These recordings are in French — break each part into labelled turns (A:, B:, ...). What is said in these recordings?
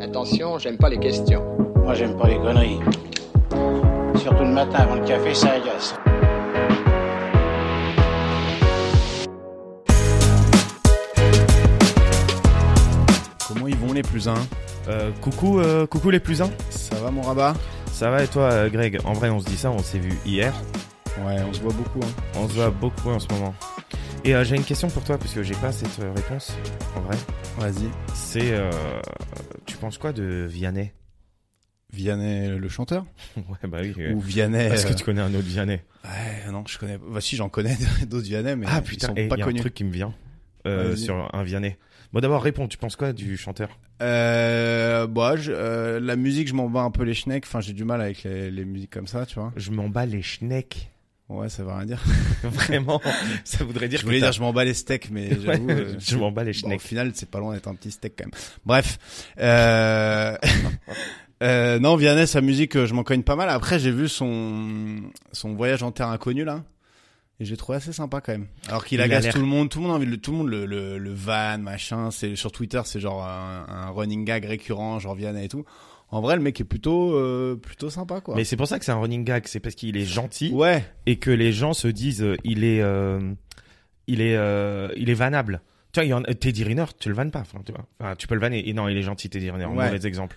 A: Attention, j'aime pas les questions.
B: Moi, j'aime pas les conneries. Surtout le matin avant le café, ça agace.
C: Comment ils vont les plus uns Euh, Coucou, euh, coucou les plus uns.
D: Ça va mon rabat
C: Ça va et toi, euh, Greg En vrai, on se dit ça, on s'est vu hier.
D: Ouais, on se voit beaucoup. hein.
C: On se voit beaucoup en ce moment. Et euh, j'ai une question pour toi, puisque j'ai pas cette euh, réponse. En vrai,
D: Vas-y.
C: c'est. euh, tu penses quoi de Vianney
D: Vianney euh, le chanteur
C: Ouais, bah oui.
D: Ou Vianney
C: Est-ce que
D: euh,
C: tu connais un autre Vianney
D: Ouais, non, je connais. Bah si, j'en connais d'autres Vianney, mais
C: Ah putain,
D: ils
C: et
D: sont pas
C: y a
D: connus.
C: un truc qui me vient euh,
D: Vas-y.
C: sur un Vianney. Bon, d'abord, réponds, tu penses quoi du chanteur
D: Euh, bah, je- euh, la musique, je m'en bats un peu les schnecks. Enfin, j'ai du mal avec les, les musiques comme ça, tu vois.
C: Je m'en bats les schnecks.
D: Ouais, ça veut rien dire.
C: Vraiment, ça voudrait dire
D: je
C: que
D: voulais
C: t'as-
D: dire, je m'en bats les steaks, mais j'avoue.
C: Ouais,
D: euh,
C: je m'en bats les
D: Bon, au
C: schnecks.
D: final, c'est pas loin d'être un petit steak quand même. Bref, euh... euh, non, Vianney, sa musique, euh, je m'en cogne pas mal. Après, j'ai vu son son voyage en terre inconnue là, et j'ai trouvé assez sympa quand même. Alors qu'il
C: Il a
D: agace
C: l'air-
D: tout le monde, tout le monde a envie de le, tout le monde le le, le van machin. C'est sur Twitter, c'est genre un, un running gag récurrent, genre Vianney et tout. En vrai, le mec est plutôt euh, plutôt sympa quoi.
C: Mais c'est pour ça que c'est un running gag, c'est parce qu'il est gentil.
D: Ouais,
C: et que les gens se disent euh, il est euh, il est euh, il est vannable. Tu vois, il y en a- Teddy Riner, tu le vannes pas, enfin, tu vois. Enfin, tu peux le vanner. Et non, il est gentil Teddy Riner,
D: Ouais.
C: mauvais exemple.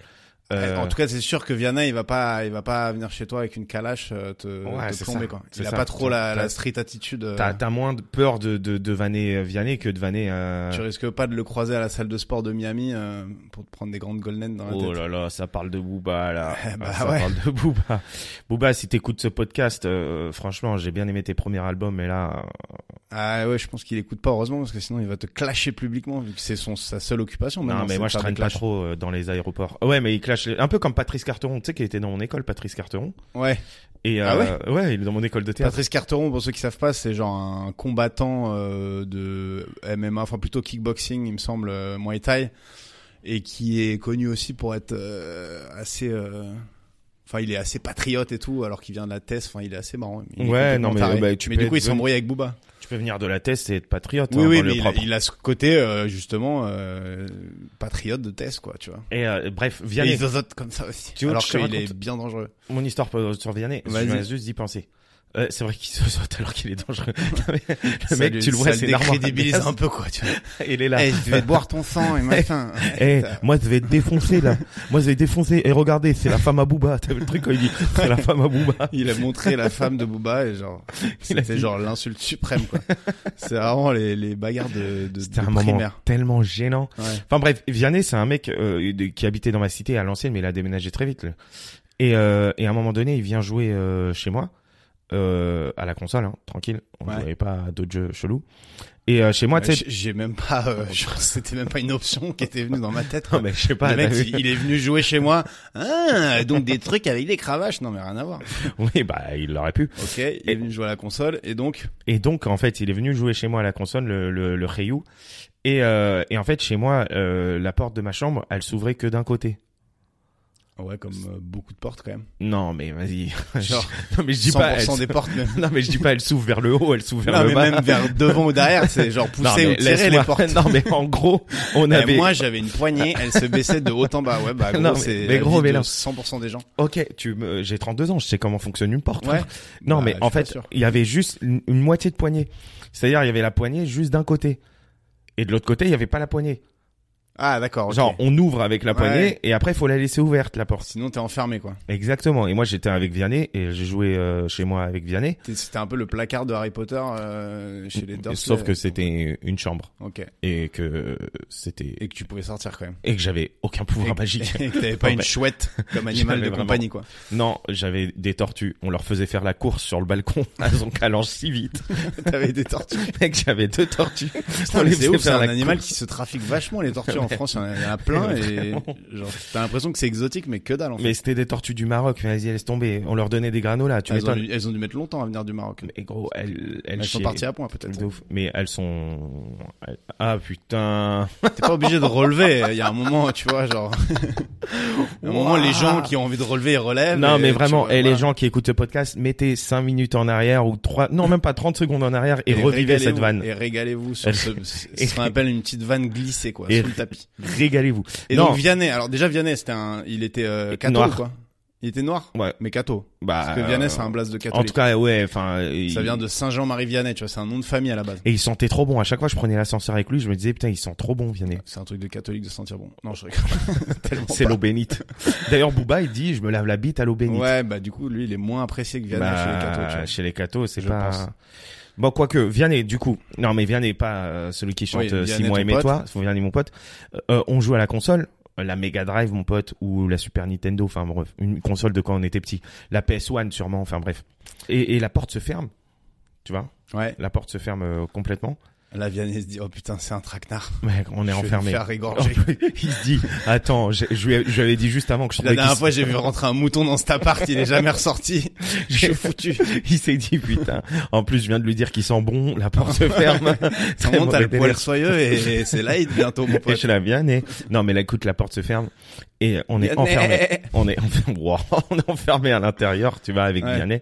C: Euh,
D: Eh, En tout cas, c'est sûr que Vianney, il va pas, il va pas venir chez toi avec une calache euh, te,
C: Ouais,
D: te
C: c'est
D: plomber
C: ça.
D: quoi.
C: C'est
D: Il a
C: ça.
D: pas trop la,
C: T'as-
D: la street attitude. euh,
C: t'as t'as moins de peur de de, de vanner euh, Vianney que de vanner. euh,
D: Tu risques pas de le croiser à la salle de sport de Miami euh, pour te prendre des grandes golden dans la
C: Oh
D: tête.
C: là là, ça parle de Booba là.
D: Eh bah
C: Ah, ça
D: ouais.
C: parle de Booba. Booba, si t'écoutes ce podcast, euh, franchement, j'ai bien aimé tes premiers albums, mais là, euh,
D: Ah ouais, je pense qu'il écoute pas heureusement parce que sinon il va te clasher publiquement vu que c'est son sa seule occupation.
C: non,
D: maintenant, c'est
C: mais
D: de
C: moi je
D: faire
C: traîne
D: des
C: pas
D: clashs.
C: trop euh, dans les aéroports. Ouais, mais il clash les- un peu comme Patrice Carteron, tu sais, qui était dans mon école, Patrice Carteron.
D: Ouais,
C: Et
D: Ah
C: euh, ouais, il est dans mon école de théâtre.
D: Patrice Carteron pour ceux qui savent pas, c'est genre un combattant euh, de MMA, enfin plutôt kickboxing, il me semble, euh, Muay Thai, et qui est connu aussi pour être euh, assez. euh, Enfin, il est assez patriote et tout, alors qu'il vient de la Thèse. Enfin, il est assez marrant. Il est
C: Ouais,
D: complètement
C: non, mais,
D: taré.
C: bah, tu
D: mais
C: peux
D: du coup,
C: être
D: il s'embrouille avec Booba.
C: Tu peux venir de la Teste et être patriote
D: Oui,
C: hein,
D: oui,
C: dans le
D: mais il,
C: propre.
D: il a ce côté euh, justement euh, patriote de Tess, quoi, tu vois.
C: Et euh, bref,
D: Et
C: Vianney,
D: les autres comme ça aussi.
C: Tu veux
D: alors
C: que je te
D: qu'il est
C: raconte
D: bien dangereux.
C: mon histoire pour- sur Vianney, je
D: Vas-y.
C: viens juste d'y penser. Euh, c'est vrai qu'il se saute alors qu'il est dangereux. Non, mais le
D: Ça
C: mec,
D: lui-
C: tu le vois,
D: ça
C: c'est
D: le
C: Ben. Normand
D: décrédibilise
C: Reyes.
D: un peu, quoi, tu vois.
C: Il est là.
D: Eh, je vais boire ton sang et machin.
C: Eh, moi je vais te défoncer là. Moi je vais te défoncer. Et regardez, c'est la femme à Booba. T'as vu le truc quand il dit c'est la femme à Booba.
D: Il a montré la femme de Booba et genre,
C: Il a
D: c'était
C: dit-
D: genre l'insulte suprême, quoi. C'est vraiment les, les bagarres de, de, de
C: C'était un moment
D: primaire.
C: tellement gênant.
D: Ouais.
C: Enfin bref, Vianney, c'est un mec euh, de- qui habitait dans ma cité à l'ancienne, mais il a déménagé très vite. là. Et, euh, et à un moment donné, il vient jouer euh, chez moi, euh, à la console, hein, tranquille. On
D: Ouais.
C: jouait pas à d'autres jeux chelous. Et euh, chez moi, tu
D: J'ai
C: sais...
D: j'ai même pas, euh, genre, c'était même pas une option qui était venue dans ma tête. quoi.
C: Non, mais je sais pas, bah
D: le mec,
C: t'as vu
D: il, il est venu jouer chez moi. Ah, donc des trucs avec des cravaches. Non, mais rien à voir.
C: Oui, bah, il l'aurait pu.
D: Ok, il est venu jouer à la console et donc.
C: Et donc, en fait, il est venu jouer chez moi à la console, le, le, le Ryu. Et, euh, et en fait, chez moi, euh, la porte de ma chambre, elle s'ouvrait que d'un côté.
D: Ouais, comme euh, beaucoup de portes quand même.
C: Non, mais vas-y.
D: Genre,
C: non, mais je dis pas...
D: 100%
C: Elle...
D: des portes même.
C: Non, mais je dis pas, elle s'ouvre vers le haut, elle s'ouvre vers
D: non,
C: le
D: mais
C: bas.
D: même vers devant ou derrière, c'est genre
C: Non,
D: pousser
C: mais
D: ou tirer
C: laisse-moi.
D: les portes.
C: Non, mais en gros, on
D: Eh,
C: avait...
D: Moi, j'avais une poignée, elle se baissait de haut en bas. Ouais, bah, gros,
C: Non, mais-
D: c'est la
C: mais gros,
D: vie
C: mais
D: de
C: là-
D: 100% des gens.
C: Ok, tu me... j'ai 32 ans, je sais comment fonctionne une porte. hein.
D: Ouais.
C: Non,
D: Bah, je
C: mais
D: suis
C: en
D: pas
C: fait,
D: sûr.
C: il y avait juste une, une moitié de poignée. C'est-à-dire, il y avait la poignée juste d'un côté. Et de l'autre côté, il n'y avait pas la poignée.
D: Ah, d'accord. ok.
C: Genre, on ouvre avec la
D: Ouais.
C: poignée et après, il faut la laisser ouverte, la porte.
D: Sinon, t'es enfermé, quoi.
C: Exactement. Et moi, j'étais avec Vianney et j'ai joué euh, chez moi avec Vianney.
D: T'es- C'était un peu le placard de Harry Potter euh, chez les Dursley.
C: Sauf que c'était une chambre
D: Ok.
C: et que c'était
D: Et que tu pouvais sortir quand même.
C: et que j'avais aucun pouvoir
D: et,
C: magique.
D: et que t'avais pas
C: Non,
D: une
C: mais-
D: chouette comme animal
C: J'avais
D: de
C: vraiment-
D: compagnie, quoi.
C: Non, j'avais des tortues. On leur faisait faire la course sur le balcon. Elles ont calange si vite.
D: T'avais des tortues.
C: Mec, j'avais deux tortues.
D: Putain,
C: On
D: mais
C: les
D: c'est
C: fait
D: ouf, c'est
C: faire
D: un
C: la
D: animal
C: course.
D: qui se trafique vachement les tortues en France, il y en a- il y en a plein et genre t'as l'impression que c'est exotique mais que dalle en fait.
C: Mais c'était des tortues du Maroc. Mais Vas-y, laisse tomber. On leur donnait des granolas. Tu
D: elles, Ah, ont
C: m'étonnes.
D: dû, elles ont dû mettre longtemps à venir du Maroc.
C: Mais gros, elles, elles,
D: Elles sont
C: chiaient.
D: parties à point peut-être.
C: De ouf. Mais elles sont. Ah putain.
D: T'es pas obligé de relever, il y a un moment, tu vois, genre à un moment
C: Ouah.
D: les gens qui ont envie de relever ils relèvent.
C: Non, mais vraiment, et
D: elle
C: les gens qui écoutent le podcast, mettez 5 minutes en arrière ou 3, non, même pas 30 secondes en arrière et, revivez cette vanne.
D: Et régalez-vous sur ce, ce qu'on appelle une petite vanne glissée quoi,
C: Et
D: sous le tapis. tapis.
C: Régalez-vous.
D: Et
C: Non.
D: donc Vianney, alors déjà Vianney, c'était un, il était euh,
C: Et-
D: catho
C: noir.
D: quoi. Il était noir,
C: Ouais.
D: mais catho.
C: Bah,
D: Parce que
C: euh,
D: Vianney, c'est un blaze de catholique.
C: En tout cas, ouais, enfin.
D: ça
C: il-
D: vient de Saint-Jean-Marie Vianney, tu vois, c'est un nom de famille à la base.
C: Et il sentait trop bon. À chaque fois, je prenais l'ascenseur avec lui, je me disais, putain, il sent trop bon, Vianney.
D: C'est un truc de catholique de se sentir bon. Non, je rigole. Tellement
C: C'est
D: pas.
C: l'eau bénite. D'ailleurs, Booba, il dit, je me lave la bite à l'eau bénite.
D: Ouais, bah du coup, lui, il est moins apprécié que Vianney
C: Bah,
D: chez les cathos. tu vois.
C: chez les cathos, c'est
D: Je
C: pas.
D: pense.
C: Bon, quoique, Vianney, du coup. Non, mais Vianney, pas euh, celui qui chante
D: Oui,
C: euh,
D: Vianney,
C: Si moi
D: ton
C: aimais
D: pote.
C: toi. Faut Vianney, mon pote. Euh, on joue à la console. euh, La Mega Drive, mon pote, ou la Super Nintendo, enfin bref, une console de quand on était petit. La PS1, sûrement, enfin bref. Et, et la porte se ferme. Tu vois
D: Ouais.
C: La porte se ferme euh, complètement.
D: Là, Vianney se dit, oh putain, c'est un traquenard.
C: Mec, on est
D: Je vais
C: enfermé.
D: me faire égorger.
C: il se dit, attends, je, je lui ai- je lui avais dit juste avant que je
D: La
C: trouvais qu'il
D: dernière
C: se-
D: fois, j'ai vu rentrer un mouton dans cet appart, il est jamais ressorti. Je suis foutu.
C: il s'est dit, putain, en plus, je viens de lui dire qu'il sent bon, la porte se ferme.
D: Ça
C: Très
D: monte à
C: mauvais
D: le poil
C: délire.
D: soyeux et, et c'est light bientôt, mon
C: Et
D: pote.
C: je la bien, et non, mais là, écoute, la porte se ferme et on est
D: Vianney.
C: enfermé. On est enfermé, Wow, on est enfermé à l'intérieur, tu vas avec
D: Ouais.
C: Vianney.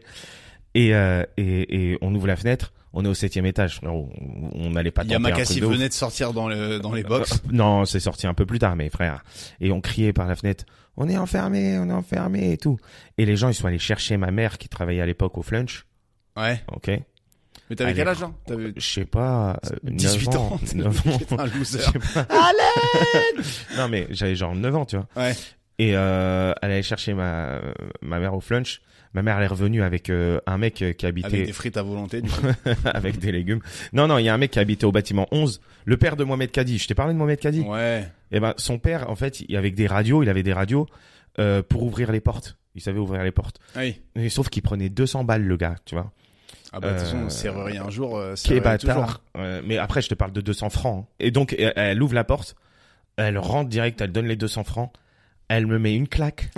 C: Et, euh, et, et on ouvre la fenêtre, on est au septième étage, frérot. on on n'allait pas tenter un truc
D: Yamakasi
C: de ouf.
D: venait de sortir dans, le, dans les box.
C: Euh, Non, c'est sorti un peu plus tard, mais frère. Et on criait par la fenêtre, on est enfermé, on est enfermé et tout. Et les gens, ils sont allés chercher ma mère qui travaillait à l'époque au Flunch.
D: Ouais.
C: Ok.
D: Mais t'avais
C: Allez.
D: quel âge, là? T'avais
C: Je sais pas. euh,
D: 18
C: 9
D: ans.
C: 9 ans.
D: un loser.
C: Je sais pas. Non, mais j'avais genre 9 ans, tu vois.
D: Ouais.
C: Et euh, elle allait chercher ma, ma mère au Flunch. Ma mère, elle est revenue avec euh, un mec qui
D: Avec
C: habitait
D: des frites à volonté, du coup.
C: avec des légumes. Non, non, il y a un mec qui habitait au bâtiment 11. Le père de Mohamed Kadi. Je t'ai parlé de Mohamed Kadi
D: Ouais.
C: Eh ben, son père, en fait, il, avec des radios, il avait des radios euh, pour ouvrir les portes. Il savait ouvrir les portes.
D: Ah Oui.
C: Mais sauf qu'il prenait 200 balles, le gars, tu vois.
D: Ah bah, de toute
C: Euh,
D: façon, serrurier un jour, euh,
C: Quel
D: serrurier toujours.
C: bâtard. Euh, mais après, je te parle de 200 francs. hein. Et donc, elle, elle ouvre la porte, elle rentre direct, elle donne les 200 francs, elle me met une claque.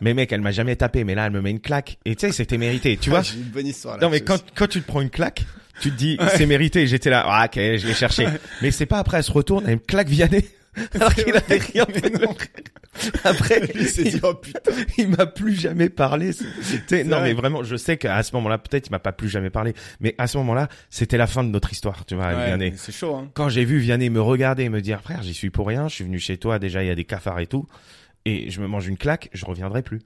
C: mais mec, elle m'a jamais tapé, mais là, elle me met une claque. Et tu sais, c'était mérité, tu vois.
D: J'ai une bonne histoire, là.
C: Non, mais quand, quand tu te prends une claque, tu te dis, c'est mérité, j'étais là, ah, ok, je l'ai cherché. mais c'est pas après, elle se retourne, elle me claque Vianney. Alors qu'il avait rien fait. le frère. Après,
D: Il s'est dit, oh putain.
C: il m'a plus jamais parlé. C'est- tu sais, Non
D: vrai.
C: mais vraiment, je sais qu'à ce moment-là, peut-être il m'a pas plus jamais parlé, mais à ce moment-là, c'était la fin de notre histoire, tu vois, avec
D: Ouais,
C: Vianney.
D: mais C'est chaud, hein.
C: Quand j'ai vu Vianney me regarder et me dire frère, j'y suis pour rien, je suis venu chez toi, déjà il y a des cafards et tout, et je me mange une claque, je reviendrai plus.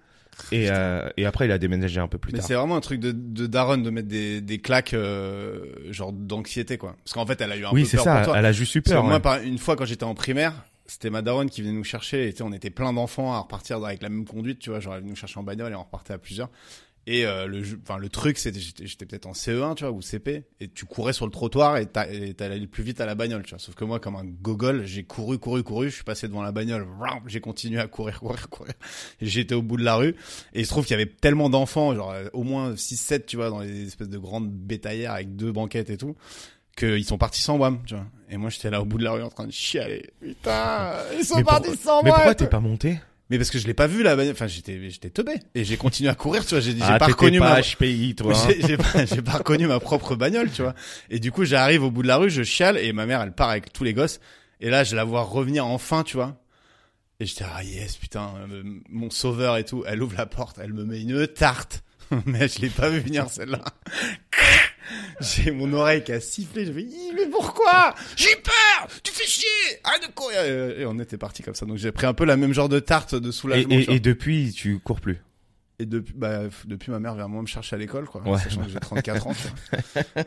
C: Et, euh, et après il a déménagé un peu plus
D: Mais
C: tard.
D: c'est vraiment un truc de, de daronne de mettre des, des claques, euh, genre d'anxiété, quoi. Parce qu'en fait, elle a eu un
C: Oui
D: peu
C: c'est
D: peur pour
C: ça,
D: toi.
C: elle a juste eu
D: Parce que
C: peur.
D: moi,
C: ouais.
D: par- une fois, quand j'étais en primaire, c'était ma daronne qui venait nous chercher. Et, tu sais, on était plein d'enfants à repartir avec la même conduite, tu vois. Genre, elle venait nous chercher en bagnole et on repartait à plusieurs. Et euh, le, jeu- enfin, le truc, c'était j'étais j'étais peut-être en CE1, tu vois, ou CP, et tu courais sur le trottoir et t'a- et t'allais le plus vite à la bagnole, tu vois. Sauf que moi, comme un gogol, j'ai couru, couru, couru, je suis passé devant la bagnole, vroom, j'ai continué à courir, courir, courir. Et J'étais au bout de la rue, et il se trouve qu'il y avait tellement d'enfants, genre euh, au moins 6-7, tu vois, dans les espèces de grandes bétaillères avec deux banquettes et tout, qu'ils sont partis sans WAM, tu vois. Et moi, j'étais là au bout de la rue en train de chialer. Putain, ils sont
C: Mais pour-
D: partis sans
C: Mais
D: moi
C: pourquoi
D: et tout.
C: t'es pas monté
D: Mais parce que je l'ai pas vu la bagnole, enfin, j'étais, j'étais teubé. Et j'ai continué à courir, tu vois, j'ai j'ai
C: Ah
D: pas
C: t'étais
D: reconnu
C: pas
D: ma,
C: HPI toi. hein.
D: j'ai j'ai pas, j'ai pas reconnu ma propre bagnole, tu vois. Et du coup, j'arrive au bout de la rue, je chiale et ma mère, elle part avec tous les gosses. Et là, je la vois revenir enfin, tu vois. Et j'étais, ah yes, putain, euh, mon sauveur et tout. Elle ouvre la porte, elle me met une tarte. Mais je l'ai pas vu venir celle-là. J'ai mon oreille qui a sifflé. Je me dis, mais pourquoi J'ai peur Tu fais chier Arrête de courir Et et on était parti comme ça. Donc j'ai pris un peu la même genre de tarte de
C: Et,
D: soulagement. tu
C: et,
D: vois.
C: et depuis tu cours plus.
D: Et depuis, bah, f- depuis ma mère vient moi me chercher à l'école, quoi.
C: Ouais.
D: Sachant que j'ai 34 ans. tu vois.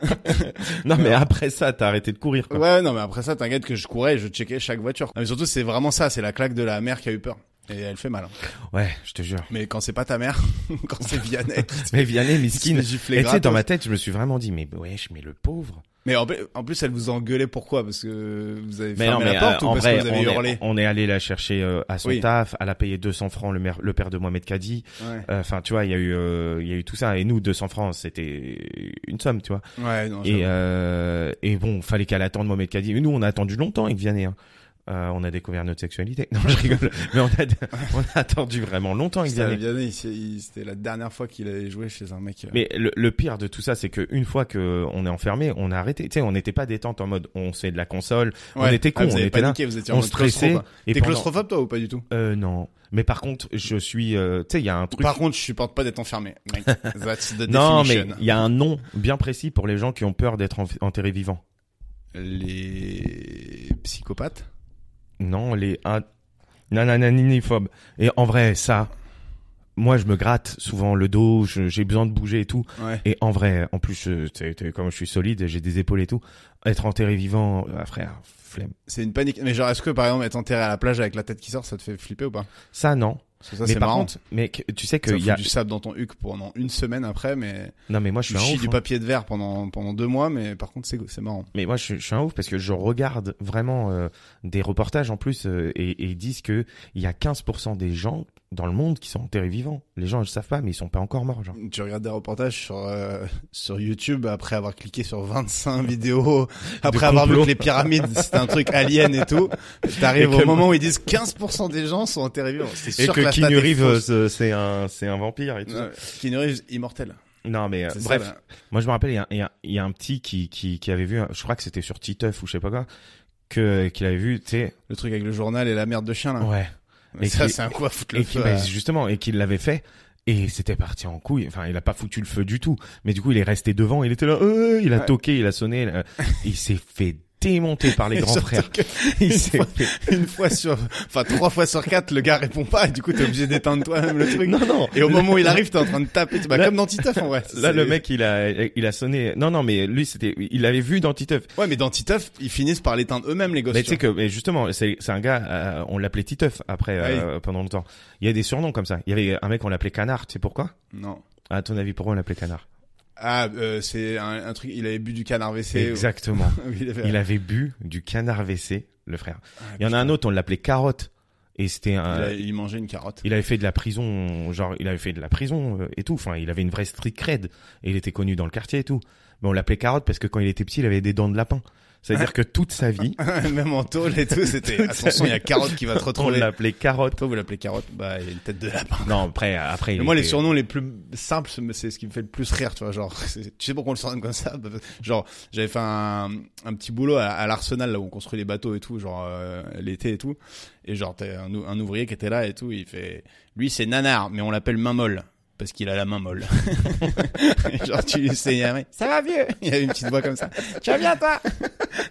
C: Non mais après ça t'as arrêté de courir. Quoi.
D: Ouais, non, mais après ça, t'inquiète que je courais et je checkais chaque voiture. Non, mais surtout, c'est vraiment ça, c'est la claque de la mère qui a eu peur. Et elle fait mal. hein.
C: ouais je te jure.
D: Mais quand c'est pas ta mère, quand c'est Vianney qui
C: Mais Vianney,
D: se
C: Miskin.
D: fait gifler
C: Et tu sais, dans
D: gratos.
C: ma tête, je me suis vraiment dit, mais wesh, mais le pauvre.
D: Mais en, pl- en plus, elle vous a engueulé pourquoi Parce que vous avez
C: Mais
D: fermé la porte
C: euh,
D: ou
C: en
D: parce
C: vrai,
D: que vous
C: on,
D: avez hurlé
C: est, on est allé la chercher euh, à son
D: Oui.
C: taf, elle a payé 200 francs le, maire- le père de Mohamed Kadi.
D: ouais.
C: Euh, Enfin, tu vois, il y a eu, euh, il y a eu tout ça. Et nous, 200 francs, c'était une somme, tu vois.
D: ouais, non,
C: Et,
D: Ah, j'avoue.
C: euh, et bon, fallait qu'elle attende Mohamed Kadi. Mais nous, on a attendu longtemps avec Vianney. hein. Euh, on a découvert notre sexualité. Non, je rigole. Mais on a, on a attendu vraiment longtemps avec
D: Putain,
C: Vianney.
D: Vianney, il s'est- il- c'était la dernière fois qu'il avait joué chez un mec. euh,
C: Mais le, le pire de tout ça, c'est que une fois que on est enfermé, on a arrêté. Tu sais, on n'était pas détente en mode, on se fait de la console, on
D: ouais.
C: était
D: Ah,
C: con,
D: vous
C: on
D: avez
C: était là,
D: paniqué, vous étiez en
C: on
D: mode
C: stressait.
D: claustrophobe.
C: Et
D: bah. T'es
C: pendant-
D: claustrophobe, toi, ou pas du tout
C: Euh, non. Mais par contre, je suis, euh, tu sais, il y a un truc.
D: Par contre, je supporte pas d'être enfermé. mec. That's the
C: non, mais
D: definition.
C: il y a un nom bien précis pour les gens qui ont peur d'être en- enterrés vivants.
D: les psychopathes
C: non, les ah, nanananiniphobes. Et en vrai, ça, moi, je me gratte souvent le dos, je- j'ai besoin de bouger et tout.
D: Ouais.
C: Et en vrai, en plus, euh, t'es- t'es- comme je suis solide, j'ai des épaules et tout, être enterré vivant, ah, frère, flemme.
D: C'est une panique. Mais genre, est-ce que par exemple être enterré à la plage avec la tête qui sort, ça te fait flipper ou pas
C: Ça, non.
D: Parce que ça,
C: mais
D: c'est
C: par
D: marrant.
C: contre, mais que- tu sais que
D: Ça
C: il y a,
D: fout du sable dans ton huc pendant une semaine après, mais
C: non mais moi je
D: tu
C: suis un
D: chies
C: ouf.
D: du
C: hein.
D: papier de verre pendant pendant deux mois, mais par contre c'est c'est marrant.
C: Mais moi, je, suis- je suis un ouf parce que je regarde vraiment euh, des reportages en plus euh, et, et ils disent que il y a 15% des gens dans le monde qui sont enterrés vivants. Les gens, ils le savent pas, mais ils sont pas encore morts. Genre.
D: Tu regardes des reportages sur euh, sur YouTube après avoir cliqué sur 25 vidéos, après avoir vu
C: complot.
D: que les pyramides c'était un truc alien et tout, t'arrives
C: Et
D: au
C: que-
D: moment où ils disent 15% des gens sont enterrés vivants. C'est
C: Et
D: sûr que,
C: que
D: la stat
C: Keanu
D: est
C: Reeves,
D: fausse.
C: euh, c'est un, c'est un vampire et tout.
D: Ouais, Keanu Reeves immortel.
C: ça. Non, mais euh,
D: C'est ça,
C: bref.
D: là.
C: Moi, je me rappelle, il y a, il y a- il y a un petit qui, qui, qui avait vu, un- je crois que c'était sur Titeuf ou je sais pas quoi, que qu'il avait vu, tu sais,
D: le truc avec le journal et la merde de chien là.
C: ouais, et
D: ça
C: qui-
D: c'est un coup à foutre le
C: et qui,
D: feu. euh.
C: bah,
D: à-
C: justement, et qu'il l'avait fait. Et c'était parti en couille. Enfin, il a pas foutu le feu du tout. Mais du coup, il est resté devant. Il était là. euh, il a
D: Ouais.
C: toqué, il a sonné. euh, il s'est fait démonter par les grands
D: Surtout
C: frères.
D: que-
C: Il
D: une
C: s'est
D: fois-
C: fait-
D: une fois sur, enfin trois fois sur quatre, le gars répond pas et du coup t'es obligé d'éteindre toi-même le truc.
C: Non, non.
D: Et au moment où il arrive, t'es en train de taper, bah,
C: Là-
D: comme dans Titeuf en vrai.
C: Là,
D: C'est-
C: le mec, il a, il a sonné. Non, non, mais lui, c'était, il l'avait vu dans Titeuf.
D: Ouais, mais dans Titeuf, ils finissent par l'éteindre eux-mêmes les gosses.
C: Mais
D: tu
C: tu sais que, mais justement, c'est c'est un gars, euh, on l'appelait Titeuf après,
D: Ah
C: euh, pendant longtemps. Il y a des surnoms comme ça. Il y avait un mec, on l'appelait Canard. Tu sais pourquoi
D: vois. Non.
C: À ton avis, pourquoi on l'appelait Canard
D: Ah, euh, c'est un, un truc, il avait bu du canard WC.
C: Exactement.
D: Oui, il avait-
C: Il avait bu du Canard WC, le frère.
D: Ah,
C: Il y en a un autre, euh, on l'appelait Carotte. Et c'était
D: il,
C: un,
D: a- il mangeait une carotte.
C: il avait fait de la prison, genre, il avait fait de la prison euh, et tout. Enfin, il avait une vraie street cred. Et il était connu dans le quartier et tout. Mais on l'appelait Carotte parce que quand il était petit, il avait des dents de lapin. C'est-à-dire que toute sa vie,
D: Même en tôle et tout, c'était,
C: Toute sa
D: attention, il y a
C: vie.
D: carotte qui va te
C: on
D: retrouver.
C: l'appelait Carotte.
D: Toi, vous l'appelez carotte, bah, il a une tête de lapin.
C: Non, après, après, il
D: Mais moi, les
C: était-
D: surnoms les plus simples, mais c'est ce qui me fait le plus rire, tu vois. Genre, c'est- tu sais pourquoi on le surnomme comme ça Bah, parce- Genre, j'avais fait un, un petit boulot à, à l'arsenal, là où on construit les bateaux et tout, genre euh, l'été et tout. Et genre, t'as un, ou- un ouvrier qui était là et tout, il fait, lui, c'est Nanar, mais on l'appelle main molle. Parce qu'il a la main molle. Et genre, tu lui sais, il y a un mec, ça va vieux Il y avait une petite voix comme ça. Tu vas bien, toi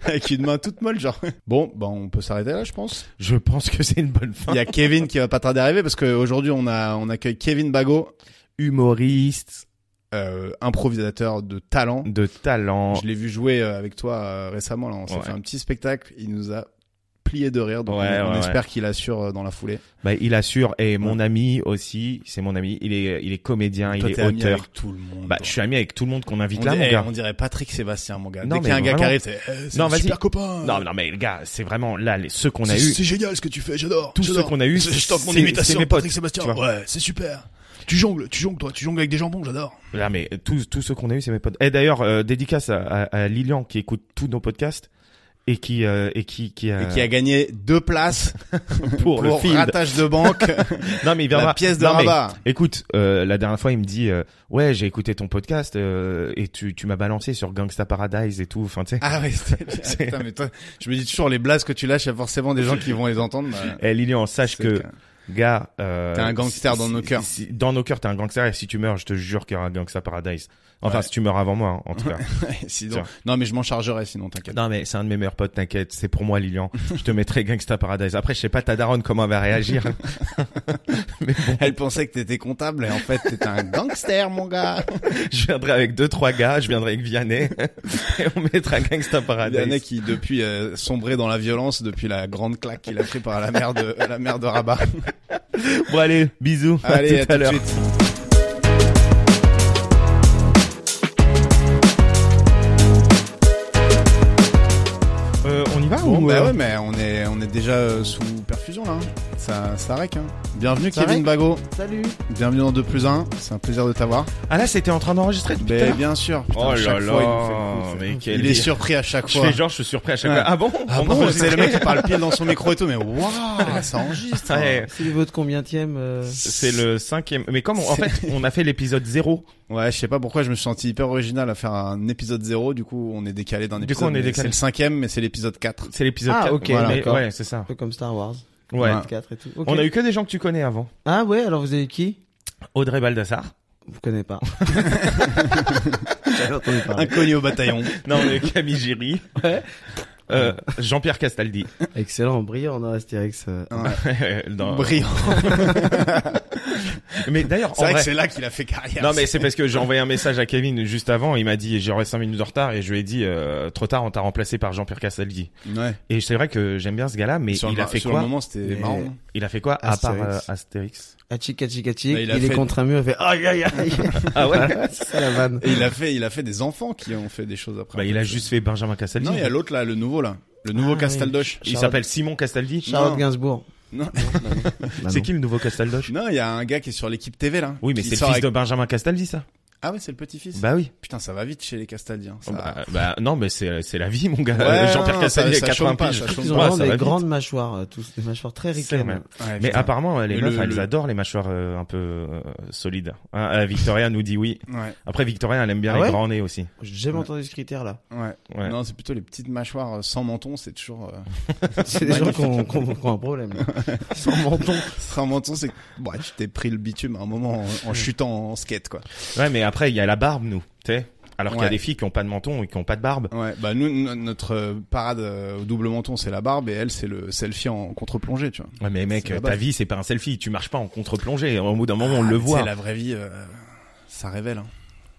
D: Avec une main toute molle, genre. Bon, bah, on peut s'arrêter là, je pense.
C: Je pense que c'est une bonne fin.
D: Il y a Kevin qui va pas tarder à arriver parce qu'aujourd'hui, on, a, on accueille Kevin Bago
C: Humoriste
D: euh, improvisateur de talent.
C: de talent.
D: Je l'ai vu jouer euh, avec toi euh, récemment. Là, on s'est
C: Ouais.
D: fait un petit spectacle. Il nous a plié de rire. Donc
C: Ouais,
D: on, on
C: ouais,
D: espère qu'il assure euh, dans la foulée.
C: Bah, il assure. Et mon ami aussi, c'est mon ami. Il est, il est comédien,
D: Toi,
C: il est
D: t'es ami
C: auteur.
D: avec tout le monde.
C: Bah,
D: toi.
C: je suis ami avec tout le monde qu'on
D: on,
C: invite là,
D: dirait,
C: mon gars.
D: on dirait Patrick Sébastien, mon gars.
C: Non,
D: Dès qu'il y a
C: mais
D: un gars qui
C: vraiment.
D: arrive, c'est eh, c'est
C: Non,
D: un
C: vas-y.
D: super copain.
C: Non, non, mais le gars, c'est vraiment là les, ceux qu'on a
D: C'est-
C: eu.
D: C'est génial ce que tu fais, j'adore.
C: Tous ceux
D: j'adore.
C: qu'on a eu,
D: C'est- Je tente mon
C: c'est- c'est
D: imitation,
C: mes potes,
D: Patrick Sébastien.
C: tu vois.
D: Ouais, c'est super. Tu jongles, tu jongles toi, tu jongles avec des jambons, j'adore.
C: Là, mais tous tous ceux qu'on a eu, c'est mes potes. Et d'ailleurs, euh, dédicace à, à, à Lilian qui écoute tous nos podcasts et qui euh, et qui qui a,
D: Et qui a gagné deux places
C: pour,
D: pour,
C: le film.
D: ratage de banque,
C: Non, mais il viendra.
D: la pièce de
C: Non, mais
D: rabat.
C: Écoute, euh, la dernière fois, il me dit, euh, ouais, j'ai écouté ton podcast euh, et tu tu m'as balancé sur Gangsta Paradise et tout. Enfin, tu sais.
D: Ah ouais, c'était-
C: C'est-
D: Putain, mais toi, je me dis toujours les blases que tu lâches, il y a forcément des gens qui vont les entendre. bah,
C: Eh, Lilian, sache
D: c'est
C: que gars, euh,
D: T'es un gangster
C: si-
D: dans nos
C: si-
D: cœurs.
C: si- dans nos cœurs, t'es un gangster. Et si tu meurs, je te jure qu'il y aura un gangster paradise. Enfin,
D: Ouais.
C: si tu meurs avant moi, hein, en tout cas.
D: sinon,
C: Tiens.
D: non, mais je m'en chargerai sinon, t'inquiète.
C: non, mais c'est un de mes meilleurs potes. T'inquiète, c'est pour moi, Lilian. je te mettrai gangster paradise. Après, je sais pas ta daronne comment elle va réagir. mais bon,
D: Elle pensait que t'étais comptable et en fait t'étais un gangster, mon gars.
C: je viendrai avec deux trois gars. Je viendrai avec Vianney et on mettra gangster
D: Il y en a
C: paradise.
D: qui depuis euh, sombré dans la violence depuis la grande claque qu'il a pris par la mère de la mère de Rabat.
C: Bon allez, bisous.
D: Allez,
C: à
D: à
C: tout
D: tout
C: à
D: de
C: l'heure.
D: suite.
C: Euh, on y va
D: Bon,
C: ou
D: bah
C: euh,
D: ouais, mais on est on est déjà euh, sous perfusion là. hein. Ça ça rec. Hein. Bienvenue
C: Ça
D: Kevin
C: rec
D: Bago.
C: Salut.
D: Bienvenue dans 2 plus 1. C'est un plaisir de t'avoir.
C: Ah là, c'était en train d'enregistrer depuis tout à
D: Ben
C: l'heure.
D: bien sûr. Putain,
C: Oh
D: à
C: là
D: chaque
C: là,
D: fois, il nous fait le coup,
C: mais
D: c'est-
C: quel
D: il est
C: délire.
D: surpris à chaque
C: Je
D: fois.
C: fais genre, je suis surpris à chaque
D: Ouais.
C: fois. Ah bon
D: Ah
C: On
D: bon,
C: enregistrait
D: c'est le mec qui parle pile dans son micro et tout, mais waouh, ça enregistre. hein.
C: Ouais.
A: C'est votre combientième euh,
C: C'est le cinquième. Mais comme on- en fait, on a fait l'épisode zéro.
D: Ouais, je sais pas pourquoi je me suis senti hyper original à faire un épisode 0, du coup on est décalé d'un
C: Du coup,
D: épisode.
C: on
D: mais
C: est décalé.
D: C'est le cinquième, mais c'est l'épisode 4.
C: C'est l'épisode
A: Ah,
C: 4.
A: ok,
C: Voilà.
A: d'accord.
C: Ouais, c'est ça.
A: un peu comme Star Wars,
C: Ouais.
D: Ouais.
A: 4 et tout. Ok.
C: On a eu que des gens que tu connais avant.
A: Ah ouais, alors vous avez qui
C: Audrey Baldassar.
A: Vous connaissez pas. J'avais entendu parler.
D: Inconnu au bataillon.
C: Non, on a eu Camille Giry.
A: Ouais.
C: Euh, Jean-Pierre Castaldi.
A: Excellent, brillant dans Astérix. euh.
D: Ouais.
C: Dans-
D: Brillant.
C: Mais d'ailleurs,
D: C'est
C: en
D: vrai que
C: vrai-
D: c'est là qu'il a fait carrière.
C: Non mais c'est parce que j'ai envoyé un message à Kevin juste avant, il m'a dit j'aurais 5 minutes de retard et je lui ai dit euh, trop tard on t'a remplacé par Jean-Pierre Castaldi.
D: Ouais.
C: Et c'est vrai que j'aime bien ce gars-là mais
D: sur
C: il
D: le,
C: a fait
D: sur
C: quoi
D: le moment, c'était
A: Mais-
D: marrant.
C: Il a fait quoi à part
A: Astérix.
C: euh, Astérix
A: Atchik, atchik, atchik.
D: Là, Bah, il
A: il
D: a
A: est
D: fait-
A: contre un mur, il fait aïe, aïe, aïe.
C: Ah ouais.
A: c'est ça la vanne.
D: Et il a fait, il a fait des enfants qui ont fait des choses après.
C: Bah il a juste fait Benjamin Castaldi.
D: Non, il y a l'autre là, le nouveau là, le nouveau
A: Ah, oui.
D: Castaldoche.
C: Il s'appelle Simon Castaldi.
A: Charlotte
D: Non.
A: Gainsbourg.
D: Non.
A: Bah
C: C'est
A: non.
C: qui le nouveau Castaldoche
D: Non, il y a un gars qui est sur l'équipe TV là.
C: Oui mais
D: qui
C: c'est le fils
D: sort
C: de
D: avec-
C: Benjamin Castaldi ça.
D: Ah ouais, c'est le petit-fils.
C: Bah oui.
D: Putain, ça va vite chez les Castaldiens. ça-
C: Bah, bah, non mais c'est c'est la vie mon gars. Euh,
D: Ouais,
C: Jean-Pierre
D: non,
C: Castaldi
D: ça-
C: a
D: ça
C: 80
D: chôme pas,
C: piges.
D: ça chôme
A: Ils ont
C: Ouais,
D: pas.
C: ça
A: vraiment
C: va
A: des
C: vite.
A: grandes mâchoires, euh, tous des mâchoires très
C: C'est vrai.
A: ricaines.
D: Ouais,
C: Mais
D: putain.
C: apparemment les
D: Mais
C: meufs
D: le-
C: elles
D: le-
C: adorent les mâchoires euh, un peu euh, solides. Hein, euh, Victoria nous dit oui.
D: Ouais,
C: Après Victoria elle aime bien
A: Ah
C: les
A: ouais
C: grands nez aussi.
A: J'ai jamais
D: Ouais.
A: entendu ce critère là.
D: ouais.
C: Ouais.
D: Non, c'est plutôt les petites mâchoires euh, sans menton, c'est toujours. euh,
A: C'est des gens qui ont, qui ont- qui ont un problème. là. Sans menton.
D: sans menton, c'est. Bah, tu t'es pris le bitume à un moment en, en chutant en skate, quoi.
C: Ouais, mais après, il y a la barbe, nous, tu sais. Alors qu'il y a
D: Ouais.
C: des filles qui ont pas de menton et qui ont pas de barbe.
D: Ouais, bah nous, no- notre euh, parade euh, au double menton, c'est la barbe et elle, c'est le selfie en contre-plongée, tu vois.
C: Ouais, mais mec,
D: C'est la
C: ta
D: base.
C: vie, c'est pas un selfie. Tu marches pas en contre-plongée. Au bout d'un moment, on
D: Ah,
C: le
D: mais
C: voit.
D: C'est la vraie vie, euh, ça révèle. hein.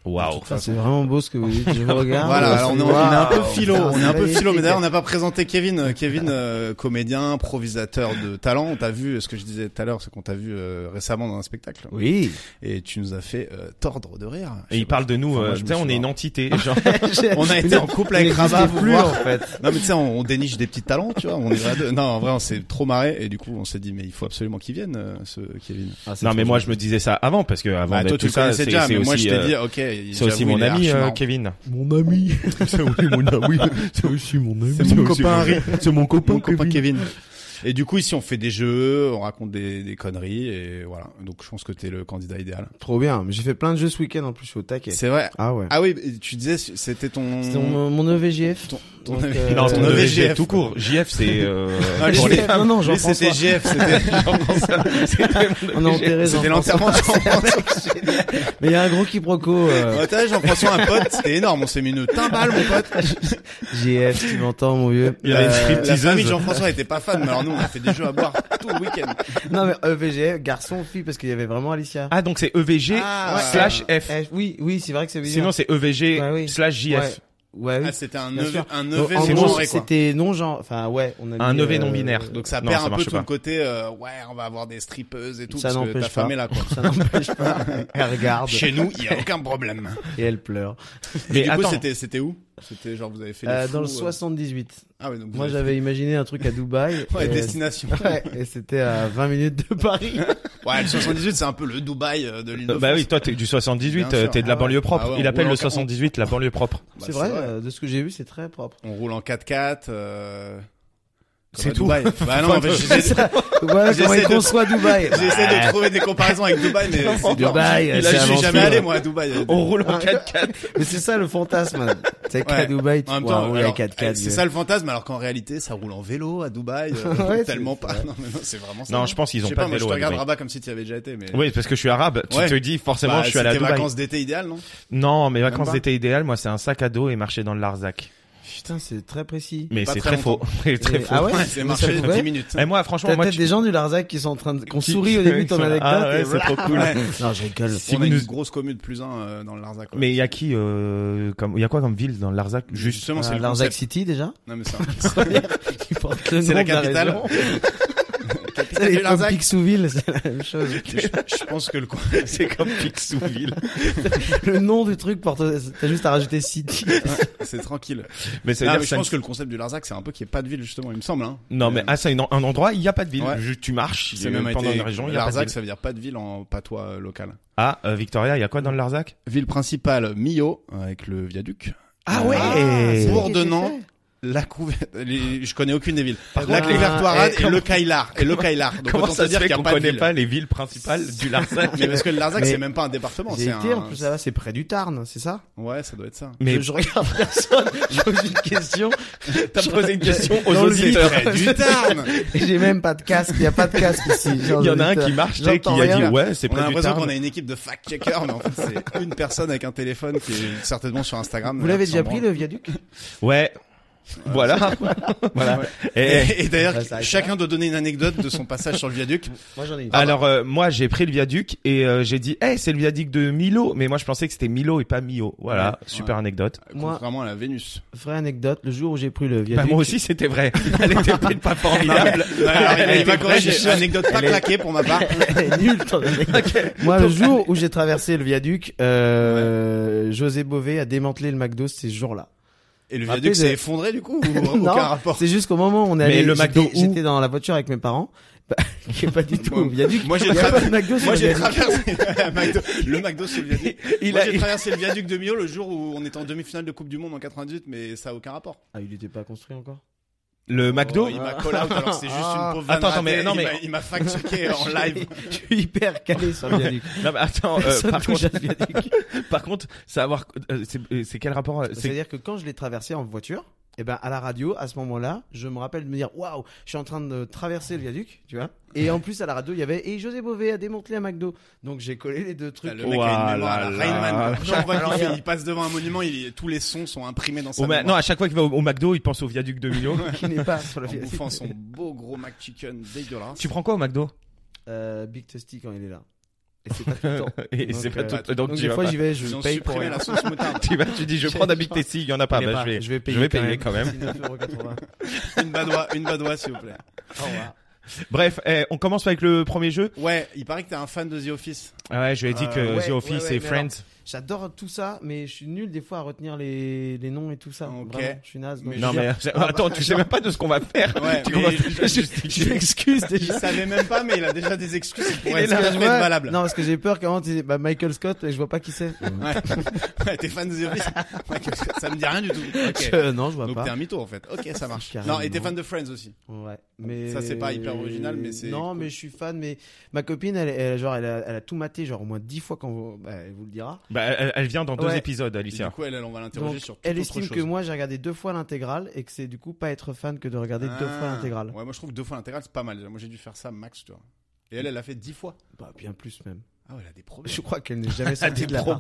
C: Waouh.
A: Ça, c'est vraiment beau ce que vous dites. Je vous
C: Ah,
A: regarde.
D: voilà, alors on est, on est un peu
A: Waouh.
D: philo, on est un peu
A: Magnifique.
D: philo, mais d'ailleurs on n'a pas présenté Kevin. Euh, Kevin, euh, comédien, improvisateur de talent. On t'a vu, euh, ce que je disais tout à l'heure, c'est qu'on t'a vu euh, récemment dans un spectacle.
A: Oui.
D: Et tu nous as fait euh, tordre de rire. Je
C: Et
D: sais
C: il
D: pas.
C: parle de nous,
D: Enfin,
C: euh,
D: moi, je
C: tu
D: me
C: sais, on
D: suis
C: est une
D: marré.
C: entité. Genre,
D: On a été en couple avec Rabat,
A: Rabat
D: vous
A: plus hein.
D: voir.
A: en fait.
D: Non mais tu sais, on, on déniche des petits talents, tu vois. On est à deux. Non, en vrai, on s'est trop marré et du coup, on s'est dit mais il faut absolument qu'il vienne, euh, ce Kevin.
A: Ah,
C: non, mais moi, je me disais ça avant, parce que avant
D: Bah,
C: d'être
D: toi, tu
C: tout
D: le
C: ça,
D: connaissais
C: c'est
D: déjà,
C: c'est
D: mais moi,
C: aussi,
D: je t'ai
C: euh,
D: dit, ok.
C: c'est aussi mon ami, euh, Kevin.
A: Mon ami.
C: c'est aussi mon ami. C'est aussi mon ami.
D: C'est mon copain Harry.
C: C'est mon copain,
D: Mon copain Kevin. Et du coup, ici, on fait des jeux, on raconte des, des conneries et voilà. Donc, je pense que t'es le candidat idéal.
A: Trop bien. mais J'ai fait plein de jeux ce week-end en plus. Je suis au taquet.
D: C'est vrai.
A: Ah ouais.
D: Ah oui, tu disais, c'était ton.
A: C'était mon, mon E EVGF.
D: Ton-
A: Donc,
D: ton-
A: euh,
C: Non, ton E
D: Euh,
C: EVGF
D: EVGF.
C: tout court. JF, c'est, euh,
D: Ah,
C: pour
D: les-
C: les-
A: Non, non,
D: Lui,
A: Jean-François.
D: c'était GF, c'était
C: c'était mon
A: On a
C: EVGF.
A: enterré
D: c'était
A: Jean-François.
D: l'enterrement de Jean-François.
A: Mais il y a un gros quiproquo. euh,
D: Ouais, t'as vu, Jean-François, un pote, c'était énorme. On s'est mis une timbale, mon pote.
A: JF, tu m'entends, mon vieux.
C: Il y avait une
D: Euh, La
C: stripteaseuse.
D: famille de Jean-François était pas fan, mais alors nous, on a fait des jeux à boire tout le week-end.
A: Non, mais E EVGF, garçon, fille, parce qu'il y avait vraiment Alicia.
C: Ah, donc c'est EVG
D: Ah, ouais.
C: slash F.
A: Eh, oui, oui, c'est vrai que c'est
C: Sinon,
A: bizarre.
C: c'est EVG
A: Ouais, oui.
C: slash JF.
A: Ouais, oui.
D: Ah, c'était un
A: Bien
D: neveu,
A: sûr.
D: un E
A: Donc,
D: neveu,
A: en
D: c'est
A: gros,
D: genré, quoi.
A: c'était non genre, enfin ouais, on a
C: Un E
A: dit,
C: EV
A: euh,
C: non binaire.
D: Donc ça
C: Non,
D: perd
C: ça
D: un peu
C: marche
D: tout
C: pas.
D: le côté euh, ouais on va avoir des stripeuses et tout
A: Ça
D: parce que
A: n'empêche
D: ta femme
A: pas.
D: est là quoi.
A: Ça n'empêche pas. Elle regarde
D: Chez nous il y a aucun problème.
A: et elle pleure.
C: Mais
D: Et du
C: attends.
D: coup c'était c'était où C'était genre vous avez fait les
A: Euh,
D: fous,
A: dans le
D: euh,
A: 78.
D: Ah ouais donc vous
A: Moi
D: avez
A: j'avais imaginé un truc à Dubaï.
D: fait- ouais,
A: et-
D: destination. Bah,
A: Ouais, et c'était à 20 minutes de Paris.
D: Ouais le 78 c'est un peu le Dubaï euh, de l'île de
C: Euh,
D: France.
C: Bah oui, toi t'es du 78,
D: Bien
C: euh,
D: sûr.
C: t'es de la
D: Ah ouais.
C: banlieue propre.
D: Ah ouais,
C: Il
D: on
C: appelle
D: roule
C: le
D: en car-
C: 78 la banlieue propre.
D: Bah,
A: c'est vrai, euh, de ce que j'ai vu, c'est très propre.
D: On roule en 4x4 euh, comme
C: C'est
D: à
C: tout.
D: Dubaï. Bah non en fait, j'essaie de-
A: Voilà comment
D: J'essaie de-
A: il conçoit Dubaï.
D: j'essaie de trouver des comparaisons avec Dubaï mais c'est dur.
A: Dubaï,
D: Là
A: c'est
D: je suis
A: aventure.
D: jamais allé moi à Dubaï. euh,
C: On roule en 4x4.
A: Mais c'est ça le fantasme. C'est qu'à
D: Ouais.
A: Dubaï, tu
D: En même
A: pourras
D: temps,
A: rouler à
D: alors, eh,
A: 4x4.
D: c'est ça le fantasme, alors qu'en réalité, ça roule en vélo à Dubaï, euh,
A: Ouais,
D: tellement
A: c'est-
D: pas.
A: c'est
D: Non, mais non, c'est vraiment ça.
C: Non, je pense qu'ils
D: Je
C: ont
D: sais
C: pas
D: pas,
C: de
D: moi, je
C: vélo.
D: te
C: à
D: regarde
C: Dubaï.
D: Rabat comme si tu y avais déjà été, mais.
C: Oui, parce que je suis arabe. Tu
D: Ouais.
C: te dis forcément,
D: Bah,
C: je suis à la
D: c'est tes
C: Dubaï.
D: vacances d'été idéales, non
C: Non, mes
D: Même
C: vacances
D: pas.
C: d'été idéales, moi, c'est un sac à dos et marcher dans le Larzac.
A: Putain, c'est très précis.
C: Mais
D: Pas
C: c'est
D: très
C: très faux. C'est très
A: Et-
C: faux.
A: ah ouais,
D: C'est
A: Mais
D: marché
A: ça
D: de
A: pouvait
D: 10 minutes.
C: Et moi, franchement,
A: T'as
C: moi,
A: peut-être
C: tu-
A: des gens du Larzac qui sont en train de, qu'on
C: qui-
A: sourit au début de ton
C: Ah
A: anecdote.
C: ouais,
A: et
C: c'est
A: voilà.
C: trop cool.
D: Ouais.
A: Non, je rigole.
C: Si
D: on
C: vous
D: a
C: nous-
D: une grosse commune de plus un euh, dans le Larzac. ouais.
C: Mais il y a qui, euh, comme, il y a quoi comme ville dans le Larzac? Juste.
D: justement, c'est
A: Euh,
D: le
A: Larzac
D: concept.
A: City déjà.
D: Non, mais ça.
A: Qui porte le
D: C'est la
A: nom de
D: capitale.
A: région.
D: Capitale
A: C'est
D: du
A: les comme
D: Larzac.
A: Pixouville, c'est la même chose.
D: Je, je pense que le coin.
C: C'est comme Pixouville.
A: Le nom du truc porte. T'as juste à rajouter City.
D: C'est tranquille.
C: Mais ça
D: Non,
C: veut
D: mais
C: dire
D: je
C: que
D: pense que le concept du Larzac, c'est un peu qu'il n'y ait pas de ville, justement, il me semble. Hein.
C: non, mais,
D: Euh,
C: ah, c'est une- un endroit, il n'y a pas de ville.
D: Ouais.
C: Je- Tu marches,
D: c'est
C: euh,
D: même
C: pendant
D: été-
C: une région, il y a pas de
D: Larzac,
C: ville.
D: ça veut dire pas de ville en patois euh, local.
C: Ah, euh, Victoria, il y a quoi dans le Larzac?
D: Ville principale, Millau, avec le viaduc.
C: Ah
D: ouais.
A: c'est vrai qu'il était
D: Bourdonnant.
A: fait.
D: La couverte, les- je connais aucune des villes.
C: Par
D: la
A: contre,
D: Clévertoirade
C: euh,
D: et, le Caillard. Et le Caillard. Donc,
C: Comment
D: autant
C: ça
D: te
C: se
D: dire
C: fait
D: qu'il y a
C: qu'on
D: pas de
C: connaît
D: ville.
C: pas les villes principales du Larzac
D: Mais parce que le Larzac,
A: Mais-
D: c'est même pas un département.
A: J'ai
D: C'est un...
A: été en plus là-bas, c'est près du Tarn, c'est ça
D: Ouais, ça doit être ça.
C: Mais
A: je, je regarde personne, je pose une question.
C: t'as posé une question aux
A: Dans le
C: auditeurs.
A: vide.
D: Près du Tarn.
A: Et J'ai même pas de casque, il y a pas de casque ici.
C: Il y en a un qui marche, tu sais, qui
A: J'entends
C: a dit
A: rien.
C: ouais, c'est
D: On a
C: près du
D: l'impression
C: Tarn.
D: qu'on a une équipe de fact-checkers, mais en fait,
A: Ah,
D: c'est une personne avec un téléphone qui est certainement sur Instagram.
A: Vous l'avez déjà pris le viaduc
C: Ouais. Voilà. voilà. Et-
D: Et, et d'ailleurs,
A: Ouais, ça arrive.
D: chacun doit donner une anecdote de son passage sur le viaduc.
A: Moi j'en ai une.
C: Alors euh, moi j'ai pris le viaduc et euh, j'ai dit hey, c'est le viaduc de Milo mais moi je pensais que c'était Milo et pas Mio voilà
D: Ouais,
C: super anecdote
A: Moi-
D: Contrairement à la Vénus.
A: Vraie anecdote, le jour où j'ai pris le
C: bah,
A: viaduc.
C: moi aussi c'était vrai elle était peut-être pas formidable
D: Ouais, alors, il-
C: Elle
D: il
C: était
D: m'a
C: vraie,
D: corrigé.
C: j'ai-
D: Anecdote pas claquée pour ma part.
A: Elle est nulle, ton anecdote. Moi, le jour où j'ai traversé le viaduc, euh, José Bové a démantelé le McDo ces jours-là.
D: Et le
A: Rappelez
D: viaduc
A: de-
D: s'est effondré du coup ou
A: Non,
D: aucun rapport
A: C'est juste qu'au moment où on est
C: Mais
A: allé,
C: le McDo
A: j'étais-
C: où
A: j'étais dans la voiture avec mes parents, bah, qui est pas du tout
D: Moi-
A: au viaduc.
D: moi, j'ai
A: Il y a
D: tra-
A: pas de McDo sur
D: Moi
A: le
D: j'ai
A: viaduc.
D: traversé le McDo, le McDo sur le viaduc.
C: il
D: Moi
C: a
D: j'ai traversé le viaduc de Mio le jour où on était en demi-finale de Coupe du Monde en 98 mais ça a aucun rapport.
A: Ah, il était pas construit encore.
C: le McDo
D: Oh, il m'a call out alors que c'est juste
A: Ah.
D: une pauvre
C: Attends,
D: vanne
C: attends, mais-
D: ratée.
C: non,
D: Il
C: mais-
D: m'a- il m'a fact checké en live.
A: Je suis hyper calé sur le viaduc.
C: Non, mais attends euh,
A: Personne
C: par,
A: touche
C: contre,
A: à ce viaduc.
C: par contre savoir euh, c'est euh, c'est quel rapport euh, c'est
A: C'est-à-dire que quand je l'ai traversé en voiture, et ben à la radio, à ce moment-là, je me rappelle de me dire waouh, je suis en train de traverser le viaduc, tu vois. Et en plus à la radio, il y avait et José Bové a démantelé un McDo. Donc j'ai collé les deux trucs.
D: Le mec a une mémoire à la
C: Ouah
D: Rain Man,
C: là
D: quoi. Genre, vraiment, il, fait- il passe devant un monument, il, tous les sons sont imprimés dans sa
C: au ma-
D: mémoire.
C: non à chaque fois qu'il va au, au McDo il pense au viaduc de Milo
A: qui n'est pas sur le
D: en
A: viaduc.
D: bouffant son beau gros McChicken dégueulasse.
C: tu prends quoi au McDo
A: Euh, Big Testy quand il est là. Et c'est pas tout le temps.
C: et c'est pas
A: euh,
C: tout donc
A: Donc
C: tu
A: des
C: vas
A: fois
C: pas-
A: j'y vais,
D: Ils ont
A: je paye pour
D: supprimé
A: rien.
D: la sauce moutarde.
C: tu vas tu dis je prends d'un Big Tasty il y en a pas
A: Il est
C: bah
A: pas-
C: je vais
A: vais payer,
C: je vais payer quand même.
A: 19,80.
D: une badoie, une badoie, s'il vous plaît.
A: Au revoir.
C: bref eh, on commence avec le premier jeu
D: Ouais, il paraît que t'es un fan de The Office.
C: Ah ouais je lui ai dit
D: Euh,
C: que
A: ouais,
C: The Office
A: ouais, ouais,
C: et
A: mais
C: Friends
A: J'adore tout ça, mais je suis nul des fois à retenir les, les noms et tout ça.
D: Ok.
A: Vraiment, je suis naze. donc
D: Mais
A: je
C: Non
A: veux
C: mais
A: dire,
C: c'est- attends, tu sais même pas de ce qu'on va faire.
D: Ouais,
C: tu
D: ah, bah, mais
C: commences-
D: je-
C: je-
A: je m'excuse
D: Il
A: déjà.
D: savait même pas, mais il a déjà des excuses qui pourraient
C: est
D: être
C: là,
D: tout à fait
A: Ouais.
D: valables.
A: Non, parce que j'ai peur quand tu dis bah, Michael Scott et je vois pas qui c'est.
D: Ouais. Ouais, t'es fan de The Office. Ouais, qu'est-ce que- ça me dit rien du tout. Ok.
A: Je- non, je vois
D: Donc t'es
A: pas.
D: un mytho en fait. Ok, ça marche.
A: Carrément.
D: Non, et t'es fan de Friends aussi.
A: Ouais, mais
D: Ça, c'est pas hyper original, mais c'est
A: Non,
D: cool.
A: mais je suis fan. Mais ma copine, elle, elle- genre, elle a, elle a tout maté, genre au moins dix fois quand vous, bah, elle vous le dira.
C: Bah, elle elle vient dans deux
A: Ouais.
C: épisodes,
D: Et
C: Alicia.
D: du coup, elle, elle, on va l'interroger
A: Donc,
D: sur toute
A: elle
D: autre
A: estime
D: chose.
A: que moi, j'ai regardé deux fois l'intégrale et que c'est du coup pas être fan que de regarder deux
D: Ah.
A: fois l'intégrale.
D: Ouais, moi je trouve que deux fois l'intégrale c'est pas mal. Moi j'ai dû faire ça max, tu vois. Et elle, elle l'a fait dix fois.
A: Bah, bien plus même.
D: Ah ouais, elle a des problèmes.
A: Je crois qu'elle n'est jamais sortie de la barre.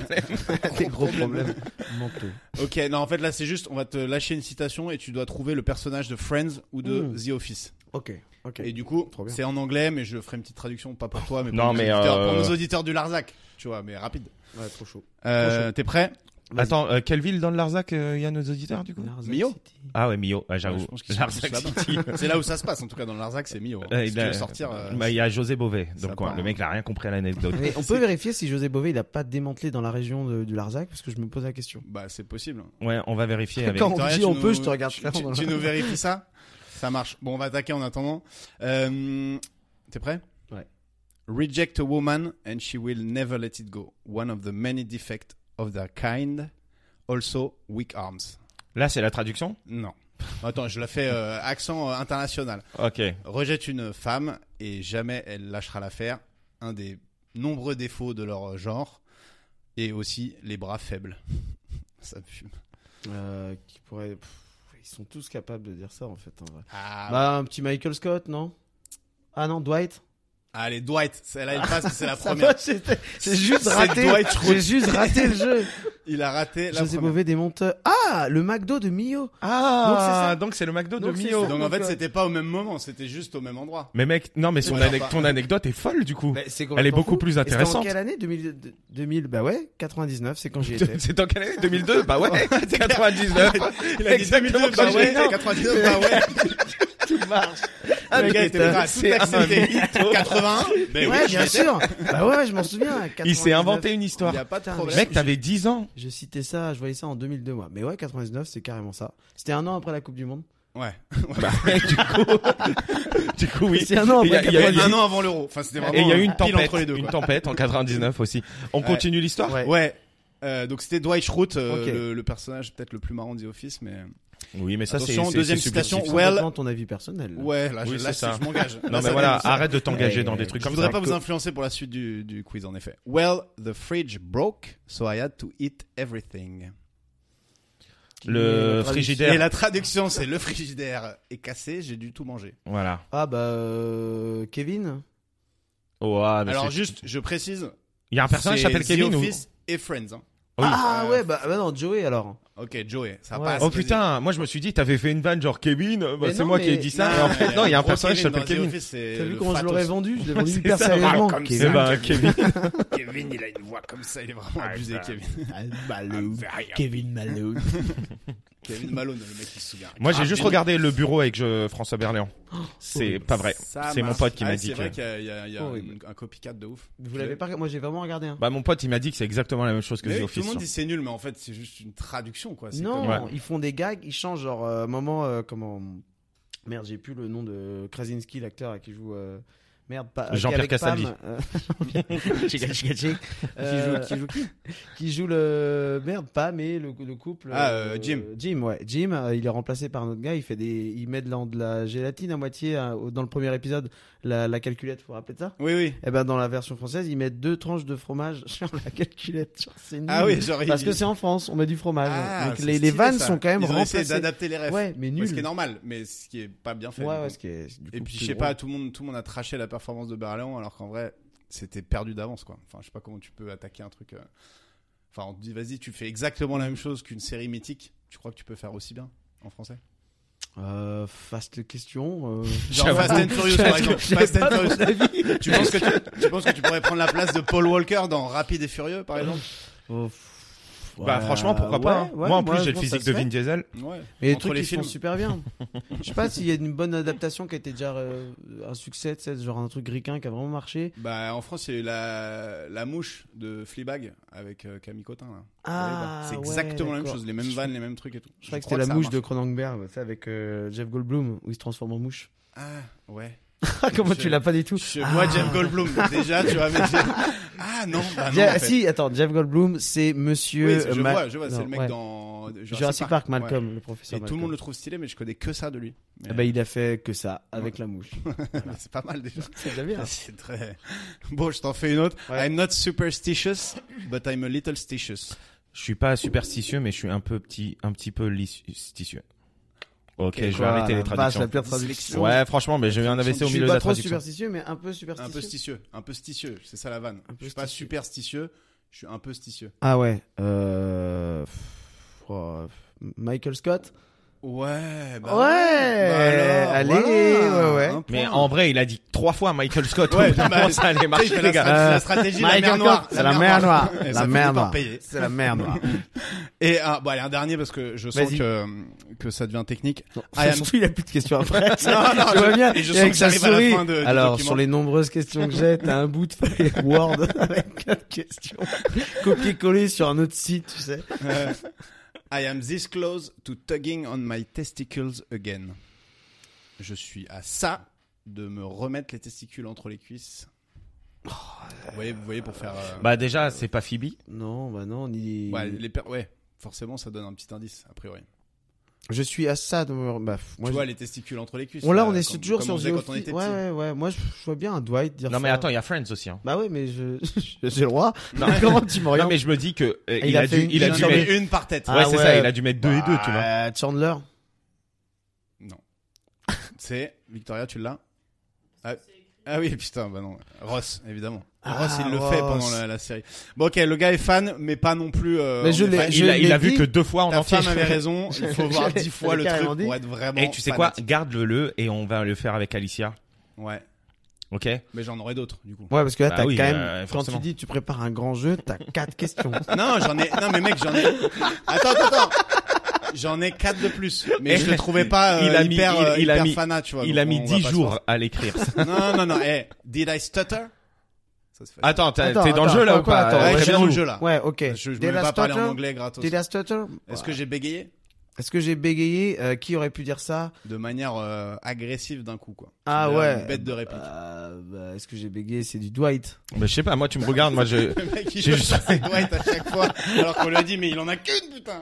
A: Des gros problèmes mentaux.
D: ok, non, en fait là c'est juste, on va te lâcher une citation et tu dois trouver le personnage de Friends ou de
A: Mm.
D: The Office.
A: Ok, ok.
D: Et du coup,
A: Trop bien. Oh.
D: c'est en anglais, mais je ferai une petite traduction, pas pour toi, mais, pour,
C: Non,
D: nos
C: mais,
D: auditeurs, pour
C: euh,
D: nos auditeurs du Larzac. Tu vois, mais rapide.
A: Ouais, trop chaud.
D: Euh, T'es prêt
A: Vas-y.
C: Attends, euh, quelle ville dans le Larzac euh, il y a nos auditeurs du coup
A: Narzak
D: Mio
A: City.
C: Ah ouais, Mio, ah,
D: Ouais,
C: j'avoue.
D: je pense qu'ils sont
C: Larzac
D: tous là-bas.
C: City.
D: C'est là où ça se passe, en tout cas dans le Larzac, c'est Mio. hein.
C: Euh,
D: si tu
C: a-
D: veux sortir, euh,
C: bah, il y a José Bové.
D: ça
C: Donc ouais,
D: part,
C: le
D: hein.
C: mec il a rien compris à l'anecdote.
A: Mais on peut vérifier si José Bové il a pas démantelé dans la région de- du Larzac parce que je me pose la question.
D: bah, c'est possible.
C: ouais, on va vérifier avec.
A: Quand- On
D: Victoria,
A: dit
D: tu
A: on
D: nous-
A: peut, je te regarde
D: Tu,
A: clairement
D: tu-
A: dans
D: tu
A: le-
D: nous vérifies ça Ça marche. Bon, on va attaquer en attendant. Euh, T'es prêt
A: Ouais.
D: Reject a woman and she will never let it go. One of the many defects of their kind. Also weak arms.
C: Là, c'est la traduction
D: Non. Attends, je la fais euh, accent euh, international.
C: OK.
D: Rejette une femme et jamais elle lâchera l'affaire. Un des nombreux défauts de leur genre. Et aussi les bras faibles. ça me fume.
A: Euh, qui pourrait. Pff, ils sont tous capables de dire ça en fait. En vrai.
D: Ah,
A: Bah, un petit Michael Scott, non Ah non, Dwight
D: Allez, Ah, Dwight, celle-là, elle passe, c'est la
A: Ça
D: première.
A: va, c'était- J'ai juste
D: C'est
A: raté.
D: Dwight Schrute.
A: J'ai juste raté le jeu.
D: Il a raté la
A: José
D: première.
A: Bové démonte. Ah, le McDo de Mio.
C: Ah, donc c'est le McDo
A: Donc,
C: de
A: c'est
C: Mio.
A: ça.
D: Donc en fait,
A: Ouais.
D: c'était pas au même moment, c'était juste au même endroit.
C: Mais mec, non mais son
D: Ouais,
C: anec-
D: enfin.
C: ton anecdote est folle du coup.
A: Bah, c'est
C: Elle est
A: complètement
C: beaucoup
A: fou.
C: plus
A: Et c'était
C: intéressante.
A: En quelle année 2000, de- 2000 Bah ouais, 99, c'est quand j'y étais.
C: C'est dans quelle année 2002 Bah ouais, 99.
D: Il a dit 2002, bah
C: quand
D: ouais,
C: j'étais-
D: 99, bah ouais.
A: Tout marche.
D: Ah, le gars était prêt à
C: c'est
D: tout accepter. 80, mais
A: ouais,
D: oui,
A: bien sûr. Bah ouais, ouais, je m'en souviens.
C: Il
A: 99.
C: s'est inventé une histoire.
D: il y a pas de
A: Putain,
D: problème.
C: Mec, t'avais 10 ans.
A: Je citais ça, je voyais ça en 2002 moi. Mais ouais, 99, c'est carrément ça. C'était un an après la Coupe du Monde.
D: Ouais.
C: Bah, du coup, du coup, oui.
D: Ah
A: C'est un an
C: Il y a-
A: après
C: il y a- il y a-
A: 99.
D: Un an avant l'euro. Enfin, c'était vraiment
C: Et il y a eu une
D: pile
C: tempête,
D: entre les deux.
C: une
D: quoi.
C: tempête en 99 aussi. On continue l'histoire
A: Ouais.
D: Ouais. Euh, donc c'était Dwight Schrute, euh,
A: Ok.
D: le, le personnage peut-être le plus marrant de The Office, mais
C: Oui, mais ça c'est
D: Attention,
C: c'est-
D: deuxième
C: c'est subjectif.
D: citation.
A: C'est
D: Well-
A: complètement ton avis personnel. là.
D: ouais, là, je,
C: Oui,
D: là,
C: c'est ça.
D: je m'engage. Là,
C: Non
D: ça
C: mais voilà,
D: m'amuse.
C: arrête de t'engager
A: Ouais,
C: dans des
A: ouais,
C: trucs
D: Je
C: comme
D: voudrais
C: ça.
D: pas vous influencer pour la suite du, du quiz, en effet. Well, the fridge broke, so I had to eat everything.
A: Qui est
C: Le
A: la traduction.
D: Et
C: frigidaire.
D: la traduction, c'est le frigidaire est cassé, j'ai dû tout manger.
C: Voilà.
A: Ah bah euh, Kevin.
C: Oh, ah, mais
D: Alors
C: c'est-
D: juste, je précise.
C: il y a un personnage qui
D: c'est
C: s'appelle
D: The
C: Kevin ou
D: Office et Friends. hein.
C: Oui.
A: Ah
D: Euh,
A: ouais, bah, bah non, Joey alors.
D: Ok, Joey, ça
C: Ouais.
D: passe.
C: Oh putain, moi je me suis dit, t'avais fait une vanne genre Kevin, bah,
A: Mais
C: c'est
A: non,
C: moi qui ai
A: mais-
C: dit ça.
A: non,
C: Et en fait, non, il y a un personnage qui
D: hein.
C: s'appelle Kevin.
A: T'as vu comment je l'aurais vendu Je l'ai vendu
C: C'est
A: hyper
C: ça,
A: sérieusement.
D: alors, comme
A: Kevin.
C: Eh ben, Kevin.
D: Kevin, il a une voix comme ça, il est vraiment
A: Ah, bah,
D: abusé, Kevin.
A: Malone.
D: Ah, rien.
A: Kevin Malone.
D: Kevin Malone, le mec qui se souvient.
C: Moi j'ai
D: Ah,
C: juste
D: Kevin.
C: regardé le bureau avec euh, François Berléand. C'est
A: horrible.
C: pas vrai.
D: Ça
C: C'est mon
D: marche.
C: pote qui
D: Ah,
C: m'a dit
D: C'est vrai
C: que-
D: qu'il y a, il y a- il y a
A: Horrible.
D: un, un copycat de ouf.
A: Vous l'avez pas Moi j'ai vraiment regardé. Hein.
C: Bah mon pote il m'a dit que c'est exactement la même chose que hein.
D: Mais
C: The
D: oui, tout
C: Office.
D: le monde dit c'est nul, mais en fait c'est juste une traduction quoi. C'est
A: non,
D: comme-
C: Ouais.
A: ils font des gags, ils changent genre euh, moment euh, comment Merde, j'ai plus le nom de Krasinski l'acteur à qui joue euh, Merde, pas- euh,
C: Jean-Pierre
A: avec Pam,
C: Castaldi.
A: euh, Jean-Pierre- Chica, chica, chica. Euh,
D: Qui joue qui joue qui
A: qui joue le merde Pam et le, le couple
D: Ah, euh, Jim.
A: Jim ouais Jim euh, il est remplacé par un autre gars il fait des il met de la, de la gélatine à moitié hein, au- dans le premier épisode la, la calculette vous vous rappelez de ça
D: Oui oui.
A: Eh ben dans la version française, ils mettent deux tranches de fromage sur la calculette. Genre, c'est nul.
D: Ah oui, genre
A: Parce
D: il-
A: que c'est en France, on met du fromage.
D: Ah,
A: Donc
D: c'est
A: les, les
D: stylé,
A: vannes
D: ça.
A: sont quand même
D: Ils ont essayé
A: remplacées.
D: d'adapter les refs.
A: Ouais, mais
D: Ouais,
A: nul.
D: Ce qui est normal, mais ce qui est pas bien fait.
A: Ouais,
D: du
A: ouais,
D: coup.
A: ce qui est, du
D: Et
A: coup,
D: puis
A: plus
D: je sais
A: drôle.
D: pas, tout le monde, tout le monde a traché la performance de Berléand, alors qu'en vrai c'était perdu d'avance quoi. Enfin je sais pas comment tu peux attaquer un truc. euh, Enfin on te dit vas-y tu fais exactement la même chose qu'une série mythique. Tu crois que tu peux faire aussi bien en français?
A: Euh, faste question. euh,
D: Genre Fast and Furious par exemple.
A: j'ai
D: Fast and
A: pas
D: Furious. Tu penses, que tu, tu penses que tu pourrais prendre la place de Paul Walker dans Rapide et Furieux par exemple
A: oh, pff,
C: Bah
A: ouais,
C: franchement pourquoi pas. hein.
A: ouais, ouais,
C: moi en plus
A: je
C: j'ai le
A: pense que
C: physique
A: ça
C: de
A: se fait.
C: Vin Diesel.
D: Ouais.
A: Mais les
D: Entre
A: trucs
D: les
A: ils se font
D: films.
A: super bien. Je sais pas s'il y a une bonne adaptation qui a été déjà euh, un succès, tu sais, genre un truc ricain qui a vraiment marché.
D: Bah en France il y a eu la, la mouche de Fleabag avec euh, Camille Cotin là. bah,
A: Ah,
D: c'est
A: ouais,
D: exactement la même
A: d'accord.
D: chose, les mêmes vannes, les mêmes trucs et tout.
A: Je crois que
D: crois
A: c'était la
D: ça
A: mouche
D: marche.
A: de Cronenberg, tu sais, avec euh, Jeff Goldblum où il se transforme en mouche.
D: Ah ouais.
A: Ah, comment
D: Je-
A: tu l'as pas du tout
D: Je- Moi
A: Ah.
D: Jeff Goldblum déjà tu vois mais j'ai- ah non bah non.
A: Jeff-
D: en fait.
A: Si, attends, Jeff Goldblum, c'est monsieur.
D: Oui, c'est- je
A: euh, Ma-
D: vois, je vois, c'est
A: non,
D: le mec
A: ouais.
D: dans euh, Jurassic,
A: Jurassic Park,
D: ouais.
A: Malcolm, le
D: Et
A: professeur.
D: tout le
A: Malcolm.
D: monde le trouve stylé, mais je connais que ça de lui. Mais,
A: Eh ben, il a fait que ça avec la mouche. bah.
D: mais c'est pas mal déjà.
A: C'est déjà bien.
D: C'est très. Bon, je t'en fais une autre.
A: Ouais.
D: I'm not superstitious, but I'm a little stitious.
C: Je suis pas superstitieux mais je suis un peu petit, un petit peu listitieux. Ok,
D: Et
C: je vais arrêter les
A: la
C: traductions.
A: pire traduction.
C: Ouais franchement mais j'ai eu un AVC
A: Je
C: au
A: suis
C: milieu de
A: pas
C: la
A: trop
C: traduction.
A: superstitieux, mais un peu
D: Un
A: superstitieux.
D: peu stitieux, un peu stitieux, c'est ça la vanne.
A: Un
D: Je
A: peu
D: suis pas
A: stitieux.
D: superstitieux, je suis un peu stitieux.
A: Ah ouais. Euh... pff, oh, pff, Michael Scott.
D: Ouais, bah Hein.
A: Ouais, allez, ouais, ouais.
D: un
C: Mais
D: point.
C: en vrai, il a dit trois fois Michael Scott.
D: Ouais,
C: au bout d'un
D: bah,
C: moment, ça allait
D: Tu sais, il
C: marcher,
D: fait
C: les
D: la,
C: gars.
D: stra-
A: Euh,
D: la stratégie, la mer
A: Michael
D: noire.
A: Scott, c'est la mer noire.
D: Et ça
A: La
D: finit
A: mer
D: par
A: noire.
D: payer.
A: C'est la merde.
D: Et un, bon, allez, un dernier parce que je sens
A: Vas-y.
D: que, que ça devient technique. I am-
A: Ah, Surtout, il a plus de questions après.
D: Non, non,
A: je vois bien.
D: et je
A: et
D: sens
A: avec
D: que
A: sa
D: j'arrive à la
A: souris.
D: fin de- du
A: Alors,
D: document.
A: sur les nombreuses questions que j'ai, t'as un bout de feuille Word avec quatre questions. Copier-coller sur un autre site, tu sais.
D: Euh, I am this close to tugging on my testicles again. Je suis à ça de me remettre les testicules entre les cuisses. vous, voyez, vous voyez, pour faire. euh,
C: Bah déjà, c'est pas Phoebe.
A: Non, bah non, ni.
D: ouais, les per- ouais, forcément, ça donne un petit indice, a priori.
A: Je suis à ça de me. Bah, pff,
D: tu
A: moi, je-
D: vois, les testicules entre les cuisses.
A: Bon, là, on
D: euh,
A: est
D: comme-
A: toujours
D: comme
A: sur
D: on
A: The
D: faisait quand on
A: Office.
D: était
A: Ouais,
D: petits.
A: ouais, ouais. Moi, je, je vois bien un Dwight dire
C: Non mais
A: ça.
C: attends, il y a Friends aussi. Hein.
A: Bah ouais, mais je. J'ai le droit. Comment tu
C: Non
A: m'orientes
C: mais je me dis que euh, il,
A: il
C: a,
A: a fait
C: dû,
A: une-
C: il a
A: il
C: dû
D: J'en ai
C: mettre...
D: une par tête.
A: Ah,
C: ouais, c'est
A: ouais.
C: ça, il a dû mettre deux et deux, tu vois.
D: euh,
A: Bah, Chandler.
D: Non. C'est. Victoria, tu l'as ah, ah oui, putain, bah non. Ross, évidemment.
A: Ah,
D: Ross, il le fait
A: Ross.
D: pendant la, la série. Bon, ok, le gars est fan, mais pas non plus. euh,
A: Mais je
D: on est
A: l'ai-
D: fan.
C: Il, a, il
A: l'ai
C: a vu
A: dit,
C: que deux fois en
D: Ta
C: entier.
D: femme avait raison, il faut voir
A: Je l'ai-
D: dix fois
A: je
D: le
A: l'ai
D: truc
A: carrément dit.
D: pour être vraiment.
C: Et tu sais quoi
D: fanatique.
C: Garde-le et on va le faire avec Alicia.
D: Ouais,
C: Ok
D: mais j'en aurais d'autres du coup.
A: Ouais, parce que là,
C: Bah
A: t'as
C: oui,
A: quand même.
C: euh,
A: quand
C: forcément.
A: tu dis tu prépares un grand jeu, t'as quatre questions.
D: Non, j'en ai. Non, mais mec, j'en ai. Attends, attends, attends. J'en ai quatre de plus, mais je le trouvais pas euh,
C: Il a mis-
D: hyper,
C: il-
D: euh,
C: il a
D: hyper
C: mis-
D: fanat, tu vois.
C: Il
D: donc
C: a mis
D: on va
C: dix
D: pas se
C: jours à l'écrire.
D: forcer. Non, non, non. Eh, did I stutter Ça se fait.
C: Attends, t'as-
A: Attends,
C: t'es dans le
A: attends,
C: jeu là ou
A: attends,
C: pas
A: attends,
C: Euh,
D: ouais, je suis dans
C: préviens-nous.
D: le jeu là.
A: ouais, ok.
D: Je, je
A: Did
D: voulais
A: I
D: pas parler en
A: stutter
D: anglais gratos.
A: Did I stutter
D: Est-ce que j'ai bégayé
A: Est-ce que j'ai bégayé Euh, Qui aurait pu dire ça
D: de manière euh, agressive d'un coup quoi
A: Ah
D: Une
A: ouais.
D: bête de réplique.
A: Euh, bah, Est-ce que j'ai bégayé C'est du Dwight.
C: Mais je sais pas, moi tu me regardes, moi je...
D: Le mec il
C: J'ai
D: veut
C: juste-
D: faire ses doigts à chaque fois alors qu'on lui a dit mais il en a qu'une putain.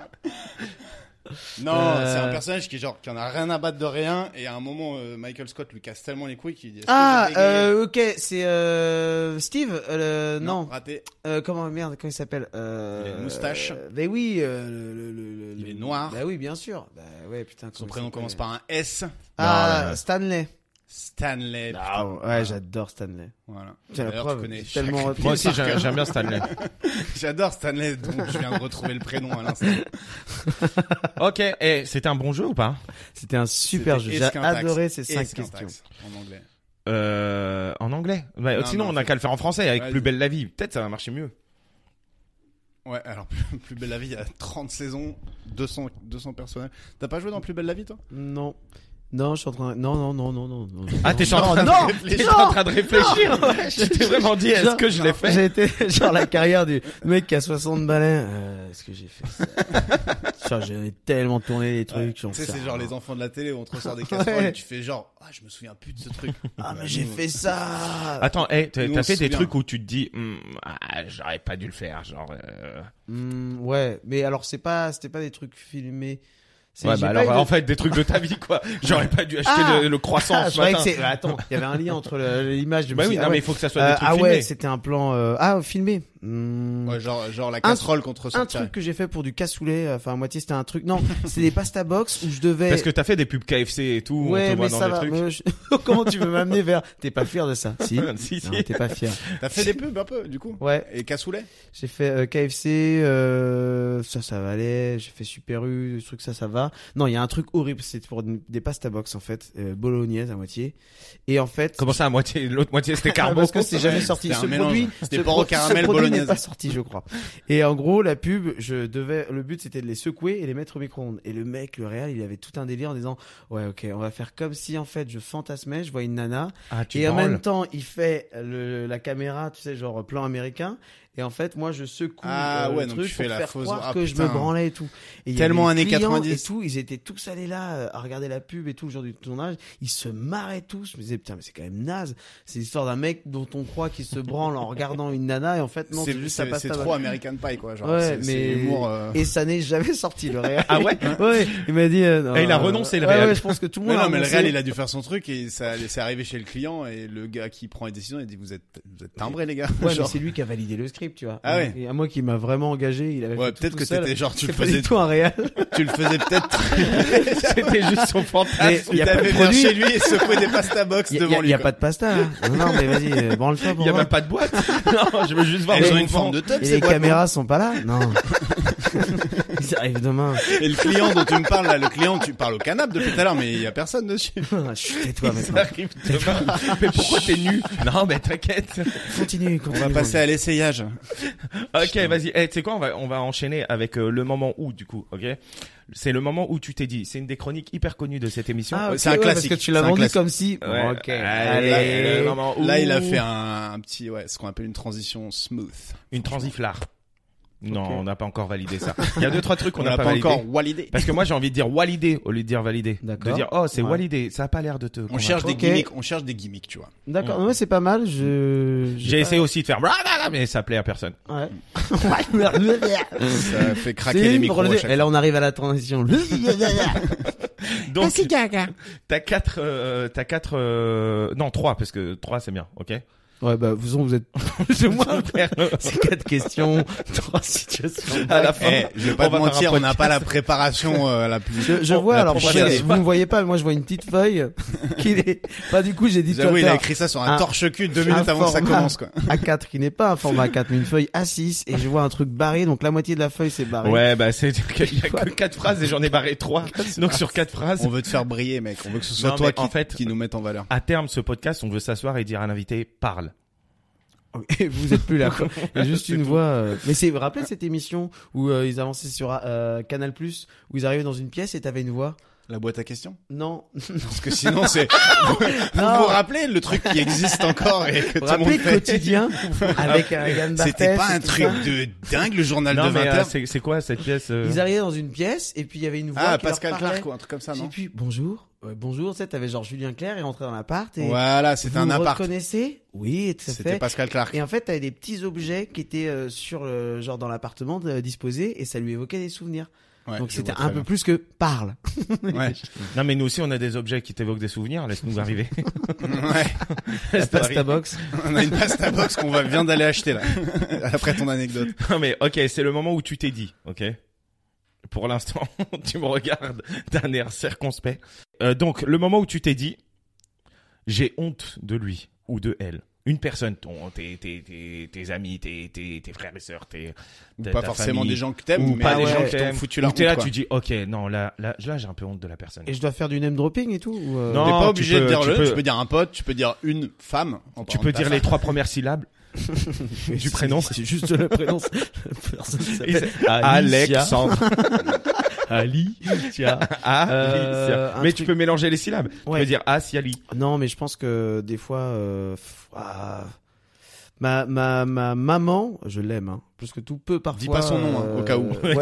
D: Non,
A: Euh.
D: c'est un personnage qui est genre qui en a rien à battre de rien et à un moment euh, Michael Scott lui casse tellement les couilles qu'il dit est-ce que
A: Ah,
D: j'ai bégayé
A: euh, ok, c'est euh, Steve. euh, le- non.
D: raté.
A: Euh, comment merde Comment il s'appelle euh,
D: Il a une moustache.
A: euh, mais oui. euh, le, le- le- le-
D: Il est
A: le-
D: noir.
A: Bah oui, bien sûr. Bah ouais, putain.
D: Son
A: comment il
D: prénom
A: s'appelle
D: commence par un S.
A: Ah,
C: Non, ouais, ouais.
A: Stanley.
D: Stanley. putain.
A: Ah ouais, j'adore Stanley.
D: Voilà.
A: C'est la
D: D'ailleurs,
A: preuve,
D: tu connais
A: c'est tellement-
D: chaque-
C: Moi aussi, j'ai- j'aime bien Stanley.
D: J'adore Stanley, donc je viens de retrouver le prénom à l'instant.
C: ok, et c'était un bon jeu ou pas
A: C'était un super jeu.
D: C'était
A: J'ai
D: Esquintax.
A: adoré ces cinq
D: Esquintax,
A: questions.
D: En anglais.
C: euh, En anglais. Bah,
D: Non,
C: sinon,
D: non,
C: on a
D: c'est-
C: qu'à le faire en français avec
D: Ouais,
C: Plus belle la vie. Peut-être ça va marcher mieux.
D: Ouais, alors plus, Plus belle la vie, il y a 30 saisons, 200, 200 personnages. T'as pas joué dans Plus belle la vie, toi
A: Non. Non, je suis en train. Non, non, non, non, non. non.
C: Ah, t'es
A: Non,
C: en train de
A: non,
C: réfléchir.
A: non,
C: T'es en train de réfléchir. Tu t'es vraiment dit, est-ce
A: Non,
C: que je l'ai fait
A: J'ai été genre la carrière du mec qui a 60 balais. Euh, Est-ce que j'ai fait ça Genre, J'en ai tellement tourné des trucs. j'en
D: Tu sais,
A: sais
D: c'est
A: rien.
D: genre les enfants de la télé, on te ressort des casseroles
A: Ouais.
D: et tu fais genre, ah, je me souviens plus de ce truc.
A: Ah, mais j'ai fait ça
C: Attends, hey, t'as
D: Nous,
C: t'as
D: on
C: fait
D: se
C: des
D: souvient.
C: trucs où tu te dis, Hmm, ah, j'aurais pas dû le faire, genre. euh.
A: Hmm, Ouais, mais alors, c'est pas, c'était pas des trucs filmés. C'est-
C: Ouais,
A: j'ai
C: bah
A: pas
C: alors,
A: eu de-
C: en fait, des trucs de ta vie, quoi. J'aurais pas dû acheter
A: Ah
C: le, le croissant
A: Ah, je
C: ce
A: croyais
C: matin.
A: que c'est. bah, Attends, il y avait un lien entre le- l'image. je me
C: Bah
A: suis
C: oui,
A: dit,
C: non,
A: ah
C: mais
A: ouais.
C: il faut que ça soit
A: Euh,
C: des trucs
A: ah ouais,
C: filmés.
A: c'était un plan. euh, Ah, filmé. Hmm.
D: Ouais, genre, genre la casserole qu'on te ressort.
A: un truc que j'ai fait pour du cassoulet. euh, Enfin, à moitié, c'était un truc. Non, c'est des pasta box où je devais.
C: Parce que t'as fait des pubs KFC et tout, on
A: ouais,
C: te voit
A: mais
C: dans
A: ça
C: des
A: va.
C: trucs.
A: mais je- Oh, Comment tu veux m'amener vers T'es pas fier de ça Si.
C: Ah, si, si.
A: Non, t'es pas fier.
D: T'as fait des pubs un peu, du coup
A: Ouais,
D: Et cassoulet
A: j'ai fait euh, KFC, euh, ça, ça valait. J'ai fait Super U, des trucs, ça, ça va. Non, il y a un truc horrible. C'est pour une- des pasta box en fait, euh, bolognaise à moitié. Et en fait,
C: Comment ça, à moitié, l'autre moitié c'était
A: Ah,
C: carbo.
A: parce que c'est jamais sorti.
D: c'était un
A: Ce
D: mélange.
A: produit,
D: C'était
A: ce
D: porc au
A: pro- ce
D: caramel
A: produit n'est
D: bolognaise.
A: pas sorti, je crois. Et en gros, la pub, je devais, le but c'était de les secouer et les mettre au micro-ondes. Et le mec, le réel, il avait tout un délire en disant, ouais, ok, on va faire comme si en fait je fantasmais, je vois une nana.
C: Ah, tu
A: et en
C: branles.
A: même temps, il fait euh, le, la caméra, tu sais, genre plan américain. Et en fait, moi, je secoue
D: Ah
A: euh,
D: ouais,
A: le
D: donc
A: truc
D: tu fais
A: pour
D: la
A: faire
D: fausse-
A: croire
D: Ah,
A: que je
D: putain.
A: me branlais et tout. Et il y
D: Tellement
A: avait les
D: années
A: clients
D: 90.
A: Et tout, ils étaient tous allés là euh, à regarder la pub et tout le jour du tournage. Ils se marraient tous. Je me disais, putain, mais c'est quand même naze. C'est l'histoire d'un mec dont on croit qu'il se branle en regardant une nana et en fait, non, c'est
D: C'est
A: juste ça
D: c'est-
A: passe
D: c'est trop American Pie, quoi. Genre,
A: Ouais,
D: c'est c'est
A: mais-
D: l'humour. euh,
A: Et ça n'est jamais sorti, le réel.
C: Ah ouais
A: ouais, il m'a dit. euh, non,
C: Et il a
A: euh,
C: renoncé, le
A: ouais,
C: réel.
A: Ouais, je pense que tout le
D: Mais
A: monde.
D: non, mais le
A: renoncé.
D: réel, il a dû faire son truc et ça, c'est arrivé chez le client et le gars qui prend les décisions, il a dit vous êtes, vous êtes timbrés les gars.
A: Ouais,
D: Genre-
A: mais c'est lui qui a validé le script, tu vois.
D: Ah ouais.
A: Et à moi qui m'a vraiment engagé, il avait.
D: Ouais,
A: fait tout
D: peut-être
A: tout
D: que
A: seul.
D: t'étais genre, tu le
A: C'est pas du
D: faisais,
A: tout un réel.
D: tu le faisais peut-être.
C: C'était juste son
A: Mais
C: fantasme.
A: il y a pas
D: Ah,
A: de
D: T'avais vers
A: produit.
D: chez lui et secoué des pasta box
A: Il y a,
D: devant lui.
A: y a
D: quoi.
A: pas de pasta. hein. Non, non, mais vas-y, euh, branle-toi
C: Il
A: pour
C: y a
A: moi.
C: même pas de boîte. Non, je veux juste voir.
D: Elles
C: le
D: ont une
C: mouvement.
D: forme de tub,
A: Et
D: ces
A: les
D: boîtes,
A: caméras sont pas là Non. Ils arrivent demain.
D: non Et le client dont tu me parles, là, le client, tu parles au canapé depuis tout à l'heure, mais il y a personne dessus.
A: Chut, Ah, tais-toi
C: Ça
A: maintenant.
C: arrive demain. Mais pourquoi t'es nu Non, mais t'inquiète.
A: Continue, continue.
D: On va passer à l'essayage.
C: Ok,
D: Putain.
C: vas-y. Eh, tu sais quoi on va, on va enchaîner avec euh, le moment où, du coup. Ok. C'est le moment où tu t'es dit. C'est une des chroniques hyper connues de cette émission.
A: Ah,
D: Ouais,
A: ok,
D: c'est un
A: ouais,
D: classique,
A: Parce que tu l'as
D: c'est un
A: vendu
D: classique.
A: comme si. Bon,
C: Ouais.
A: ok.
C: Allez,
A: Allez.
C: le moment où-
D: Là, il a fait un, un petit, ouais, ce qu'on appelle une transition smooth.
C: Une transiflare. Non, on n'a pas encore validé ça. Il y a deux trois trucs qu'on
D: On
C: n'a
D: n'a
C: pas,
D: pas,
C: validé.
D: encore validé.
C: Parce que moi j'ai envie de dire walidé au lieu de dire validé. De
A: D'accord.
C: dire oh c'est
A: Ouais.
C: walidé, ça a pas l'air de te.
D: On
C: convaincre.
D: cherche des
A: Ok.
D: gimmicks, on cherche des gimmicks, tu vois.
A: D'accord. Ouais, c'est pas mal. Je.
C: J'ai essayé aussi de faire blablabla, mais ça plaît à personne.
A: Ouais.
D: Ça fait craquer
A: C'est
D: les
A: une
D: micros.
A: pour
D: à
A: le
D: chaque
A: dire. Et là, on arrive à la transition.
C: Donc t'as quatre, euh, t'as quatre, euh, non trois parce que trois c'est bien, ok.
A: Ouais, bah, vous, vous êtes. C'est moi. C'est quatre questions, trois situations.
C: à la fin.
D: Eh, je vais pas
C: on
D: te
C: va faire
D: mentir,
C: un
D: on n'a pas la préparation euh, la plus.
A: Je, je
C: Oh,
A: vois,
C: la
A: alors, vous,
C: prochaine
A: voyez-
C: fois.
A: vous me voyez pas, mais moi je vois une petite feuille qui est, pas du coup, j'ai dit tout à
D: J'avoue, il a
A: l'heure,
D: écrit ça sur un
A: Un-
D: torche-cul deux
A: un
D: minutes avant que ça
A: format.
D: commence, quoi.
A: A4 qui n'est pas un format A4, mais une feuille A6, et je vois un truc barré, donc la moitié de la feuille c'est barré.
C: Ouais, bah c'est il y a que quatre phrases et j'en ai barré trois. Donc sur quatre phrases,
D: On veut te faire briller, mec. On veut que ce soit
C: Non,
D: toi
C: mais
D: qui,
C: en fait-
D: qui nous mette en valeur.
C: à terme ce podcast, on veut s'asseoir et dire à l'invité parle.
A: Et vous êtes plus là, quoi. Il y a juste
C: C'est
A: une
C: tout.
A: voix. euh, Mais c'est, vous vous rappelez de cette émission où euh, ils avançaient sur euh, Canal Plus, où ils arrivaient dans une pièce et t'avais une voix?
D: La boîte à questions
A: Non.
D: Parce que sinon, c'est. vous
A: Non.
D: vous rappelez le truc qui existe encore et que tout le
A: Vous vous
D: monde
A: rappelez le
D: fait
A: quotidien avec un Yann
D: C'était
A: Barthès
D: pas
A: et
D: un
A: tout
D: truc
A: ça
D: de dingue, le journal
C: non
D: de
C: mais euh,
D: 20h.
C: c'est c'est quoi cette pièce euh
A: Ils arrivaient dans une pièce et puis il y avait une voix.
D: ah,
A: qui leur
D: Pascal
A: parlait.
D: Clark ou un truc comme ça,
A: J'ai
D: non
A: puis bonjour, Ouais, bonjour, tu sais, t'avais genre Julien Clerc et rentrait dans l'appart et
D: Voilà, c'était
A: vous
D: un
A: me
D: appart.
A: reconnaissez Oui, tout à
D: C'était
A: fait.
D: Pascal Clark.
A: Et en fait, t'avais des petits objets qui étaient euh, sur le genre dans l'appartement euh, disposés et ça lui évoquait des souvenirs.
D: Ouais,
A: Donc
D: je
A: c'était
D: vois
A: un
D: très
A: peu plus que parle.
D: bien. Ouais.
C: Non mais nous aussi on a des objets qui t'évoquent des souvenirs, laisse-nous arriver.
D: ouais.
A: La
C: Laisse-nous
A: pasta
C: arriver.
A: box.
D: On a une pasta box qu'on va vient d'aller acheter là. Après ton anecdote.
C: Non mais ok, c'est le moment où tu t'es dit, ok. Pour l'instant, tu me regardes d'un air circonspect. Euh, donc le moment où tu t'es dit, j'ai honte de lui ou de elle. Une personne, ton, tes, tes, tes, tes amis, tes, tes, tes frères et sœurs, tes,
D: Ou
C: ta-
D: pas
C: ta
D: forcément
C: famille,
D: des gens que t'aimes,
C: ou
D: mais
C: pas
A: ah
D: des
C: des
A: ouais,
D: gens
C: gens
D: qui
C: que
D: t'ont
C: t'aimes.
D: foutu la
C: Ou t'es
D: honte,
C: là,
D: quoi.
C: tu dis, ok, non, là, là, là, j'ai un peu honte de la personne.
A: Et je dois faire du name dropping et tout ou, euh,
C: Non,
D: T'es
C: tu
D: pas obligé de
C: peux-
D: dire
C: tu
D: le,
C: peux-
D: tu peux dire un pote, tu peux dire une femme. en
C: Tu
D: parlant
C: peux
D: de ta
C: dire les trois premières syllabes du prénom.
A: C'est juste le prénom. La personne s'appelle Alicia.
C: Alexandre.
A: Ali. Tiens. Euh,
C: Alicia.
A: un
C: Mais
A: truc-
C: tu peux mélanger les syllabes. Tu
A: Ouais.
C: peux dire Asiali.
A: Non, mais je pense que des fois, euh, pff, ah, ma, ma, ma maman, je l'aime, hein, plus que tout, peut parfois.
D: Dis pas son nom, hein,
A: euh,
D: au cas où.
A: ouais,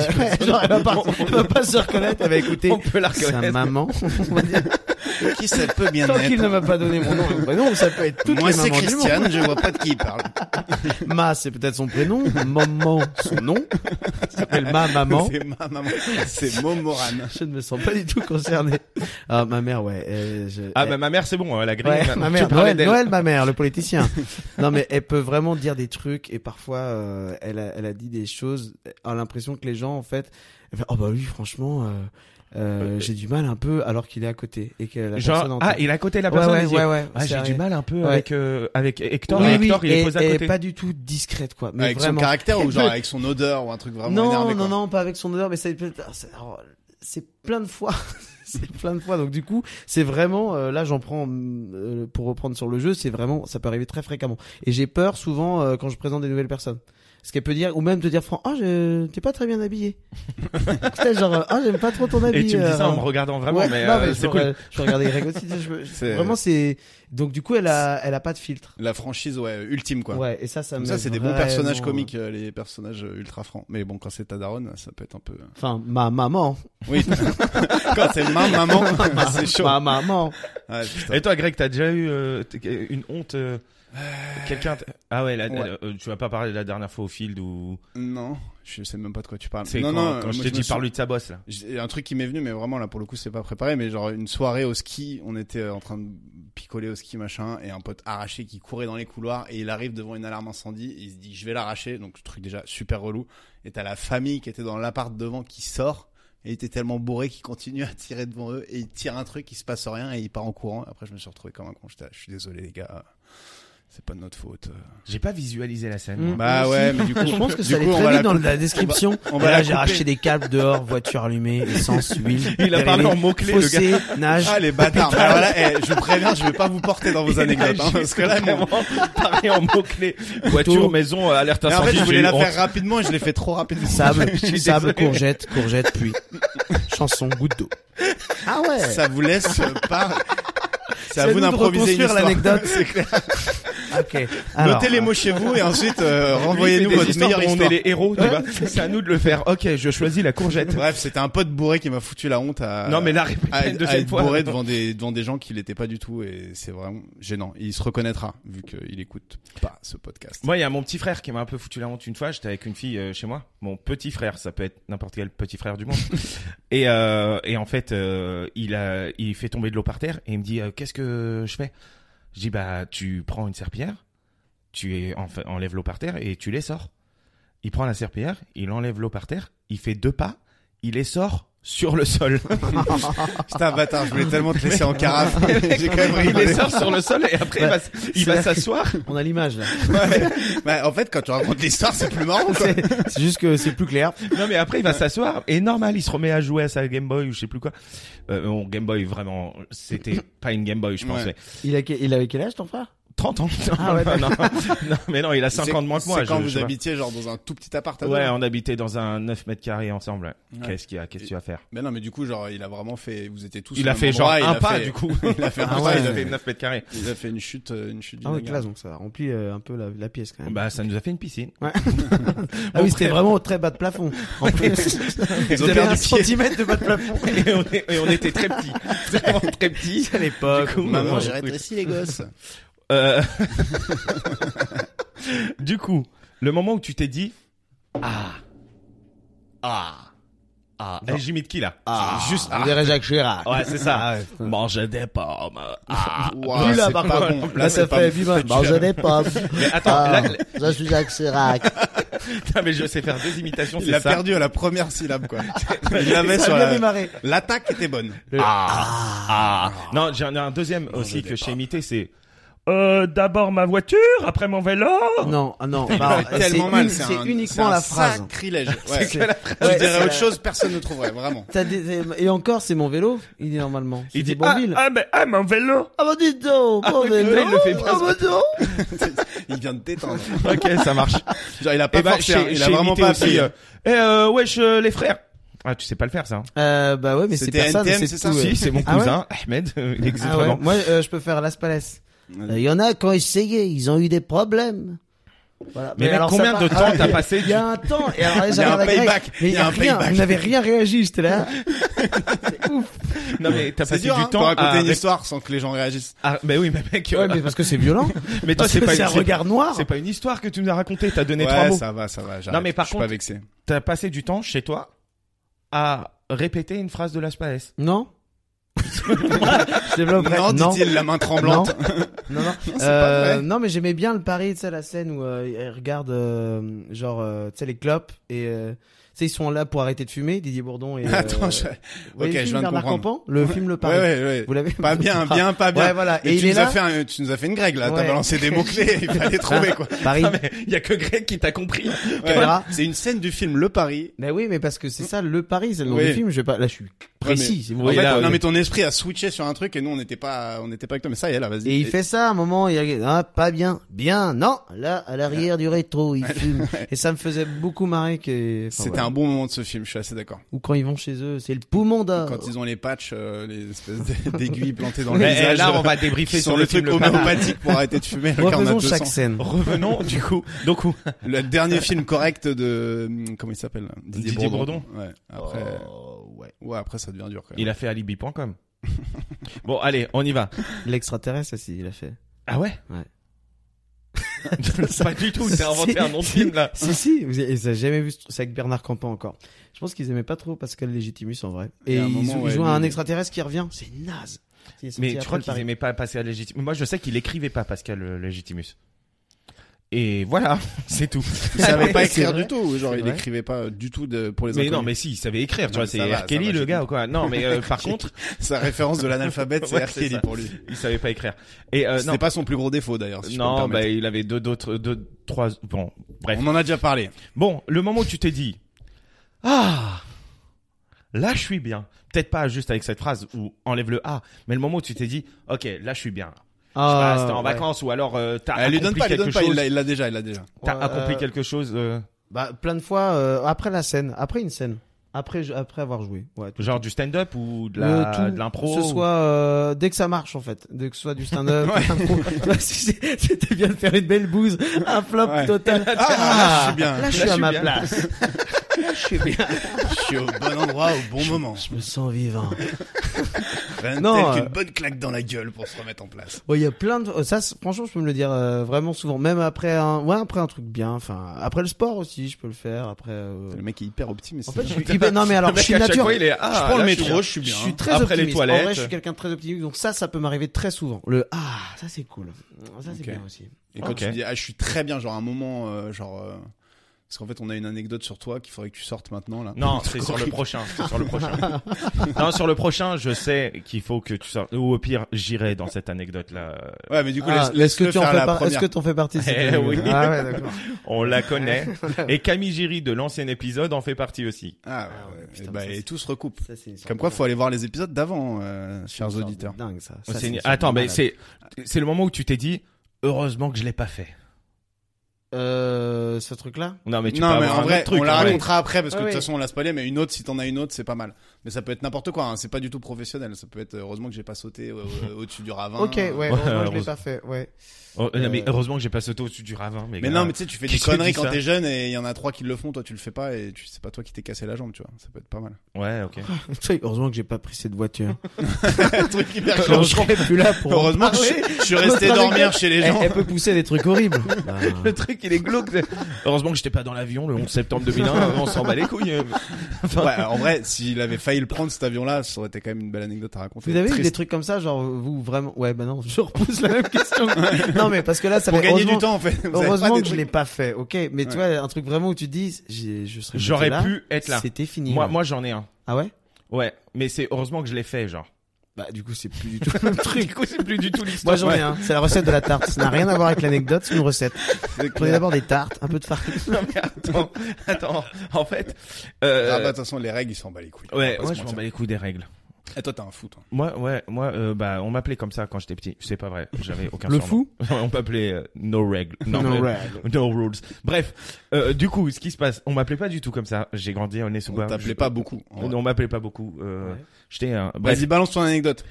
A: genre, elle va pas, elle va pas se reconnaître, elle va écouter
C: On peut la
A: sa
C: reconnaître.
A: maman. on va dire.
D: personne. Qui ça peut bien
A: Tant qu'il ne
D: être
A: m'a pas donné mon nom et mon prénom, ça peut être toutes
D: Moi
A: les
D: c'est
A: mamans du monde.
D: Christiane, je vois pas de qui il parle.
A: Ma, c'est peut-être son prénom. Maman, son nom. Ça s'appelle ma maman.
D: C'est ma maman. C'est Momoran.
A: Je ne me sens pas du tout concerné. Ah, ma mère, ouais. euh, je-
C: Ah,
A: elle-
C: bah, ma mère, c'est bon, elle a grillé.
A: Ouais,
C: maintenant.
A: ma
C: Tu
A: mère,
C: parlais
A: Noël,
C: d'elle.
A: Noël, ma mère, le politicien. non, mais elle peut vraiment dire des trucs et parfois euh, elle, a, elle a dit des choses, elle a l'impression que les gens en fait, elle fait, oh bah oui, franchement, euh, euh, j'ai du mal un peu alors qu'il est à côté et que la personne
C: Genre,
A: en
C: ah,
A: tête-
C: il est à côté de la
A: ouais,
C: personne.
A: ouais,
C: il dit,
A: ouais, ouais,
C: Ah, j'ai
A: c'est
C: du
A: vrai.
C: mal un peu
A: Ouais.
C: avec, euh, avec Hector.
A: Oui,
C: Et
A: oui,
C: Hector, il
A: et-
C: est posé à
A: et
C: côté.
A: pas du tout discrète quoi, mais
D: Avec
A: vraiment.
D: son caractère ou
A: Elle
D: genre
A: peut-
D: avec son odeur ou un truc vraiment
A: non,
D: énervé, quoi.
A: non, non, pas avec son odeur, mais ça peut être- ah, c'est- alors, c'est plein de fois. c'est plein de fois. Donc du coup, c'est vraiment euh, là j'en prends euh, pour reprendre sur le jeu, c'est vraiment ça peut arriver très fréquemment. Et j'ai peur souvent euh, quand je présente des nouvelles personnes. Ce qu'elle peut dire ou même te dire franc, ah je- t'es pas très bien habillé. Tu sais, genre euh, ah j'aime pas trop ton habit.
C: Et tu me dis
A: euh,
C: ça en me regardant vraiment,
A: ouais,
C: mais,
A: non,
C: euh,
A: mais
C: c'est
A: je,
C: cool.
A: re- je regardais Greg aussi, tu sais, je me-
D: C'est-
A: vraiment c'est donc du coup elle a elle a pas de filtre.
D: La franchise ouais, ultime quoi.
A: Ouais, et ça ça me
D: Comme ça, c'est des bons
A: vraiment-
D: personnages comiques, euh, les personnages euh, ultra francs. Mais bon, quand c'est ta daronne, ça peut être un peu. euh,
A: Enfin, ma maman,
D: Oui. quand c'est ma maman,
C: Ah,
D: c'est chaud.
A: ma maman.
D: Ouais, putain.
C: Et toi, Greg, t'as déjà eu euh, t- une honte euh, Quelqu'un t- Ah ouais, la- la- euh, tu vas pas parler de la dernière fois au field ou
D: Non, je sais même pas de quoi tu parles.
C: c'est
D: non,
C: quand,
D: non,
C: quand
D: euh,
C: je
D: moi,
C: t'ai
D: me
C: dit
D: sou-
C: parle de ta bosse là.
D: J'ai- Un truc qui m'est venu, mais vraiment là pour le coup, c'est pas préparé. Mais genre une soirée au ski, on était euh, en train de picoler au ski machin, et un pote arraché qui courait dans les couloirs, et il arrive devant une alarme incendie, et il se dit je vais l'arracher, donc truc déjà super relou. Et t'as la famille qui était dans l'appart devant qui sort, et il était tellement bourré qu'il continue à tirer devant eux, et il tire un truc, il se passe rien, et il part en courant. Après je me suis retrouvé comme un con, j'étais là, je suis désolé les gars, c'est pas de notre faute.
C: J'ai pas visualisé la scène.
A: Mm.
C: moi.
D: Bah
A: Moi
D: ouais,
A: aussi.
D: mais du coup,
A: Je pense que
D: du
A: ça
D: coup, on
A: allait très
D: va
A: vite
D: la
A: dans
D: couper.
A: la description.
D: On va
A: là,
D: la
A: j'ai
D: couper.
A: racheté des câbles dehors, voiture allumée, essence, huile.
C: Il a
A: périmé,
C: parlé en mots-clés, le
A: Fossé, nage.
D: Ah les bâtards. Bah, voilà, eh, je vous préviens, je vais pas vous porter dans vos
C: Il a
D: anecdotes hein,
C: juste
D: parce que là mon-
C: vraiment parlé en mots clés. Voiture, maison, euh, alerte
D: Mais
C: incendie.
D: en fait, je voulais
C: j'ai
D: la
C: eu honte.
D: faire rapidement et je l'ai fait trop rapidement.
A: Sable,
C: suis
A: sable,
C: désolé.
A: courgette, courgette, puis chanson, goutte d'eau. Ah ouais.
D: Ça vous laisse euh, par. C'est à
A: C'est
D: vous
A: à nous de
D: d'improviser une
A: reconstruire
D: histoire.
A: l'anecdote.
D: C'est clair.
A: ok. Alors,
D: Notez les mots chez vous et ensuite euh,
C: Lui, il fait
D: renvoyez-nous
C: des
D: votre
C: histoires
D: meilleure
C: dont
D: histoire. Hein
C: On est les héros, tu vois. C'est à nous de le faire. Ok, je choisis la courgette.
D: Bref, c'était un pote bourré qui m'a foutu la honte à.
C: non mais là, répète
D: à,
C: une
D: à
C: deuxième
D: être
C: fois.
D: bourré devant des devant des gens qui l'étaient pas du tout et c'est vraiment gênant. Il se reconnaîtra vu qu'il écoute pas ce podcast.
C: Moi, il y a mon petit frère qui m'a un peu foutu la honte une fois. J'étais avec une fille euh, chez moi. Mon petit frère, ça peut être n'importe quel petit frère du monde. et, euh, et en fait, euh, il a, il fait tomber de l'eau par terre et il me dit euh, qu'est-ce que je fais Je dis bah tu prends une serpillière, tu es- enf- enlèves l'eau par terre et tu les sors. Il prend la serpillière, il enlève l'eau par terre, il fait deux pas, il les sort sur le sol.
D: Putain bâtard, je voulais tellement te laisser en carafe. J'ai quand même
C: il
D: rigolé.
C: les sort sur le sol et après il va s- il va s'asseoir.
A: on a l'image là.
D: Ouais, Bah, en fait, quand tu racontes l'histoire, c'est plus marrant. Quoi.
A: C'est c'est juste que c'est plus clair.
C: Non mais après il va s'asseoir et normal il se remet à jouer à sa Game Boy ou je sais plus quoi. Euh, bon, Game Boy vraiment c'était pas une Game Boy je pense
D: Ouais.
C: mais
A: Il, a, que- il avait quel âge ton frère
C: 30 ans. Non,
A: Ah ouais,
C: non, non, non, mais non il a 50 de moins que moi.
D: C'est quand
C: je- je
D: vous
C: sais pas.
D: habitiez genre dans un tout petit appart. à deux.
C: Ouais on habitait dans un 9 mètres carrés ensemble. ouais.
D: Ouais.
C: Qu'est-ce qu'il y a qu'est-ce que tu vas faire
D: Mais non, mais du coup, genre, il a vraiment fait. Vous étiez tous. au
C: Il a
D: même
C: fait genre
D: endroit, il
C: un
D: a
C: pas
D: fait-
C: du coup.
D: Il a fait un
A: Ah
D: pas.
A: ouais.
D: Il a
C: fait
D: fait,
C: 9 mètres carrés.
D: il a fait une chute, euh, une chute du
A: Ah ouais,
D: naga.
A: classe, donc ça remplit euh, un peu la, la pièce quand même.
C: Bah ça nous a fait une piscine.
A: ah oui, c'était
C: frère.
A: vraiment au très bas de plafond. En plus,
D: Ils ont
A: vous avez
D: perdu
A: un
D: pied.
A: centimètre de bas de plafond.
C: Et on, est- et on était très petits. Vraiment très petits.
A: À l'époque.
C: Du coup, euh,
D: Maman,
C: Ah, Ouais.
D: j'ai rétréci les gosses.
C: Euh, du coup, le moment où tu t'es dit ah ah ah, Eh, j'imite qui là
D: Ah,
A: juste. On dirait Jacques Chirac.
C: Ouais, c'est ça.
A: Ah ouais, putain.
C: Mangez des pommes. Ah.
D: Ouah,
A: Lui, là,
D: c'est
A: par
D: pas
A: contre,
D: bon.
A: Là, ça
D: c'est pas
A: fait Bah,
D: bon.
A: vivre. Mangez des pommes.
C: Mais attends, là,
A: je suis Jacques Chirac.
C: Putain, mais je sais faire deux imitations,
D: Il
C: c'est
D: a
C: ça.
D: perdu à la première syllabe, quoi. Il l'avait sur la-
A: démarré.
D: L'attaque était bonne.
C: Ah. Non, j'ai un, un deuxième aussi que j'ai imité, c'est euh, d'abord ma voiture, après mon vélo.
A: Non, ah non.
D: Ah,
A: bah, c'est
D: tellement mal.
A: une-
D: un-
A: C'est
D: c'est
A: uniquement
D: un
A: la phrase.
D: Sacrilège. Ouais.
A: C'est-
D: Je dirais
A: ouais, c'est-
D: autre chose, personne ne trouverait, vraiment.
A: t'as des- euh, Et encore, c'est mon vélo. Il est normalement.
C: Il dit
A: bon
C: ah, ah, mais, ah, mon vélo.
A: Ah bah dis donc, mon
C: oui,
A: vélo.
C: il le fait bien,
A: Ah bah donc.
D: Il vient de t'étendre.
C: Ok, ça marche.
D: Genre, il a
C: Et
D: pas
C: bah,
D: forcé, hein. il a vraiment pas
C: aussi.
D: appris.
C: euh, Eh euh, wesh euh, les frères. Ah, tu sais pas le faire ça. hein.
A: Euh, bah ouais, mais c'est
D: C'était
A: personne.
D: NTM,
A: c'est
D: c'est
A: tout.
D: ça
A: euh.
C: Si, c'est mon
A: Ah ouais
C: cousin Ahmed. euh, Il existe
A: Ah ouais.
C: vraiment.
A: Moi, euh, je peux faire Las Palais. Il y en a qui ont essayé, ils ont eu des problèmes. Voilà.
C: Mais mec,
A: alors,
C: combien
A: ça
C: de
A: part-
C: temps
A: Ah,
C: t'as
A: il y a-
C: passé
A: Il y a un temps. Et alors,
D: Il y a un payback.
A: Mais
D: Il y a un
A: rien.
D: payback.
A: Vous n'avez rien réagi, j'étais là. C'est ouf.
C: Non mais t'as
D: C'est
C: passé
D: dur,
C: du
D: hein,
C: temps
D: pour
C: à,
D: raconter une
C: ré-
D: histoire sans que les gens réagissent.
C: à- Mais oui, mais mec. euh,
A: Ouais, mais parce que c'est violent.
C: Mais toi,
A: Parce
C: c'est
A: que
C: pas
A: c'est un
C: c'est-
A: regard noir.
C: C'est pas une histoire que tu nous as racontée. T'as donné trois
D: Ouais,
C: mots.
D: ça va, ça va.
C: Non, mais par
D: je suis pas
C: contre-
D: vexé.
C: T'as passé du temps chez toi à répéter une phrase de Las Palais.
A: Non. je développerai.
D: Non,
A: non.
D: dit-il, la main tremblante.
A: Non, non.
D: c'est
A: Euh,
D: pas vrai.
A: non, mais j'aimais bien le Paris, tu sais, la scène où euh, ils regardent, euh, genre, euh, tu sais, les clopes et. euh, tu sais, ils sont là pour arrêter de fumer, Didier Bourdon et. euh,
D: Attends, je...
A: vous
D: ok, je
A: voyez le film
D: viens de
A: Bernard
D: comprendre.
A: Campan le film Le Paris.
D: Ouais, ouais,
A: Vous
D: ouais.
A: l'avez
D: Pas bien, bien, pas bien.
A: Ouais, voilà.
D: Mais
A: et
D: tu,
A: il est
D: nous as
A: là.
D: fait un- tu nous as fait une grègue là, t'as
A: Ouais.
D: balancé des mots-clés, il fallait trouver quoi.
A: Paris.
C: Ah, mais il y a que Greg qui t'a compris.
D: Ouais.
A: verras.
D: C'est une scène du film Le Paris.
A: Ben oui, mais parce que c'est ça le Paris, c'est le nom
D: Oui.
A: du film. Je vais pas. Là, je suis
D: mais-
A: précis. c'est
D: En
A: bon.
C: Oui,
D: fait,
C: là,
D: non
C: oui.
D: mais ton esprit a switché sur un truc et nous on n'était pas, on n'était pas avec toi. Mais ça y est là, vas-y.
A: Et il fait ça à un moment, il regarde, ah, pas bien, bien, non, là, à l'arrière du rétro, il fume. Et ça me faisait beaucoup marrer que, enfin,
D: C'était
A: voilà.
D: un bon moment de ce film, je suis assez d'accord.
A: ou quand ils vont chez eux, c'est le poumon d'or.
D: Quand ils ont les patchs, euh, les espèces d- d'aiguilles plantées dans le
C: Oh. Mais, eh,
D: visage,
C: là, on
D: euh,
C: va
D: qui
C: débriefer
D: sont
C: sur le
D: le truc
C: film Le Paris.
D: homéopathique pour arrêter de fumer. le
A: Refaisons
D: carnet de
A: chaque
D: 200.
A: scène.
C: Oh. Revenons du coup. Donc où-
D: Le dernier film correct de hum, comment il s'appelle là
C: Didier
D: Ouais. Après,
A: Oh.
D: ouais, après ça devient dur quand même.
C: il a fait alibi.com. bon, allez, on y va.
A: L'extraterrestre, aussi, il a fait.
C: Ah ouais.
A: Ouais.
C: pas du tout. T'as inventé
A: Si,
C: un nom de film là.
A: si, si, vous avez, vous avez jamais vu, ce- c'est avec Bernard Campan encore. Je pense qu'ils aimaient pas trop Pascal Légitimus en vrai.
D: Il y
A: Et
D: a un
A: ils,
D: moment,
A: ils
D: ouais,
A: jouent à un
D: lui-
A: extraterrestre qui revient. C'est naze. Il est sorti
C: Mais tu
A: après
C: crois
A: le
C: qu'ils
A: Paris.
C: aimaient pas passer à Légitimus Moi, je sais qu'il écrivait pas Pascal euh, Légitimus. Et voilà, c'est tout.
D: Il savait pas
A: C'est
D: écrire
A: vrai.
D: du tout. Genre,
C: C'est
D: il
C: vrai.
D: écrivait pas du tout de, pour les
C: Mais non,
D: inconnus.
C: mais si, il savait écrire, tu
D: Non,
C: vois,
D: mais
C: c'est
D: ça va, ça
C: R. Kelly,
D: va,
C: le
D: je
C: gars ou quoi. Non, mais euh, par contre,
D: Sa référence de l'analphabète, c'est
C: Ouais,
D: R.
C: c'est
D: Kelly
C: ça.
D: pour lui.
C: il savait pas écrire. Et euh, non,
D: C'était pas son plus gros défaut d'ailleurs. Si je peux
C: non,
D: me
C: bah
D: permettre.
C: il avait deux d'autres, deux, trois. Bon, bref.
D: on en a déjà parlé.
C: Bon, le moment où tu t'es dit, ah, là je suis bien. Peut-être pas juste avec cette phrase ou enlève le A, mais le moment où tu t'es dit, ok, là je suis bien. Je sais
A: Ah,
C: pas, c'était en
A: ouais.
C: vacances ou alors euh, t'as
D: Elle lui
C: accompli
D: donne pas, elle lui
C: quelque
D: donne pas. Il
C: chose.
D: l'a- il l'a déjà, il l'a déjà.
C: T'as
A: Ouais,
C: accompli
A: euh,
C: quelque chose, euh,
A: Bah, plein de fois, euh, après la scène, après une scène, après, je- après avoir joué. Ouais, tout.
C: genre du stand-up ou de
A: Le
C: la-
A: tout,
C: de l'impro.
A: que
C: ou-
A: ce soit euh, dès que ça marche en fait dès que ce soit du stand-up de l'impro. Tu vois, si c'est- c'était bien de faire une belle bouse un flop
D: Ouais.
A: total
D: Ah, là, je suis bien.
A: là je
C: Là,
A: suis
C: je
A: à
C: suis
A: ma
C: bien.
A: place Là, je suis bien
D: Je suis au bon endroit au bon moment.
A: je me sens vivant
D: Rien de
A: Non,
D: tel
A: euh,
D: qu'une bonne claque dans la gueule pour se remettre en place.
A: Ouais, il y a plein de oh, ça c'est- franchement je peux me le dire euh, vraiment souvent même après un ouais après un truc bien enfin après le sport aussi je peux le faire après euh,
D: Le mec est hyper optimiste.
A: en fait je suis hyper- non mais alors
C: Le
A: je
C: mec,
A: suis
C: à
A: de
C: chaque
A: nature
C: fois, il est, ah,
D: je prends
C: là,
D: le
C: suis
D: métro,
C: bien.
D: je suis
A: je
D: bien.
A: suis très
C: Après
A: optimiste.
C: les toilettes.
A: En vrai, je suis quelqu'un de très optimiste, donc ça, ça peut m'arriver très souvent. Le ah, ça c'est cool. Ça c'est
D: Ok.
A: bien aussi.
D: Et quand
C: Ok.
D: tu dis ah je suis très bien, genre à un moment euh, genre euh, parce qu'en fait on a une anecdote sur toi qu'il faudrait que tu sortes maintenant là.
C: Non, c'est sur le prochain. c'est sur le prochain. non, sur le prochain, je sais qu'il faut que tu sortes. Ou au pire, j'irai dans cette anecdote-là.
D: Ouais mais du coup
A: Ah,
D: laisse, laisse
A: est-ce que
D: le
A: tu en
D: faire
A: fais
D: la
A: par- Est-ce
D: première.
A: que t'en fais partie de cette
C: Eh
A: catégorie
C: oui.
A: Ah ouais, d'accord.
C: On la connaît. Et Camille Giry de l'ancien épisode en fait partie aussi.
D: Ah,
A: Ah ouais,
D: ouais,
A: putain,
D: et, bah,
A: ça,
D: et
A: c'est-
D: tout se recoupe.
A: Ça, c'est une sorte
D: Comme quoi
A: de-
D: faut aller voir les épisodes d'avant euh,
A: c'est une
D: chers
A: sorte de
D: auditeurs.
A: Dingue ça. Ça,
C: C'est
A: c'est
C: une-
A: une sorte
C: Attends,
A: de
C: mais
A: malade.
C: c'est c'est le moment où tu t'es dit heureusement que je l'ai pas fait.
A: Euh, ce truc-là.
C: Non mais tu peux
D: non mais
C: avoir
D: en
C: un
D: vrai
C: autre truc. hein,
D: on la
C: en vrai.
D: racontera après parce que
A: Ouais,
D: de toute
A: ouais.
D: façon on l'a spoilé mais une autre si t'en as une autre c'est pas mal. Mais ça peut être n'importe quoi. Hein. C'est pas du tout professionnel. Ça peut être heureusement que j'ai pas sauté euh, euh, au-dessus du ravin.
A: Ok, ouais.
C: ouais,
A: heureusement, je l'ai
C: heureusement.
A: pas fait. Ouais.
C: Oh, non, mais
A: Euh,
C: heureusement que j'ai pas sauté au-dessus du ravin. Mais,
D: Mais
C: gars.
D: non, mais tu sais, tu fais des
C: Qu'est-ce que tu
D: conneries
C: dis
D: quand
C: ça
D: t'es jeune et il y en a trois qui le font, toi tu le fais pas et tu c'est pas toi qui t'es cassé la jambe, tu vois. Ça peut être pas mal.
C: ouais, ok.
A: heureusement que j'ai pas pris cette voiture.
D: Un truc hyper
A: Je serais plus là pour. en
D: Heureusement que je
A: parler.
D: suis- je suis resté
A: Notre
D: dormir
A: anecdote,
D: chez les
A: Elle,
D: gens.
A: elle peut pousser des trucs horribles. Bah,
C: Le truc, il est glauque. Heureusement que j'étais pas dans l'avion le 11 septembre 2001. on s'en bat les couilles. hein.
A: Eh,
C: Enfin,
D: Ouais, en vrai, s'il avait failli le prendre cet avion-là, ça aurait été quand même une belle anecdote à raconter.
A: Vous avez eu
D: Triste.
A: des trucs comme ça, genre vous vraiment Ouais, bah non, je repousse la même question. non, mais parce que là, ça
D: Pour
A: fait-
D: gagner du
A: heureusement-
D: temps, en fait. Vous avez pas
A: Heureusement
D: des
A: que je l'ai
D: trucs-
A: pas fait, ok. Mais tu vois, un truc vraiment où tu te dis, j'ai- je serais.
C: J'aurais
A: j'étais là,
C: pu être là.
A: C'était fini.
C: Moi,
A: ouais.
C: moi j'en ai un.
A: Ah ouais.
C: Ouais, mais c'est heureusement que je l'ai fait, genre.
A: Bah du coup, c'est plus du tout le même truc.
C: Du coup, c'est plus du tout l'histoire.
A: Moi j'en ai un, c'est la recette de la tarte. Ça n'a rien à voir avec l'anecdote, c'est une recette.
D: C'est
A: Prenez
D: clair.
A: d'abord des tartes, un peu de farine.
C: Non, mais attends, attends. En fait,
D: Ah bah, de
C: euh,
D: toute façon, les règles, ils s'en bat les couilles.
C: ouais,
D: On va pas
C: ouais,
D: se
C: je m'en
D: mentir.
C: bats les couilles des règles.
D: Et toi, t'as un hein. fou, toi.
C: Moi, ouais, moi, euh, bah, on m'appelait comme ça quand j'étais petit. C'est pas vrai, j'avais aucun.
A: Le
C: surnom. On m'appelait euh, No Reg. Non,
A: No
C: mais-
A: règles.
C: No rules. Bref, euh, du coup, ce qui se passe, on m'appelait pas du tout comme ça. J'ai grandi on est sous
D: On t'appelait pas beaucoup. en vrai.
C: Non, on m'appelait pas beaucoup. Euh,
A: Ouais.
C: J'étais un. Bref,
D: Vas-y, balance ton anecdote.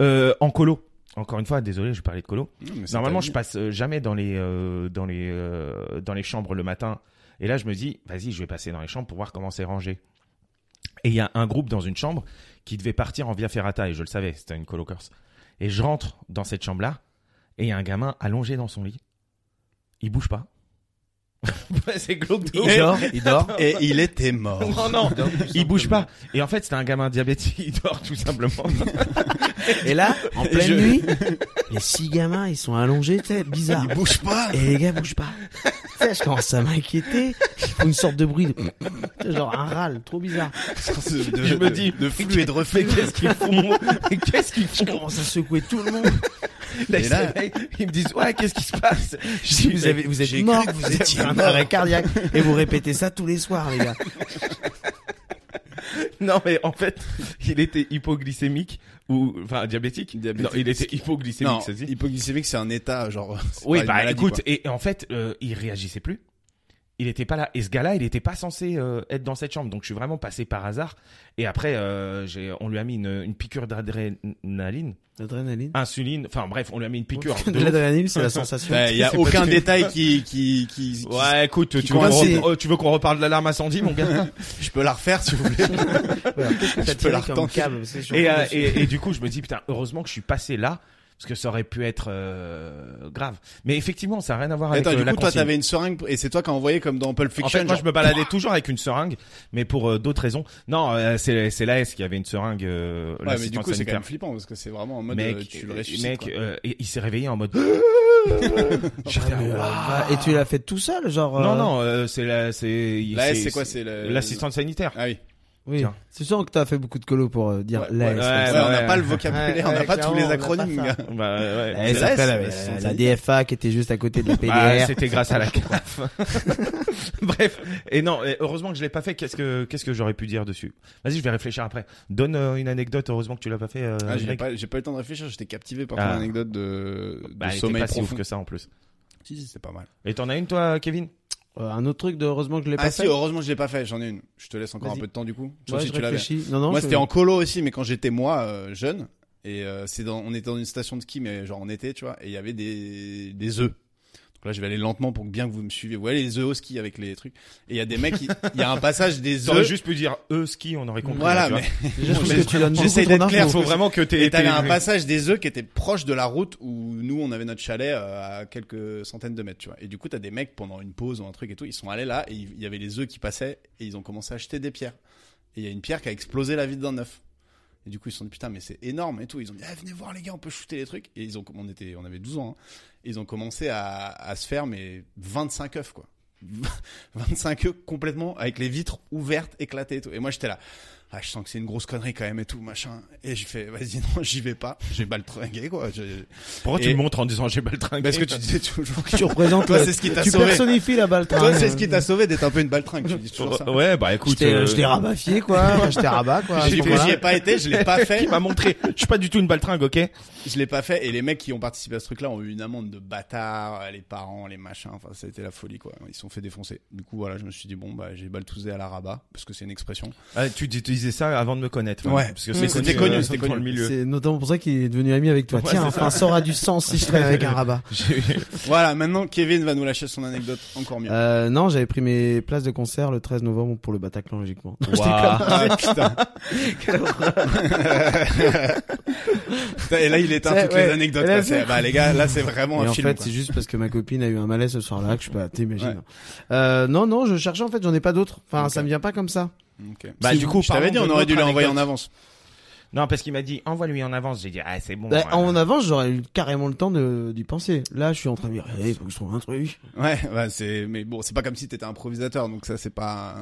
C: euh, en colo. Encore une fois, désolé, je parlais de colo.
D: Non, mais c'est
C: Normalement,
D: ta
C: je passe euh, jamais dans les euh, dans les euh, dans les chambres le matin. Et là, je me dis, vas-y, je vais passer dans les chambres pour voir comment c'est rangé. Et il y a un groupe dans une chambre qui devait partir en Via Ferrata et je le savais, c'était une colo corse. Et je rentre dans cette chambre là et il y a un gamin allongé dans son lit. Il bouge pas. c'est glauque. de
A: Il
C: ouf.
A: dort, il dort.
D: vie. Et il était mort.
C: Non, non, il bouge pas. Et en fait, c'était un gamin diabétique, il dort tout simplement.
A: Et là, en
C: Et
A: pleine
C: je-
A: nuit, les six gamins ils sont allongés, tu sais, bizarre.
D: Il bouge pas.
A: Et les gars bougent pas. Tu sais, je commence à m'inquiéter. Ils font une sorte de bruit, de... tu sais, genre un râle, trop bizarre.
D: De-
C: je me
D: de-
C: dis,
D: de flux et de reflux.
C: Mais qu'est-ce qu'ils font Mais Qu'est-ce qu'ils
A: Je
C: font
A: commence à secouer tout le monde.
C: Là,
D: Et
C: ils,
D: là-
C: se réveillent, ils me disent ouais qu'est-ce qui se passe Je dis,
A: Vous,
C: mais-
A: avez, vous
D: j'ai
A: êtes mort,
D: cru que vous
A: vous étiez
D: étiez
A: un
D: mort.
A: arrêt cardiaque. Et vous répétez ça tous les soirs, les gars.
C: non mais en fait il était hypoglycémique ou enfin diabétique.
D: Diabétique.
C: Non il était hypoglycémique
D: Non,
C: ça se dit.
D: hypoglycémique, c'est un état, genre. c'est
C: Oui
D: pas une
C: bah
D: maladie,
C: écoute
D: quoi.
C: et en fait euh, il réagissait plus. Il était pas là et ce gars-là il était pas censé euh, être dans cette chambre donc je suis vraiment passé par hasard et après euh, j'ai on lui a mis une, une piqûre d'adrénaline
A: L'adrénaline.
C: insuline enfin bref on lui a mis une piqûre.
A: De
C: de ouf.
A: l'adrénaline, c'est la sensation.
D: Ouais, Il y a
A: C'est pas
D: aucun
A: du-
D: détail qui, qui, qui, qui-
C: Ouais écoute tu veux, qu'on
D: coïncide.
C: repar- euh, tu veux qu'on reparle de l'alarme incendie mon gars
D: Je peux la refaire, si vous voulez.
A: Voilà, Qu'est-ce que
D: Je
A: t'as
D: peux
A: tiré
D: la
A: comme
D: retenter.
A: câble Parce que sur-
C: Et, euh, et, et du coup, je me dis putain, heureusement que je suis passé là parce que ça aurait pu être euh, grave. Mais effectivement, ça n'a rien à voir avec
D: Attends,
C: euh,
D: du
C: la
D: coup, toi,
C: consigne.
D: t'avais une seringue et c'est toi qui as envoyé comme dans Pulp
C: En
D: Fiction.
C: fait, moi,
D: genre,
C: je me baladais toujours avec une seringue, mais pour euh, d'autres raisons. Non, euh, c'est c'est l'AS qui avait une seringue. Euh,
D: Ouais, mais du
C: l'assistante
D: coup, c'est quand
C: sanitaire.
D: même flippant parce que c'est vraiment en mode
C: mec,
D: euh, tu le
C: euh,
D: ressuscites.
C: mec,
D: quoi.
C: euh, et- il s'est réveillé en mode.
A: Ah,
C: J'étais,
A: mais,
C: waouh.
A: euh, bah, et tu l'as fait tout seul, genre.
C: Non,
A: euh,
C: non, euh, c'est la, c'est. il-
D: L'AS, c'est quoi C'est euh, le-
C: l'assistante sanitaire.
D: Ah oui.
A: Oui.
C: Tiens.
A: C'est sûr que t'as fait beaucoup de colos pour euh, dire
D: Ouais,
A: la
D: ouais,
A: S.
C: ouais.
D: Ouais, on n'a pas le vocabulaire,
A: Ouais,
D: on n'a
A: ouais,
D: pas tous
A: clairement,
D: les
A: on n'a
D: acronymes.
A: pas
D: gars.
A: ça.
C: Bah, ouais.
A: La,
D: La
A: S,
D: S,
A: après, la-
D: la
A: la-
D: S,
A: la DFA qui était juste à côté de la
C: Ah,
A: PDR.
C: c'était grâce à la CAF. Bref, et non, et heureusement que je l'ai pas fait. Qu'est-ce que qu'est-ce que j'aurais pu dire dessus Vas-y, je vais réfléchir après. Donne euh, une anecdote. Heureusement que tu l'as pas fait. euh,
D: Ah, j'ai
C: mec.
D: pas, j'ai pas eu le temps de réfléchir, j'étais captivé par
C: Ah.
D: ton anecdote de, de
C: Bah, elle était
D: sommeil
C: pas si ouf
D: profond.
C: que ça en plus.
D: Si, si, c'est pas mal.
C: Et t'en as une toi, Kevin
A: Euh, un autre truc de heureusement que je l'ai
D: Ah
A: pas
D: si,
A: fait.
D: heureusement, je l'ai pas fait, j'en ai une. Je te laisse encore un
A: Vas-y.
D: peu de temps du coup. Sauf
A: Ouais,
D: si
A: je
D: tu l'avais.
A: réfléchis. Non, non,
D: Moi,
A: je-
D: c'était en colo aussi, mais quand j'étais moi euh, jeune, et euh, c'est dans, on était dans une station de ski, mais genre en été, tu vois, et il y avait des des œufs. Donc là, je vais aller lentement pour bien que vous me suiviez. Vous voyez les œufs au ski avec les trucs. Et il y a des mecs, qui- il y a un passage des
C: T'aurais
D: œufs.
C: juste pu dire eux ski, on aurait compris.
D: Voilà,
C: tu vois. Ah,
D: mais
A: Déjà, je trouve
D: j'essaie-
A: que tu donnes
D: j'essaie
A: beaucoup trop
D: d'être clair,
A: d'infos.
C: faut vraiment que t'aies.
D: Et t'avais
C: t'aies-
D: un passage des œufs qui était proche de la route où nous on avait notre chalet euh, à quelques centaines de mètres, tu vois. Et du coup, t'as des mecs pendant une pause ou un truc et tout, ils sont allés là et il y avait les œufs qui passaient et ils ont commencé à acheter des pierres. Et il y a une pierre qui a explosé la vitre d'un œuf. Et du coup, ils se sont dit putain, mais c'est énorme et tout. Ils ont dit ah, venez voir les gars, on peut shooter les trucs. Et ils ont, on était, on avait 12 ans. hein. Et ils ont commencé à, à se faire mais 25 œufs quoi. 25 œufs complètement avec les vitres ouvertes, éclatées et tout. Et moi j'étais là. Ah, je sens que c'est une grosse connerie quand même et tout, machin. Et je fais, vas-y, non, j'y vais pas. J'ai baltringué, quoi. Je-
C: Pourquoi tu
D: Et-
C: me montres en disant j'ai pas le train
D: Parce que tu disais toujours que
A: Tu représentes.
D: toi,
A: le-
D: c'est ce qui t'a
A: Tu
D: sauvé.
A: personnifies la balle.
D: Toi, c'est ce qui t'a sauvé d'être un peu une baltringue. Tu dis toujours ça.
C: Ouais, bah
A: Je
C: écoute.
A: t'ai,
C: euh,
A: je t'ai rabafié quoi, Enfin, je t'ai rabat quoi. à ce
D: J'y
A: moment-là.
D: j'y ai pas été, je l'ai pas
C: Qui
D: fait.
C: m'a montré Je suis pas du tout une baltringue, ok Euh,
D: Je l'ai pas fait. Et les mecs qui ont participé à ce truc-là ont eu une amende de bâtard, les parents, les machins. Enfin, ça a été la folie, quoi. Ils se sont fait défoncer. Du coup, voilà, je me suis dit, bon, bah, j'ai baltousé à la rabat. Parce que c'est une expression.
C: Ah, Tu dis- tu réalisé ça avant de me connaître. hein,
D: Ouais.
C: Parce que
D: Mm.
C: c'est
D: C'était
A: connu,
C: c'était
D: c'était
C: connu dans le milieu.
A: C'est notamment pour ça qu'il est devenu ami avec toi.
C: Ouais,
A: Tiens,
C: c'est
A: enfin, ça aura du sens si je traîne avec un rabat.
C: J'ai-
D: Voilà, maintenant Kevin va nous lâcher son anecdote encore mieux.
A: Euh, non, j'avais pris mes places de concert le 13 novembre pour le Bataclan, logiquement. Non, je déconne.
D: Ah, putain. Putain, Et là, il éteint
A: C'est-
D: toutes
A: ouais.
D: les anecdotes.
A: Et là,
D: quoi. C'est- Bah, les gars, là, c'est vraiment
A: Et
D: un
A: en
D: film.
A: fait,
D: quoi.
A: c'est juste parce que ma copine a eu un malaise ce soir-là que je suis pas, t'imagines.
D: Ouais.
A: Euh, non, non, je cherchais en fait, j'en ai pas d'autres. Enfin,
D: Ok.
A: ça me vient pas comme ça.
D: Ok.
C: Bah,
D: Si
C: du
D: vous-
C: coup,
D: je t'avais
C: parlons
D: dit, on
C: de
D: aurait dû
C: notre
D: l'envoyer en
C: anecdote.
D: avance.
C: Non, parce qu'il m'a dit envoie-lui en avance. J'ai dit ah c'est bon.
A: Bah,
C: euh,
A: en avance, j'aurais eu carrément le temps de- d'y penser. Là, je suis en train de dire, eh, faut que je trouve un truc.
D: Ouais, bah, c'est, mais bon, c'est pas comme si t'étais improvisateur, donc ça, c'est pas.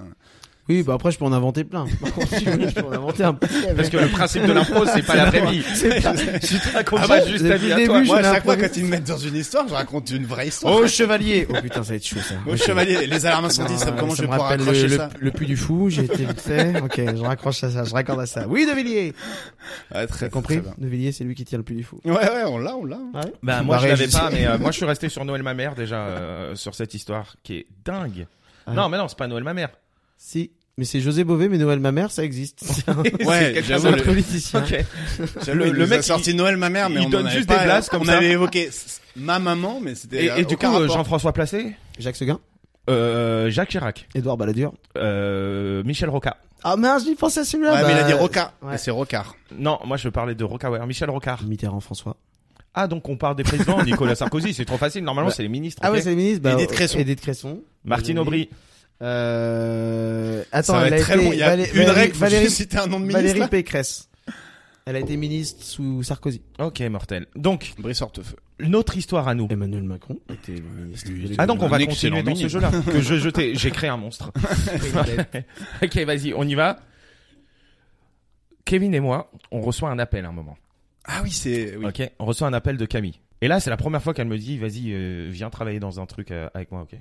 A: Oui, bah après, je peux en inventer plein. Par contre, si tu veux, je peux en inventer un peu.
C: Parce que le principe de l'impro c'est pas la vraie vie.
A: C'est pas-
C: Tu te racontes
A: Ah
C: pas
A: bon
C: juste
A: Depuis
C: ta
A: le
C: vie à
A: début,
C: toi.
A: je-
D: Moi, à
A: l'ai
D: chaque fois,
A: improvisé.
D: quand ils me mettent dans une histoire, je raconte une vraie histoire.
A: Oh, chevalier! Oh putain, ça va être chaud, ça.
D: Au chevalier, les alarmes incendies, ça,
A: Ah,
D: comment je vais
A: me
D: pouvoir
A: rappelle le-
D: accrocher
A: le,
D: ça
A: le puits du fou, j'ai été vite fait. Ok, je raccroche à ça, je raccorde à ça. Oui, De
D: Ouais,
A: Villiers
D: Ah, très,
A: T'as compris
D: très bien.
A: De Villiers, c'est lui qui tient le puits du fou.
D: Ouais, ouais, on l'a, on l'a.
A: Ouais.
C: Bah moi je
A: Bah,
C: l'avais
A: Régis.
C: pas, mais euh, moi je suis resté sur Noël ma mère déjà euh, sur cette histoire qui est dingue.
A: Ah.
C: Non mais non c'est pas Noël ma mère.
A: Si. Mais c'est José Bové, mais Noël ma mère, ça existe. C'est un-
D: Ouais,
C: quelque
A: c'est
D: j'avoue,
A: un
D: le-
A: politicien.
C: Ok.
D: J'avoue,
C: Le-
D: il
C: le
D: nous a
C: mec,
D: sorti Noël, ma mère, mais
C: il
D: on
C: donne
D: en avait
C: juste
D: pas- euh,
C: des blagues comme
D: on
C: ça.
D: avait évoqué s- ma maman, mais c'était.
C: Et, et du coup
D: aucun
C: euh,
D: rapport.
C: Jean-François Placé,
A: Jacques Seguin,
C: euh, Jacques Chirac,
A: Édouard Balladur.
C: euh, Michel Rocard.
A: Ah mince, j'y pensais à celui-là.
D: Ouais, mais il a dit
A: Bah,
D: Rocard.
A: ouais.
D: Et c'est Rocard.
C: Non moi je parlais de Rocard. ouais, Michel Rocard.
A: Euh, Mitterrand François.
C: Ah donc on parle des présidents. Nicolas Sarkozy c'est trop facile. Normalement
A: Bah,
C: c'est les ministres.
A: Ah
C: ok
A: ouais, c'est le ministre. Bah,
D: Édith Cresson.
A: Édith Cresson.
C: Martine
A: Désolé.
C: Aubry.
A: Euh... Attends,
D: Ça va
A: elle a
D: être très
A: été...
D: long. Il y a
A: Valé-
D: une
A: Valérie-
D: règle, faut
A: Valérie...
D: juste citer un nom de ministre.
A: Valérie
D: là.
A: Pécresse. Elle a été ministre sous Sarkozy.
C: Ok mortel. Donc
D: Brice Hortefeux.
C: notre histoire à nous.
A: Emmanuel Macron était le ministre. de
C: Ah donc on va
D: Un
C: continuer
D: excellent
C: dans ce
D: ministre.
C: jeu-là que je jetais. J'ai créé un monstre. ok, vas-y, on y va. Kevin et moi, on reçoit un appel à un moment.
D: Ah oui, c'est. oui.
C: Ok, on reçoit un appel de Camille. Et là, c'est la première fois qu'elle me dit, vas-y, euh, viens travailler dans un truc euh, avec moi, ok.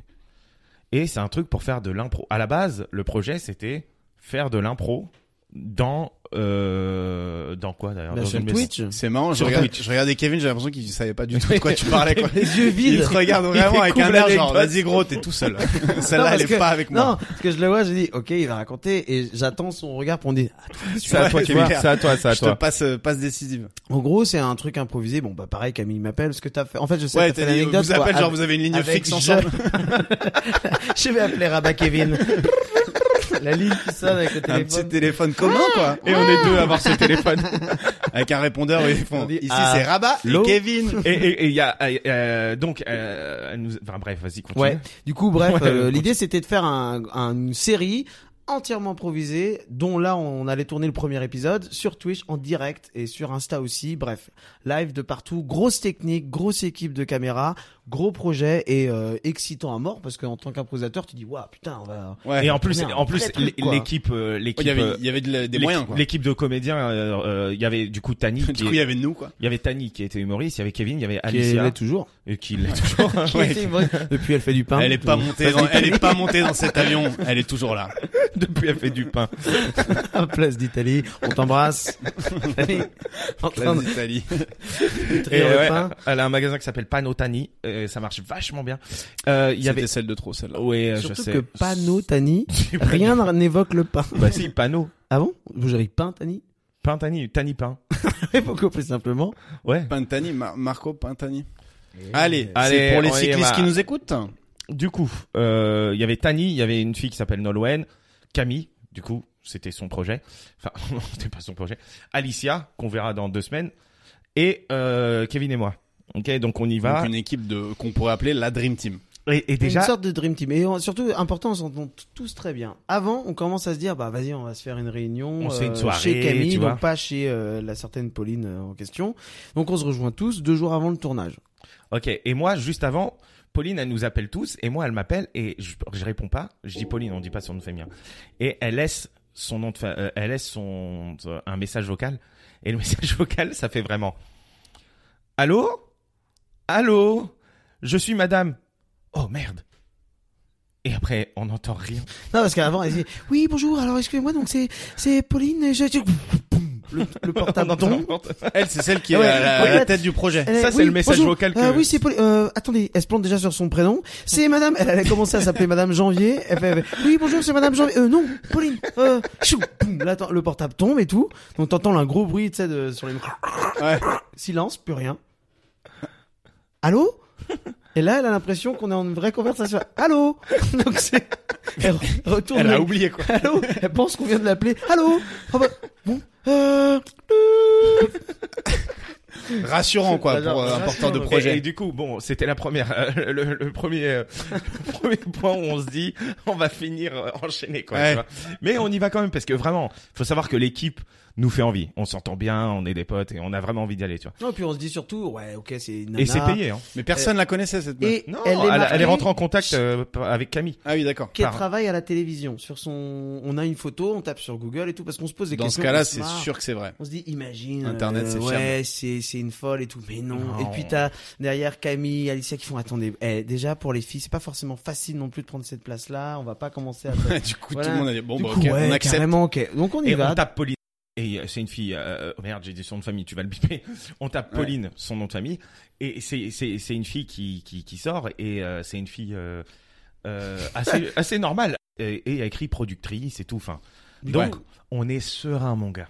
C: Et c'est un truc pour faire de l'impro. À la base, le projet, c'était faire de l'impro dans euh, dans quoi d'ailleurs
A: Bah,
C: Dans
A: sur
C: une-
A: Twitch.
D: C'est marrant, je
C: Sur
D: regarde,
C: Twitch.
D: je regardais Kevin, j'ai l'impression qu'il savait pas du tout de quoi tu parlais, quoi.
A: Les yeux
D: Il
A: vides.
D: te regarde vraiment avec
C: découvre
D: un air genre,
C: l'anecdote.
D: vas-y gros, t'es tout seul.
A: Non,
D: Celle-là, elle
A: parce
D: est
A: que-
D: pas avec moi.
A: Non, parce que je le vois, je dis, ok, il va raconter, et j'attends son regard pour me dire. attends,
C: C'est à toi,
D: Ouais,
C: Kevin.
D: c'est clair.
C: C'est à toi, c'est à
D: Je te
C: toi.
D: passe, euh, passe décisive.
A: En gros, c'est un truc improvisé. Bon, bah pareil, Camille m'appelle, ce que t'as fait. En fait, je sais
D: Ouais,
A: t'as
D: t'as
A: fait
D: dit,
A: l'anecdote.
D: vous appelez
A: quoi,
D: genre, vous avez une ligne
A: avec
D: fixe
A: je-
D: ensemble.
A: Je vais appeler Rabat Kevin. La ligne qui sonne avec le
D: Un
A: téléphone.
D: petit téléphone commun, quoi.
C: Et on est deux à avoir ce téléphone.
D: Avec un répondeur, où ils font,
A: dit,
D: ici
A: ah,
D: c'est Rabat et
A: l'eau.
D: Kevin.
C: et et- et il y a euh, euh, donc euh, elle nous... enfin, bref, vas-y continue.
A: Ouais. Du coup, bref,
C: Ouais,
A: euh,
C: continue.
A: l'idée c'était de faire un, un- une série entièrement improvisée, dont là on allait tourner le premier épisode sur Twitch en direct et sur Insta aussi. Bref, live de partout, grosse technique, grosse équipe de caméra, gros projet et euh, excitant à mort parce qu'en tant qu'improvisateur, tu dis waouh putain, on va.
D: Ouais.
C: Et en plus,
A: Merde,
C: en plus,
A: vrai truc,
C: l'é-
A: quoi.
C: l'équipe, euh, l'équipe,
D: Il y avait,
C: euh,
D: il y avait de la- des
C: l'équipe-
D: moyens, quoi.
C: l'équipe de comédiens, euh, euh, il y avait du coup Tani,
D: Du
C: qui
D: coup,
C: est-
D: il y avait nous, quoi.
C: il y avait Tani qui était humoriste, il y avait Kevin, il y avait
A: Qui est- elle est
C: Alicia,
A: toujours.
C: euh, qui l'est toujours.
D: Ouais.
A: Depuis, elle fait du pain.
D: Elle est pas
A: Donc,
D: montée dans, elle est pas montée dans cet avion. Elle est toujours là.
C: Depuis, elle fait du pain.
A: à Place d'Italie, on t'embrasse. Tani, en train
D: Place
A: de
D: d'Italie.
A: trire
C: Et
A: le
C: ouais,
A: pain.
C: elle a un magasin qui s'appelle Pano Tani, euh, ça marche vachement bien. Euh, Il y avait,
D: celle de trop, celle-là.
C: ouais, euh, je
A: Surtout
C: sais.
A: que Pano Tani, rien n'évoque le pain.
C: Bah si, Pano,
A: Ah bon Vous avez pain Tani
C: pain Tani, Tani pain.
A: Et pourquoi plus simplement
C: Ouais.
D: Pintani, Mar- Marco Pintani. Allez,
C: Allez,
D: c'est pour les
C: on y
D: cyclistes
C: va.
D: qui nous écoutent.
C: Du coup, euh, il y avait Tani, il y avait une fille qui s'appelle Nolwenn, Camille, du coup, c'était son projet. Enfin, non, c'était pas son projet. Alicia, qu'on verra dans deux semaines, et euh, Kevin et moi. Ok, donc on y va.
D: Donc une équipe de qu'on pourrait appeler la Dream Team.
C: Et, et déjà,
A: Une sorte de dream team. Et on- surtout, important, on s'entend t- tous très bien. Avant, on commence à se dire, bah vas-y, on va se faire une réunion euh,
C: On se fait une soirée,
A: chez Camille,
C: tu
A: donc
C: vois.
A: pas chez euh, la certaine Pauline euh, en question. Donc on se rejoint tous deux jours avant le tournage.
C: ok. Et moi, juste avant, Pauline, elle nous appelle tous, et moi, elle m'appelle et je, je réponds pas. Je dis Pauline, on dit pas son nom de famille. hein. Et elle laisse son nom de, fa- euh, elle laisse son euh, un message vocal. Et le message vocal, ça fait vraiment. Allô, allô, je suis Madame. Oh merde. Et après, on n'entend rien.
A: Non, parce qu'avant, elle dit, oui, bonjour, alors excusez-moi, donc c'est c'est Pauline, je... je- le, le
C: On
A: portable
C: entend
A: tombe.
C: n'importe-
D: Elle, c'est celle qui est
A: Ah ouais,
D: à la, à la
A: peut-être.
D: tête du projet.
A: Elle est-
C: Ça, c'est le message
A: bonjour.
C: vocal que-
A: Ah oui, c'est Paul- euh, attendez, elle se plante déjà sur son prénom. C'est madame, elle avait commencé à s'appeler madame Janvier. Elle fait, elle fait, oui, bonjour, c'est madame Janvier. Euh, non, Pauline. Euh, chou, boum, là, t'en- le portable tombe et tout. Donc t'entends un gros bruit, tu sais, de- sur les micros.
D: Ouais.
A: Silence, plus rien. Allô Et là, elle a l'impression qu'on est en une vraie conversation. Allô Donc c'est elle re- retourne
D: Elle
A: le-
D: a oublié quoi.
A: Allô Elle pense qu'on vient de l'appeler. Allô Ah bah, Bon, euh,
D: Rassurant quoi pour euh, un porteur de
C: Et- Et,
D: projet.
C: du coup, bon, c'était la première, euh, le, le premier, euh, le premier point où on se dit, on va finir euh, enchaîné, quoi.
D: Ouais.
C: tu vois. Mais on y va quand même parce que vraiment, faut savoir que l'équipe nous fait envie. On s'entend bien, on est des potes et on a vraiment envie d'y aller, tu vois.
A: Non, puis on se dit surtout, ouais, ok, c'est une
C: Et
A: nana.
C: c'est payé, hein.
D: Mais personne la connaissait cette meuf.
A: Euh, Et
C: Non,
A: elle, est marquée
C: rentrée en contact euh, par- avec Camille.
D: Ah oui, d'accord.
A: qu'elle
C: par-
A: travaille à la télévision. Sur son, on a une photo, on tape sur Google et tout parce qu'on se pose des
D: Dans ce
A: questions.
D: cas-là,
A: on se
D: c'est
A: marre.
D: sûr que c'est vrai.
A: On se dit, imagine.
D: Internet,
A: euh,
D: c'est
A: Ouais, c'est c'est une folle et tout, mais non.
C: Non.
A: Et puis t'as derrière Camille, Alicia qui font attendez. eh, déjà pour les filles, c'est pas forcément facile non plus de prendre cette place-là. On va pas commencer à.
D: du coup,
A: Voilà.
D: tout le monde a dit bon,
A: Du
D: bah,
A: coup,
D: ok,
A: ouais,
D: on accepte.
A: carrément, ok. Donc on y
C: Et
A: va.
C: on tape Pauline. Et euh, c'est une fille. euh, oh merde, j'ai dit son nom de famille. Tu vas le biper. On tape
D: Ouais.
C: Pauline, son nom de famille. Et c'est c'est c'est une fille qui qui, qui sort et euh, c'est une fille euh, euh, assez assez normale. Et, et elle écrit productrice et tout. Enfin, donc
D: Ouais.
C: on est serein, mon gars.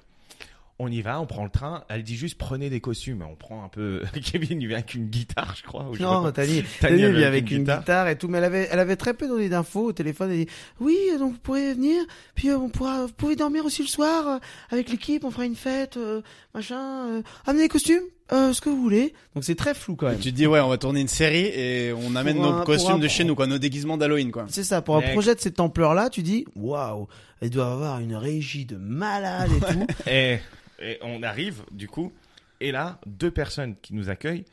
C: On y va, on prend le train. Elle dit juste prenez des costumes. On prend un peu. Kevin il vient avec une guitare, je crois. ou je sais pas
A: Non,
C: quoi.
A: Tani,
C: Tani
A: Tani
C: avait
A: elle vient
C: avec
A: avec
C: une
A: une
C: guitare.
A: guitare. et tout, mais elle avait, elle avait très peu donné d'infos au téléphone. Elle dit, oui, euh, donc vous pourrez venir, puis euh, on pourra, vous pouvez dormir aussi le soir euh, avec l'équipe, on fera une fête, euh, machin. euh, amenez les costumes, euh, ce que vous voulez. Donc c'est très flou quand même.
D: Tu te dis ouais, on va tourner une série et on amène
A: Pour
D: nos
A: un-
D: costumes
A: pour un-
D: de chez nous quoi, nos déguisements d'Halloween quoi.
A: C'est ça, pour un
C: Mec.
A: projet de cette ampleur-là, tu dis, waouh, elle doit avoir une régie de malade et tout.
C: Et, et on arrive du coup. Et là, deux personnes qui nous accueillent.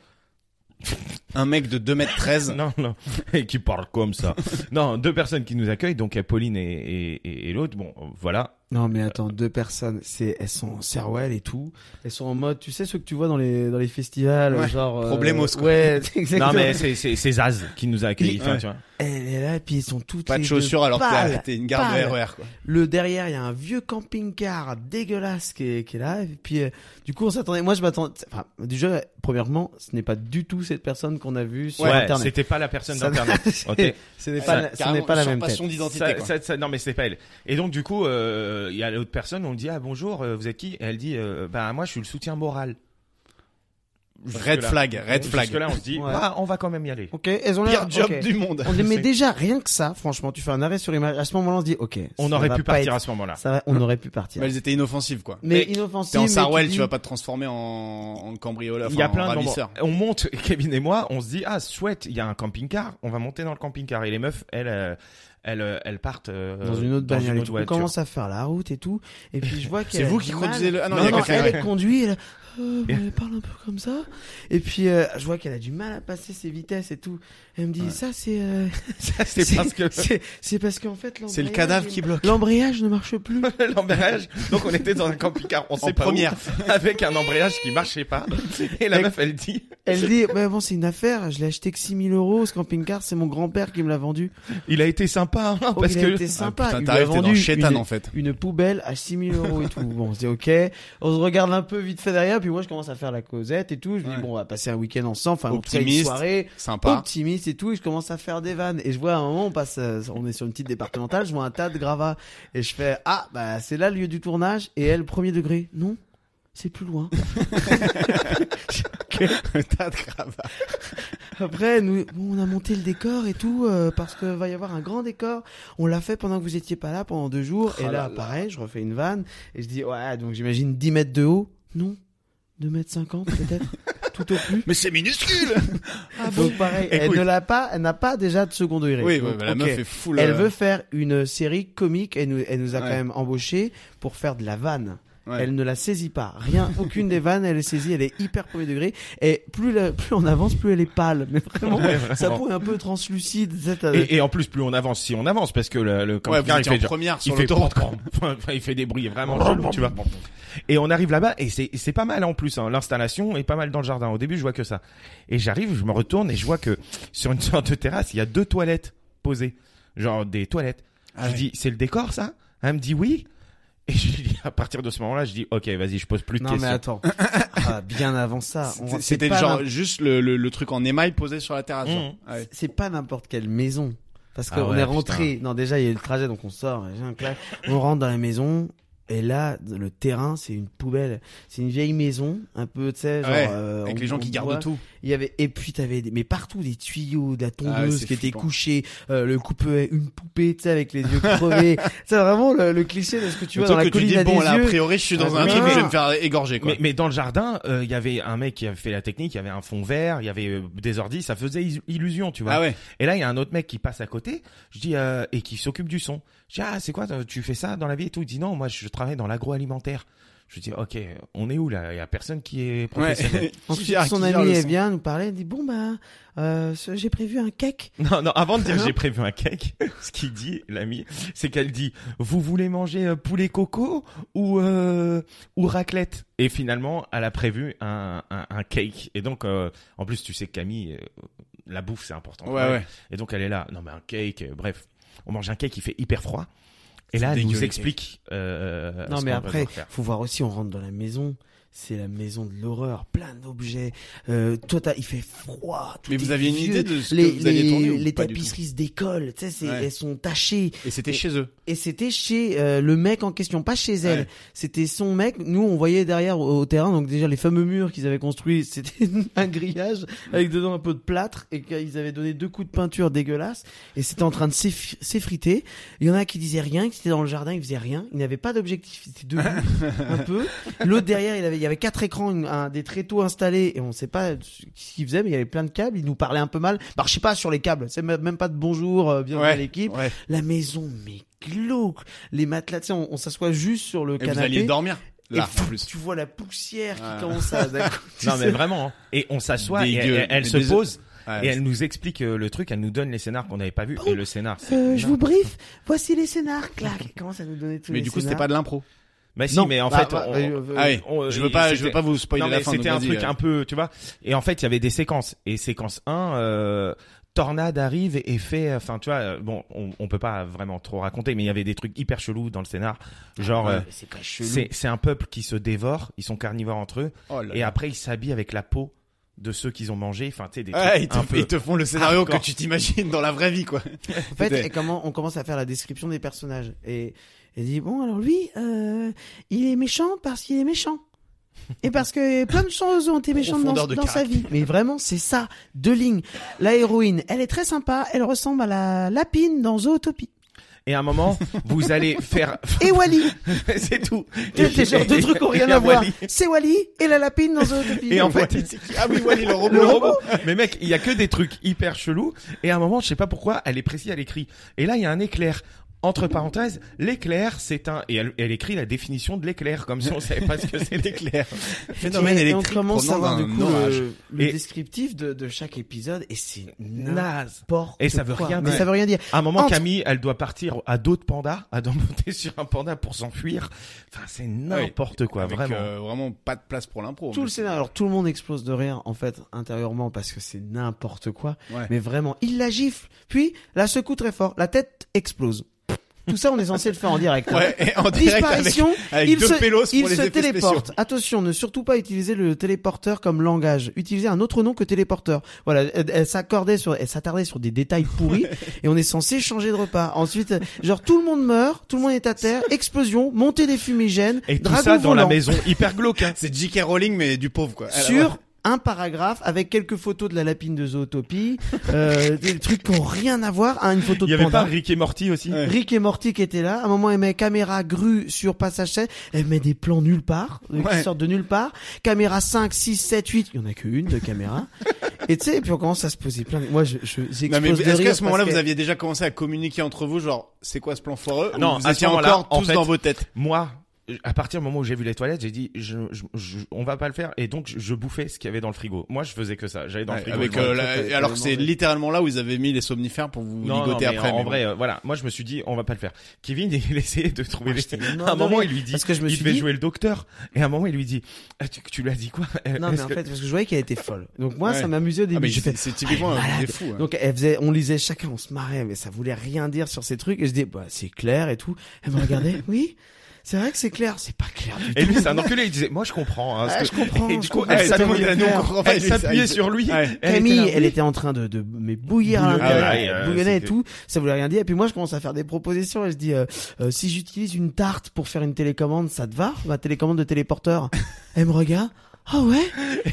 D: Un mec de 2m13.
C: Non, non. Et qui parle comme ça. non, deux personnes qui nous accueillent, donc Pauline et, et, et- et l'autre. Bon, euh, voilà.
A: Non mais attends, deux personnes, c'est elles sont en serwell et tout, elles sont en mode, tu sais ce que tu vois dans les dans les festivals,
D: Ouais,
A: genre euh,
D: problemos, quoi.
A: Ouais, exactement.
C: Non, mais c'est- c'est c'est Zaz qui nous a accueillis. Enfin,
D: Ouais.
C: tu vois.
A: Elle est là et puis ils sont toutes
D: Pas de
A: les
D: chaussures
A: deux
D: alors que t'es-
A: pâles.
D: t'es une garde de
A: pâle.
D: RER quoi.
A: Le derrière, il y a un vieux camping-car dégueulasse qui est, qui est là. Et puis, euh, du coup, on s'attendait. Moi, je m'attendais. Enfin, déjà, premièrement, ce n'est pas du tout cette personne qu'on a vue sur
C: Ouais,
A: Internet.
C: c'était pas la personne
A: Ça-
C: d'Internet. Ok.
A: Ce n'est
D: Ça,
A: pas, la- ce n'est
D: carrément,
A: pas la
D: sort
A: même
D: pas
A: tête.
D: son identité
C: Ça-
D: quoi.
C: ça- ça- non mais c'est pas elle. Et donc du coup, euh, il y a l'autre personne, on dit ah bonjour, euh, vous êtes qui Et elle dit euh, bah moi je suis le soutien moral.
D: Red flag, red flag.
C: Jusque là on se dit
A: Ouais.
C: ah on va quand même y aller.
A: Ok, elles ont
D: Pire
A: l'air-
D: job
A: ok.
D: du monde.
A: On dit, mais
D: C'est-
A: déjà, rien que ça, franchement, tu fais un arrêt sur l'image. À ce moment-là, on se dit, ok.
C: On
A: ça
C: aurait
A: va
C: pu
A: pas
C: partir
A: être-
C: à ce moment-là.
A: Ça va- on aurait pu partir.
D: Mais elles étaient inoffensives quoi.
A: Mais
C: Mais
D: T'es
A: inoffensive.
D: en
A: mais
D: Sarwell,
A: dis-
D: tu vas pas te transformer en, en cambrioleur,
C: Il y a
D: enfin, en
C: plein de
D: ravisseur.
C: moments. On monte, Kevin et moi, on se dit ah chouette, il y a un camping-car, on va monter dans le camping-car. Et les meufs, elles, euh, elles, euh, elles partent euh,
A: dans une autre bagnole. et tout. on
C: voiture.
A: commence à faire la route et tout. Et puis je vois qu'elle.
D: C'est vous
A: a
D: qui
A: du mal.
D: conduisez le- Ah non,
A: non,
D: il y a
A: non,
D: quelqu'un,
A: elle
D: ouais.
A: est conduite. Elle, euh, mais elle parle un peu comme ça. Et puis euh, je vois qu'elle a du mal à passer ses vitesses et tout. Elle me dit ça c'est. euh,
C: Ça, c'est parce que
A: c'est- c'est parce qu'en fait l'embrayage.
D: C'est le cadavre qui bloque.
A: L'embrayage ne marche plus.
C: l'embrayage. Donc on était dans un camping-car, on
D: En
C: sait pas où,
D: première.
C: avec un embrayage qui marchait pas. Et la
A: Et-
C: meuf, elle dit,
A: Elle dit mais bon c'est une affaire. Je l'ai acheté que 6000 euros ce camping-car. C'est mon grand-père qui me l'a vendu.
C: il a été sympa, hein,
A: Oh,
C: parce
A: il
C: que
A: a été sympa.
D: Ah, Putain,
A: il
D: t'arrives,
A: lui a
D: t'es
A: vendu
D: dans Chétan
A: une-
D: en fait.
A: une poubelle à 6000 euros et tout. Bon, on se dit ok, on se regarde un peu vite fait derrière, puis moi je commence à faire la causette et tout. Je me dis
D: Ouais.
A: bon, on va passer un week-end ensemble, enfin en tout cas,
D: Optimiste.
A: une soirée
D: Sympa.
A: optimiste et tout. Et je commence à faire des vannes et je vois à un moment on passe, euh, on est sur une petite départementale, je vois un tas de gravats et je fais ah bah c'est là le lieu du tournage et elle premier degré non. C'est plus loin.
D: T'as de cravate.
A: Après, nous, bon, on a monté le décor et tout euh, parce que va y avoir un grand décor. On l'a fait pendant que vous étiez pas là pendant deux jours. et
D: Oh
A: là,
D: là là.
A: pareil, je refais une vanne et je dis ouais, donc j'imagine 10 mètres de haut. Non, 2 mètres 50 peut-être, tout au plus.
D: Mais c'est minuscule!
A: donc pareil, elle
D: Écoute.
A: ne l'a pas, elle n'a pas déjà de second degré.
D: Oui,
A: Donc,
D: ouais, bah, la
A: ok.
D: meuf est full.
A: Elle
D: euh,
A: veut faire une série comique. Elle nous, elle nous a
D: Ouais.
A: quand même embauché pour faire de la vanne.
D: ouais.
A: Elle ne la saisit pas. Rien, aucune des vannes, elle est saisie. Elle est hyper premier degré. Et plus, la- plus on avance, plus elle est pâle. Mais vraiment,
C: Ouais, vraiment.
A: sa peau est un peu translucide. euh, tu sais, t'as-
C: Et, et en plus, plus on avance, si on avance, parce que le, le
D: Ouais, vous
C: camping-car, il
D: étiez en
C: fait genre-
D: première
C: il
D: sur
C: fait
D: l'autoroute. quoi.
C: enfin, il fait des bruits vraiment chelous, tu vois. Et on arrive là-bas et c'est c'est pas mal en plus. hein. L'installation est pas mal dans le jardin. Au début, je vois que ça. Et j'arrive, je me retourne et je vois que sur une sorte de terrasse, il y a deux toilettes posées, genre des toilettes.
D: Ah
C: je
D: ouais.
C: dis, c'est le décor ça Elle me dit oui. Et je lui dis, à partir de ce moment-là, je dis, ok, vas-y, je pose plus de
A: Non mais
C: questions.
A: attends, Ah, bien avant ça, on-
D: C'était-
A: c'est
D: C'était
A: pas
D: genre
A: n'im-
D: juste le, le, le truc en émail posé sur la terrasse. genre. Ouais.
A: c'est pas n'importe quelle maison. Parce qu'on
C: Ah ouais,
A: est rentré, non déjà il y a eu le trajet donc on sort, et j'ai un claque. on rentre dans la maison et là le terrain c'est une poubelle, c'est une vieille maison un peu tu sais genre
D: Ouais,
A: euh,
D: Avec
A: en-
D: les gens
A: en
D: qui
A: bois.
D: gardent tout.
A: Il y avait et puis t'avais des- mais partout des tuyaux, de la tondeuse
D: Ah ouais, c'est
A: qui était
D: flippant.
A: couchée, euh, le coupe une poupée tu sais avec les yeux crevés, c'est vraiment le, le cliché de ce que tu
D: Le
A: vois dans
D: truc
A: la
D: que tu
A: colline
D: dis,
A: à
D: bon,
A: des
D: là, a
A: yeux.
D: priori, je suis dans
A: Ah,
D: un
A: mais
D: truc où
A: voilà.
D: je vais me faire égorger, quoi.
C: Mais, mais dans le jardin, euh, il y avait un mec qui avait fait la technique, il y avait un fond vert, il y avait euh, des ordi, ça faisait is- illusion, tu vois.
D: ah ouais.
C: Et là, il y a un autre mec qui passe à côté, je dis euh, et qui s'occupe du son. Je dis ah c'est quoi, tu fais ça dans la vie et tout. Il dit non, moi je travaille dans l'agroalimentaire. Je dis ok, on est où là Il y a personne qui est professionnel.
D: Ouais. Qui
A: Ensuite
D: gère-
A: son
D: qui gère le
A: ami elle
D: son
A: vient nous parler, elle dit bon bah euh, ce- j'ai prévu un cake
C: Non non, avant de dire j'ai prévu un cake, ce qu'il dit l'ami, c'est qu'elle dit vous voulez manger euh, poulet coco ou euh, ou raclette. Et finalement, elle a prévu un un, un cake. Et donc euh, en plus tu sais que Camille, euh, la bouffe c'est important.
D: Ouais,
C: pour elle.
D: ouais.
C: Et donc elle est là, non mais un cake, euh, bref, on mange un cake, il fait hyper froid. Et
D: C'est
C: là, elle
D: dégueu,
C: nous
D: les
C: explique. euh,
A: Non
C: ce
A: mais
C: qu'on va
A: après,
C: devoir faire.
A: faut voir aussi, on rentre dans la maison. C'est la maison de l'horreur, plein d'objets. Euh, toi, t'as- il fait froid. tout
D: Mais vous
A: est
D: aviez une
A: vieux.
D: idée de ce que
A: les,
D: vous alliez
A: les-
D: tourner ou
A: les
D: pas du tout
A: tapisseries se décollent, tu sais, c'est-
D: Ouais.
A: elles sont tachées.
D: Et c'était
A: Et-
D: chez eux.
A: Et c'était chez euh, le mec en question, pas chez elle.
D: Ouais.
A: C'était son mec. Nous, on voyait derrière au, au terrain, donc déjà les fameux murs qu'ils avaient construits, c'était un grillage avec dedans un peu de plâtre et qu'ils avaient donné deux coups de peinture dégueulasses et c'était en train de s'eff- s'effriter. Il y en a qui disaient rien, qui étaient dans le jardin, ils faisaient rien, ils n'avaient pas d'objectif, ils étaient debout un peu. L'autre derrière, il avait, il y avait quatre écrans, une- un, des tréteaux installés et on sait pas ce qu'ils faisaient, mais il y avait plein de câbles. Ils nous parlaient un peu mal. Marchait pas sur les câbles, c'est même même pas de bonjour, euh, bienvenue à
D: Ouais.
A: l'équipe.
D: Ouais.
A: La maison, mais glauque. Les matelas, tu sais, on, on s'assoit juste sur le
D: Et
A: canapé.
D: vous alliez dormir.
A: et
D: Là, en
A: pff,
D: plus.
A: Tu vois la poussière qui
D: Ouais.
A: commence à. d'un coup, tu
C: Non mais
A: sais.
C: vraiment. hein. Et on s'assoit et
D: Dégueu.
C: elle, elle
D: Mais Ah,
C: se
D: des-
C: pose
D: Ouais,
C: et elle nous explique euh, le truc. Elle nous donne les scénars qu'on n'avait pas vus et le scénar. c'est-
A: Euh, je vous briefe. Voici les scénars. Clac. Elle commence à nous donner tous
D: Mais
A: les
D: du coup, c'était
A: scénars.
D: pas de l'impro.
C: Mais si,
A: Non.
C: mais en
A: Bah,
C: fait,
A: bah,
C: on-
A: euh, euh,
D: Ah ouais.
C: on-
D: je veux pas, je
C: c'était-
D: veux pas vous spoiler
C: non,
D: la
C: mais
D: fin.
C: c'était
D: donc
C: un
D: vas-y,
C: truc
D: euh.
C: un peu, tu vois. Et en fait, il y avait des séquences. Et séquence 1, euh, Tornade arrive et fait, enfin, tu vois, euh, bon, on, on peut pas vraiment trop raconter, mais il y avait des trucs hyper chelous dans le scénar. Genre, euh,
A: Ah Ouais, mais C'est pas chelou.
C: c'est c'est un peuple qui se dévore, ils sont carnivores entre eux,
D: Oh là
C: et
D: là.
C: après ils s'habillent avec la peau de ceux qu'ils ont mangé, enfin, tu sais, des trucs
D: Ouais, ils, te,
C: un peu.
D: ils te font le scénario
C: hardcore.
D: que tu t'imagines dans la vraie vie, quoi.
A: En fait, et comment on commence à faire la description des personnages et elle dit bon alors lui, euh, il est méchant parce qu'il est méchant. Et parce que plein de choses ont été méchantes dans,
D: Profondeur de
A: dans sa vie. Mais vraiment, c'est ça, deux lignes. La héroïne, elle est très sympa, elle ressemble à la lapine dans Zootopie.
C: Et à un moment, vous allez faire,
A: Et Wally,
C: c'est tout.
A: T'es- t'es genre deux trucs qui ont rien
C: et
A: à voir.
C: Wally.
A: C'est Wally et la lapine dans Zootopie.
C: Et en fait,
A: Wally.
C: il-
D: Ah oui, Wally, le robot.
A: Le robot.
C: Mais mec, il y a que des trucs hyper chelous. Et à un moment, je sais pas pourquoi, elle est précise, elle écrit. Et là, il y a un éclair. Entre parenthèses, l'éclair, c'est un. Et elle, elle écrit la définition de l'éclair, comme si on savait pas ce que c'est l'éclair.
D: Phénomène
A: et on
D: électrique.
A: commence à
D: provenant
A: voir du
D: d'un
A: coup
D: orage.
A: le, le
C: Et-
A: descriptif de, de chaque épisode et c'est n'importe
C: Naze.
A: quoi.
C: Et ça veut rien
A: Mais
C: dire.
A: ça veut rien dire.
C: À un moment,
A: Entre-
C: Camille, elle doit partir à dos de panda, à doit monter sur un panda pour s'enfuir. Enfin, c'est n'importe quoi,
D: Avec,
C: vraiment.
D: euh, vraiment pas de place pour l'impro.
C: Oh,
A: Tout le scénario, alors tout le monde explose de rire en fait intérieurement parce que c'est n'importe quoi.
D: Ouais.
A: Mais vraiment, il la gifle, puis la secoue très fort, la tête explose. Tout ça, on est censé le faire en direct. hein.
D: Ouais, et en direct avec,
A: Disparition,
D: avec
A: il
D: deux
A: se,
D: pélos pour
A: il
D: les
A: se
D: effets
A: téléporte.
D: spéciaux.
A: Attention, ne surtout pas utiliser le téléporteur comme langage. Utilisez un autre nom que téléporteur. Voilà, elle, elle s'accordait sur, elle s'attardait sur des détails pourris et on est censé changer de repas. Ensuite, euh, genre tout le monde meurt, tout le monde est à terre, explosion, montée des fumigènes,
C: Et tout
A: dragon
C: ça dans la
A: volant
C: maison hyper glauque. hein.
D: C'est J.K. Rowling, mais du pauvre, quoi. Elle-
A: sur un paragraphe avec quelques photos de la lapine de Zootopie, euh, des trucs qui ont rien à voir, à une photo
C: Il y
A: de
C: avait
A: panda.
C: pas Rick et Morty aussi.
D: Ouais.
A: Rick et Morty qui étaient là. À un moment, elle met caméra grue sur passage 7. Elle met des plans nulle part, euh,
D: Ouais.
A: qui sortent de nulle part. Caméra 5, 6, 7, 8. Il y en a qu'une de caméra. et tu sais, et puis on commence à se poser plein de... Moi, je, je,
D: Non,
A: j'explose
D: mais
A: de
D: est-ce
A: rire
D: qu'à ce moment-là,
A: parce
D: vous
A: que-
D: aviez déjà commencé à communiquer entre vous, genre, c'est quoi ce plan foireux ou
C: Non,
D: vous
C: à ce
D: étiez
C: moment-là,
D: encore
C: en
D: tous
C: fait-
D: dans vos têtes.
C: moi, à partir du moment où j'ai vu les toilettes, j'ai dit, je, je, je- on va pas le faire. Et donc, je, je bouffais ce qu'il y avait dans le frigo. Moi, je faisais que ça. J'allais dans
D: Ouais,
C: le frigo.
D: avec,
C: je mangeais.
D: euh, la-
A: t'avais-
D: alors que
A: t'avais
D: c'est
A: mangé.
D: littéralement là où ils avaient mis les somnifères pour vous
C: non, non,
D: ligoter
C: mais
D: après.
C: en
D: mais bon.
C: vrai, euh, voilà. Moi, je me suis dit, on va pas le faire. Kevin, il essayait de trouver.
A: Ah,
C: les-
A: j'étais mort
C: À un
A: de
C: moment,
A: rire.
C: il lui dit,
A: Parce que je me
C: il
A: suis
C: devait
A: dit-
C: jouer le docteur. Et à un moment, il lui dit, Ah, tu, tu lui as dit quoi Euh,
A: Non, mais
C: Est-ce
A: en
C: que-
A: fait, parce que je voyais qu'elle était folle. Donc moi,
D: Ouais.
A: ça m'amusait au début.
D: Ah, mais
A: J'ai fait,
D: c'est c'est typiquement
A: Ah, elle est
D: un des
A: malade.
D: fous. hein.
A: Donc elle faisait, on lisait chacun, on se marrait, mais ça voulait rien dire sur ces trucs. Et je dis, bah c'est clair et tout. Elle me regardait, oui, C'est vrai que c'est clair, c'est pas clair du tout.
C: Et lui, c'est un enculé. Il disait, moi, je comprends. hein, ce
A: Ah,
C: que-
A: je comprends.
C: Et du
A: je
C: coup,
A: comprends.
C: elle
D: Exactement,
C: s'appuyait,
D: il y a
C: non,
D: nous encore en
C: elle
D: face,
C: s'appuyait
D: il-
C: sur lui.
D: Ouais.
C: Elle
A: Camille,
C: était là,
A: elle
C: oui.
A: était en train de, de mais bouillir à
D: Bouillonner.
A: l'intérieur,
C: Ah ouais, euh,
A: bouillonner et
C: c'était-
A: tout. Ça voulait rien dire. Et puis moi, je commence à faire des propositions et je dis euh, euh, si j'utilise une tarte pour faire une télécommande, ça te va Ma télécommande de téléporteur. elle me regarde. Ah ouais.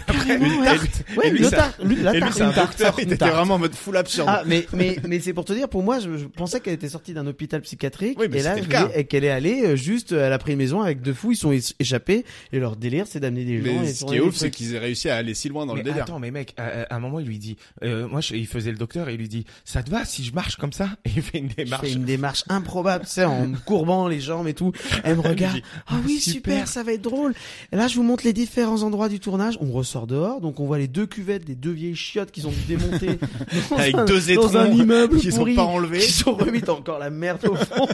A: Carrément,
C: une
A: ouais.
C: tarte.
A: Ouais,
C: Et lui,
A: une
C: ça-
A: tarte, lui, la
C: et lui,
A: tarte,
C: c'est un
A: une tarte,
C: docteur,
A: une
D: Il était
A: tarte.
D: vraiment en mode full absurde.
A: Ah, mais mais mais c'est pour te dire, pour moi, je, je pensais qu'elle était sortie d'un hôpital psychiatrique
D: Oui, mais
A: et là
D: c'était le
A: je me
D: cas.
A: dis, et qu'elle est allée euh, juste, euh, elle a pris une maison avec deux fous, ils sont é- échappés et leur délire c'est d'amener des gens.
D: mais
A: et
D: ce
A: tourner
D: qui est
A: des
D: ouf, c'est
A: trucs.
D: qu'ils aient réussi à aller si loin dans le
C: Mais
D: délire.
C: attends, mais mec, à, à un moment, il lui dit, euh, moi, je- il faisait le docteur et il lui dit, ça te va si je marche comme ça? Et il fait une démarche.
A: C'est une démarche improbable, tu sais, en me courbant les jambes et tout. Elle me regarde. Ah oui, super.
C: Super.
A: ça va être drôle. Et là, je vous montre les différents endroits du tournage. On ressort dehors, donc on voit les deux cuvettes des deux vieilles chiottes qui sont démontées dans
D: Avec
A: un-
D: deux
A: dans un
D: étrons
A: immeuble
D: qui sont
A: pourri,
D: pas enlevés.
A: Qui sont remises encore la merde au fond.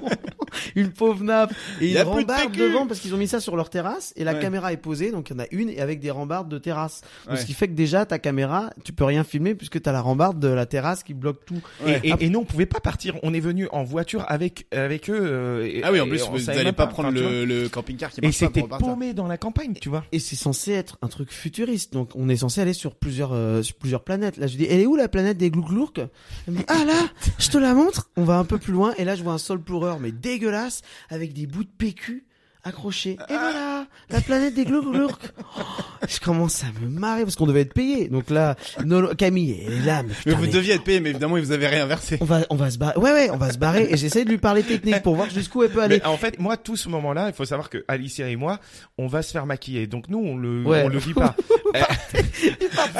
A: une pauvre nappe et
D: Y
A: une
D: a plus de
A: rambarde
D: PQ.
A: devant parce qu'ils ont mis ça sur leur terrasse et la
D: Ouais.
A: caméra est posée, donc il y en a une et avec des rambardes de terrasse. Donc,
D: Ouais.
A: Ce qui fait que déjà ta caméra, tu peux rien filmer puisque t'as la rambarde de la terrasse qui bloque tout.
C: Et,
D: Ouais.
C: et, et nous, on pouvait pas partir. On est venu en voiture avec avec eux. euh, et-
D: Ah oui, en
C: et
D: plus,
C: on
D: vous
C: savait
D: n'allez pas
C: enfin,
D: prendre
C: tu vois.
D: le, le camping-car qui
C: Et
D: marche pas
C: c'était
D: pour partir.
C: paumé dans la campagne, tu vois.
A: Et c'est censé être un truc futuriste, donc on est censé aller sur plusieurs euh, sur plusieurs planètes. Là, je dis, elle est où la planète des glouglourques Elle me dit, ah là, je te la montre. On va un peu plus loin, et là, je vois un sol pleureur, mais dégueulasse, avec des bouts de PQ accrochés. Et voilà, la planète des glouglourques. Oh, je commence à me marrer parce qu'on devait être payé. Donc là, Nolo- Camille, elle est là, mais
D: Mais
A: putain,
D: vous
A: mais
D: deviez être payé, mais évidemment, vous avez rien versé.
A: on va on va se barrer. Ouais ouais, on va se barrer. Et j'essaie de lui parler technique pour voir jusqu'où elle peut
D: Ah,
A: aller.
C: Mais en fait, moi, tout ce moment-là, il faut savoir que Alicia et moi, on va se faire maquiller. Donc nous, on le,
A: Ouais.
C: on le vit pas.
D: Ah,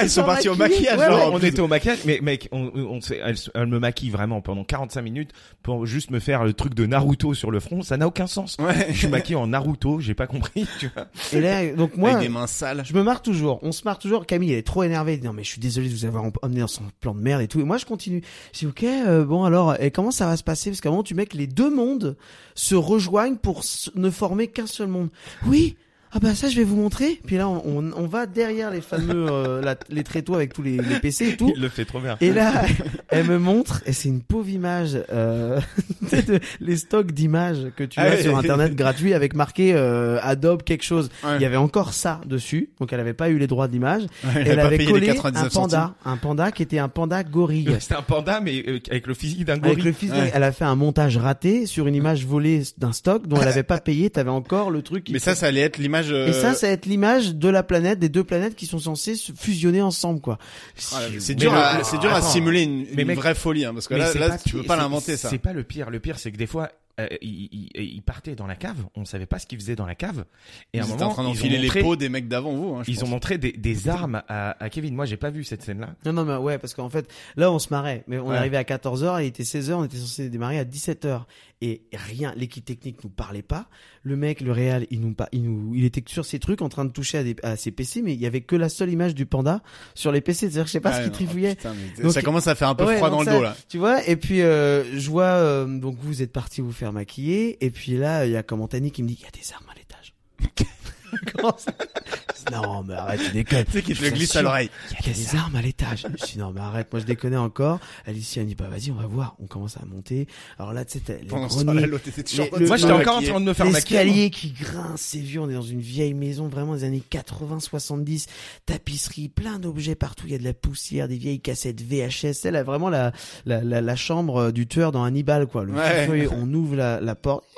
D: ils sont partis au maquillage,
A: Ouais,
D: genre,
A: ouais.
D: en
C: on
D: plus.
C: était au maquillage, mais mec, on, on s'est- elle, se- elle me maquille vraiment pendant 45 minutes pour juste me faire le truc de Naruto sur le front. Ça n'a aucun sens.
D: Ouais.
C: Je suis maquillé en Naruto, j'ai pas compris, tu vois.
A: Et là, donc moi,
D: Avec des mains sales.
A: Je me marre toujours. On se marre toujours. Camille, elle est trop énervée. Elle dit, non, mais je suis désolé de vous avoir emmené dans son plan de merde et tout. Et moi, je continue. Je dis, ok, euh, bon, alors, et comment ça va se passer? Parce qu'à un moment, tu mets que les deux mondes se rejoignent pour s- ne former qu'un seul monde. Oui! Ah bah ça je vais vous montrer. Puis là on, on, on va derrière les fameux euh, la- les tréteaux avec tous les, les PC et tout.
C: Il le fait trop bien.
A: Et là, elle me montre, et c'est une pauvre image, euh, tu sais, de- les stocks d'images que tu
D: Ah
A: as
D: oui.
A: sur Internet gratuit avec marqué euh, Adobe quelque chose.
D: Ouais.
A: Il y avait encore ça dessus, donc elle avait pas eu les droits d'image.
D: elle
A: Elle,
D: avait pas
A: avait
D: payé les
A: collé un
D: 99
A: panda, un panda qui était un panda gorille.
C: C'est un panda, mais euh, avec le physique d'un
A: Avec
C: gorille.
A: le fils,
D: Ouais.
A: elle a fait un montage raté sur une image volée d'un stock dont elle avait pas payé. T'avais encore le truc. qui-
D: Mais ça, ça allait être l'image. euh,
A: et ça, ça va être l'image de la planète, des deux planètes qui sont censées se fusionner ensemble, quoi.
D: Ah, là, C'est
C: Mais
D: dur,
C: le-
D: à,
C: le-
D: c'est dur à
C: attends.
D: simuler une,
C: Mais
D: une
C: mec-
D: vraie folie, hein, parce que
C: Mais
D: là,
C: c'est
D: là,
C: pas
D: tu peux
C: pi-
D: pas
C: c'est-
D: l'inventer ça.
C: C'est pas le pire. Le pire, c'est que des fois, euh, ils, ils- ils partaient dans la cave. On savait pas ce qu'ils faisaient dans la cave. Et
D: Ils
C: à un
D: étaient
C: moment,
D: en train
C: ils ont
D: d'enfiler les
C: montré-
D: peaux des mecs d'avant vous. Hein, je
C: Ils ont
D: pense.
C: montré des, des armes à, à Kevin. Moi, j'ai pas vu cette scène-là.
A: Non, non, mais ouais, parce qu'en fait, là, on se marrait. Mais on
D: Ouais.
A: arrivait à 14h, il était 16h, on était censé démarrer à 17h. Et rien, l'équipe technique nous parlait pas. Le mec, le réal, il nous, pa- il nous, il était sur ses trucs en train de toucher à, des, à ses PC, mais il y avait que la seule image du panda sur les PC. C'est-à-dire que je sais pas
D: Ah,
A: ce qu'il
D: non,
A: trifouillait.
D: putain, mais
A: Donc,
D: ça commence à faire un peu
A: Ouais,
D: froid dans
A: donc
D: le
A: ça,
D: dos là.
A: Tu vois, et puis euh, je vois, euh, donc vous êtes parti vous faire maquiller, et puis là, il y a Commentani qui me dit, il y a des armes à l'étage. Comment ça Non, mais arrête, tu déconnes.
D: Tu sais qu'il te le
A: Je
D: glisse à
A: t'assure.
D: l'oreille.
A: Il y a des armes à l'étage. Je dis non mais arrête, moi je déconnais encore. Alicia elle me dit bah vas-y on va voir. On commence à monter. Alors là tu sais t'as les
D: Pendant ce temps-là,
A: greniers,
D: l'autre était toujours
A: Mais
D: pas
A: le-
C: Moi,
A: je
C: j'étais
A: me
C: encore en train de me faire maquiller.
A: l'escalier qui grince, c'est vieux. On est dans une vieille maison vraiment des années 80-70. Tapisserie, plein d'objets partout. Il y a de la poussière, des vieilles cassettes VHS. Elle a vraiment la la, la, la chambre euh, du tueur dans Hannibal quoi. Le
D: Ouais.
A: feu, on ouvre la, la porte.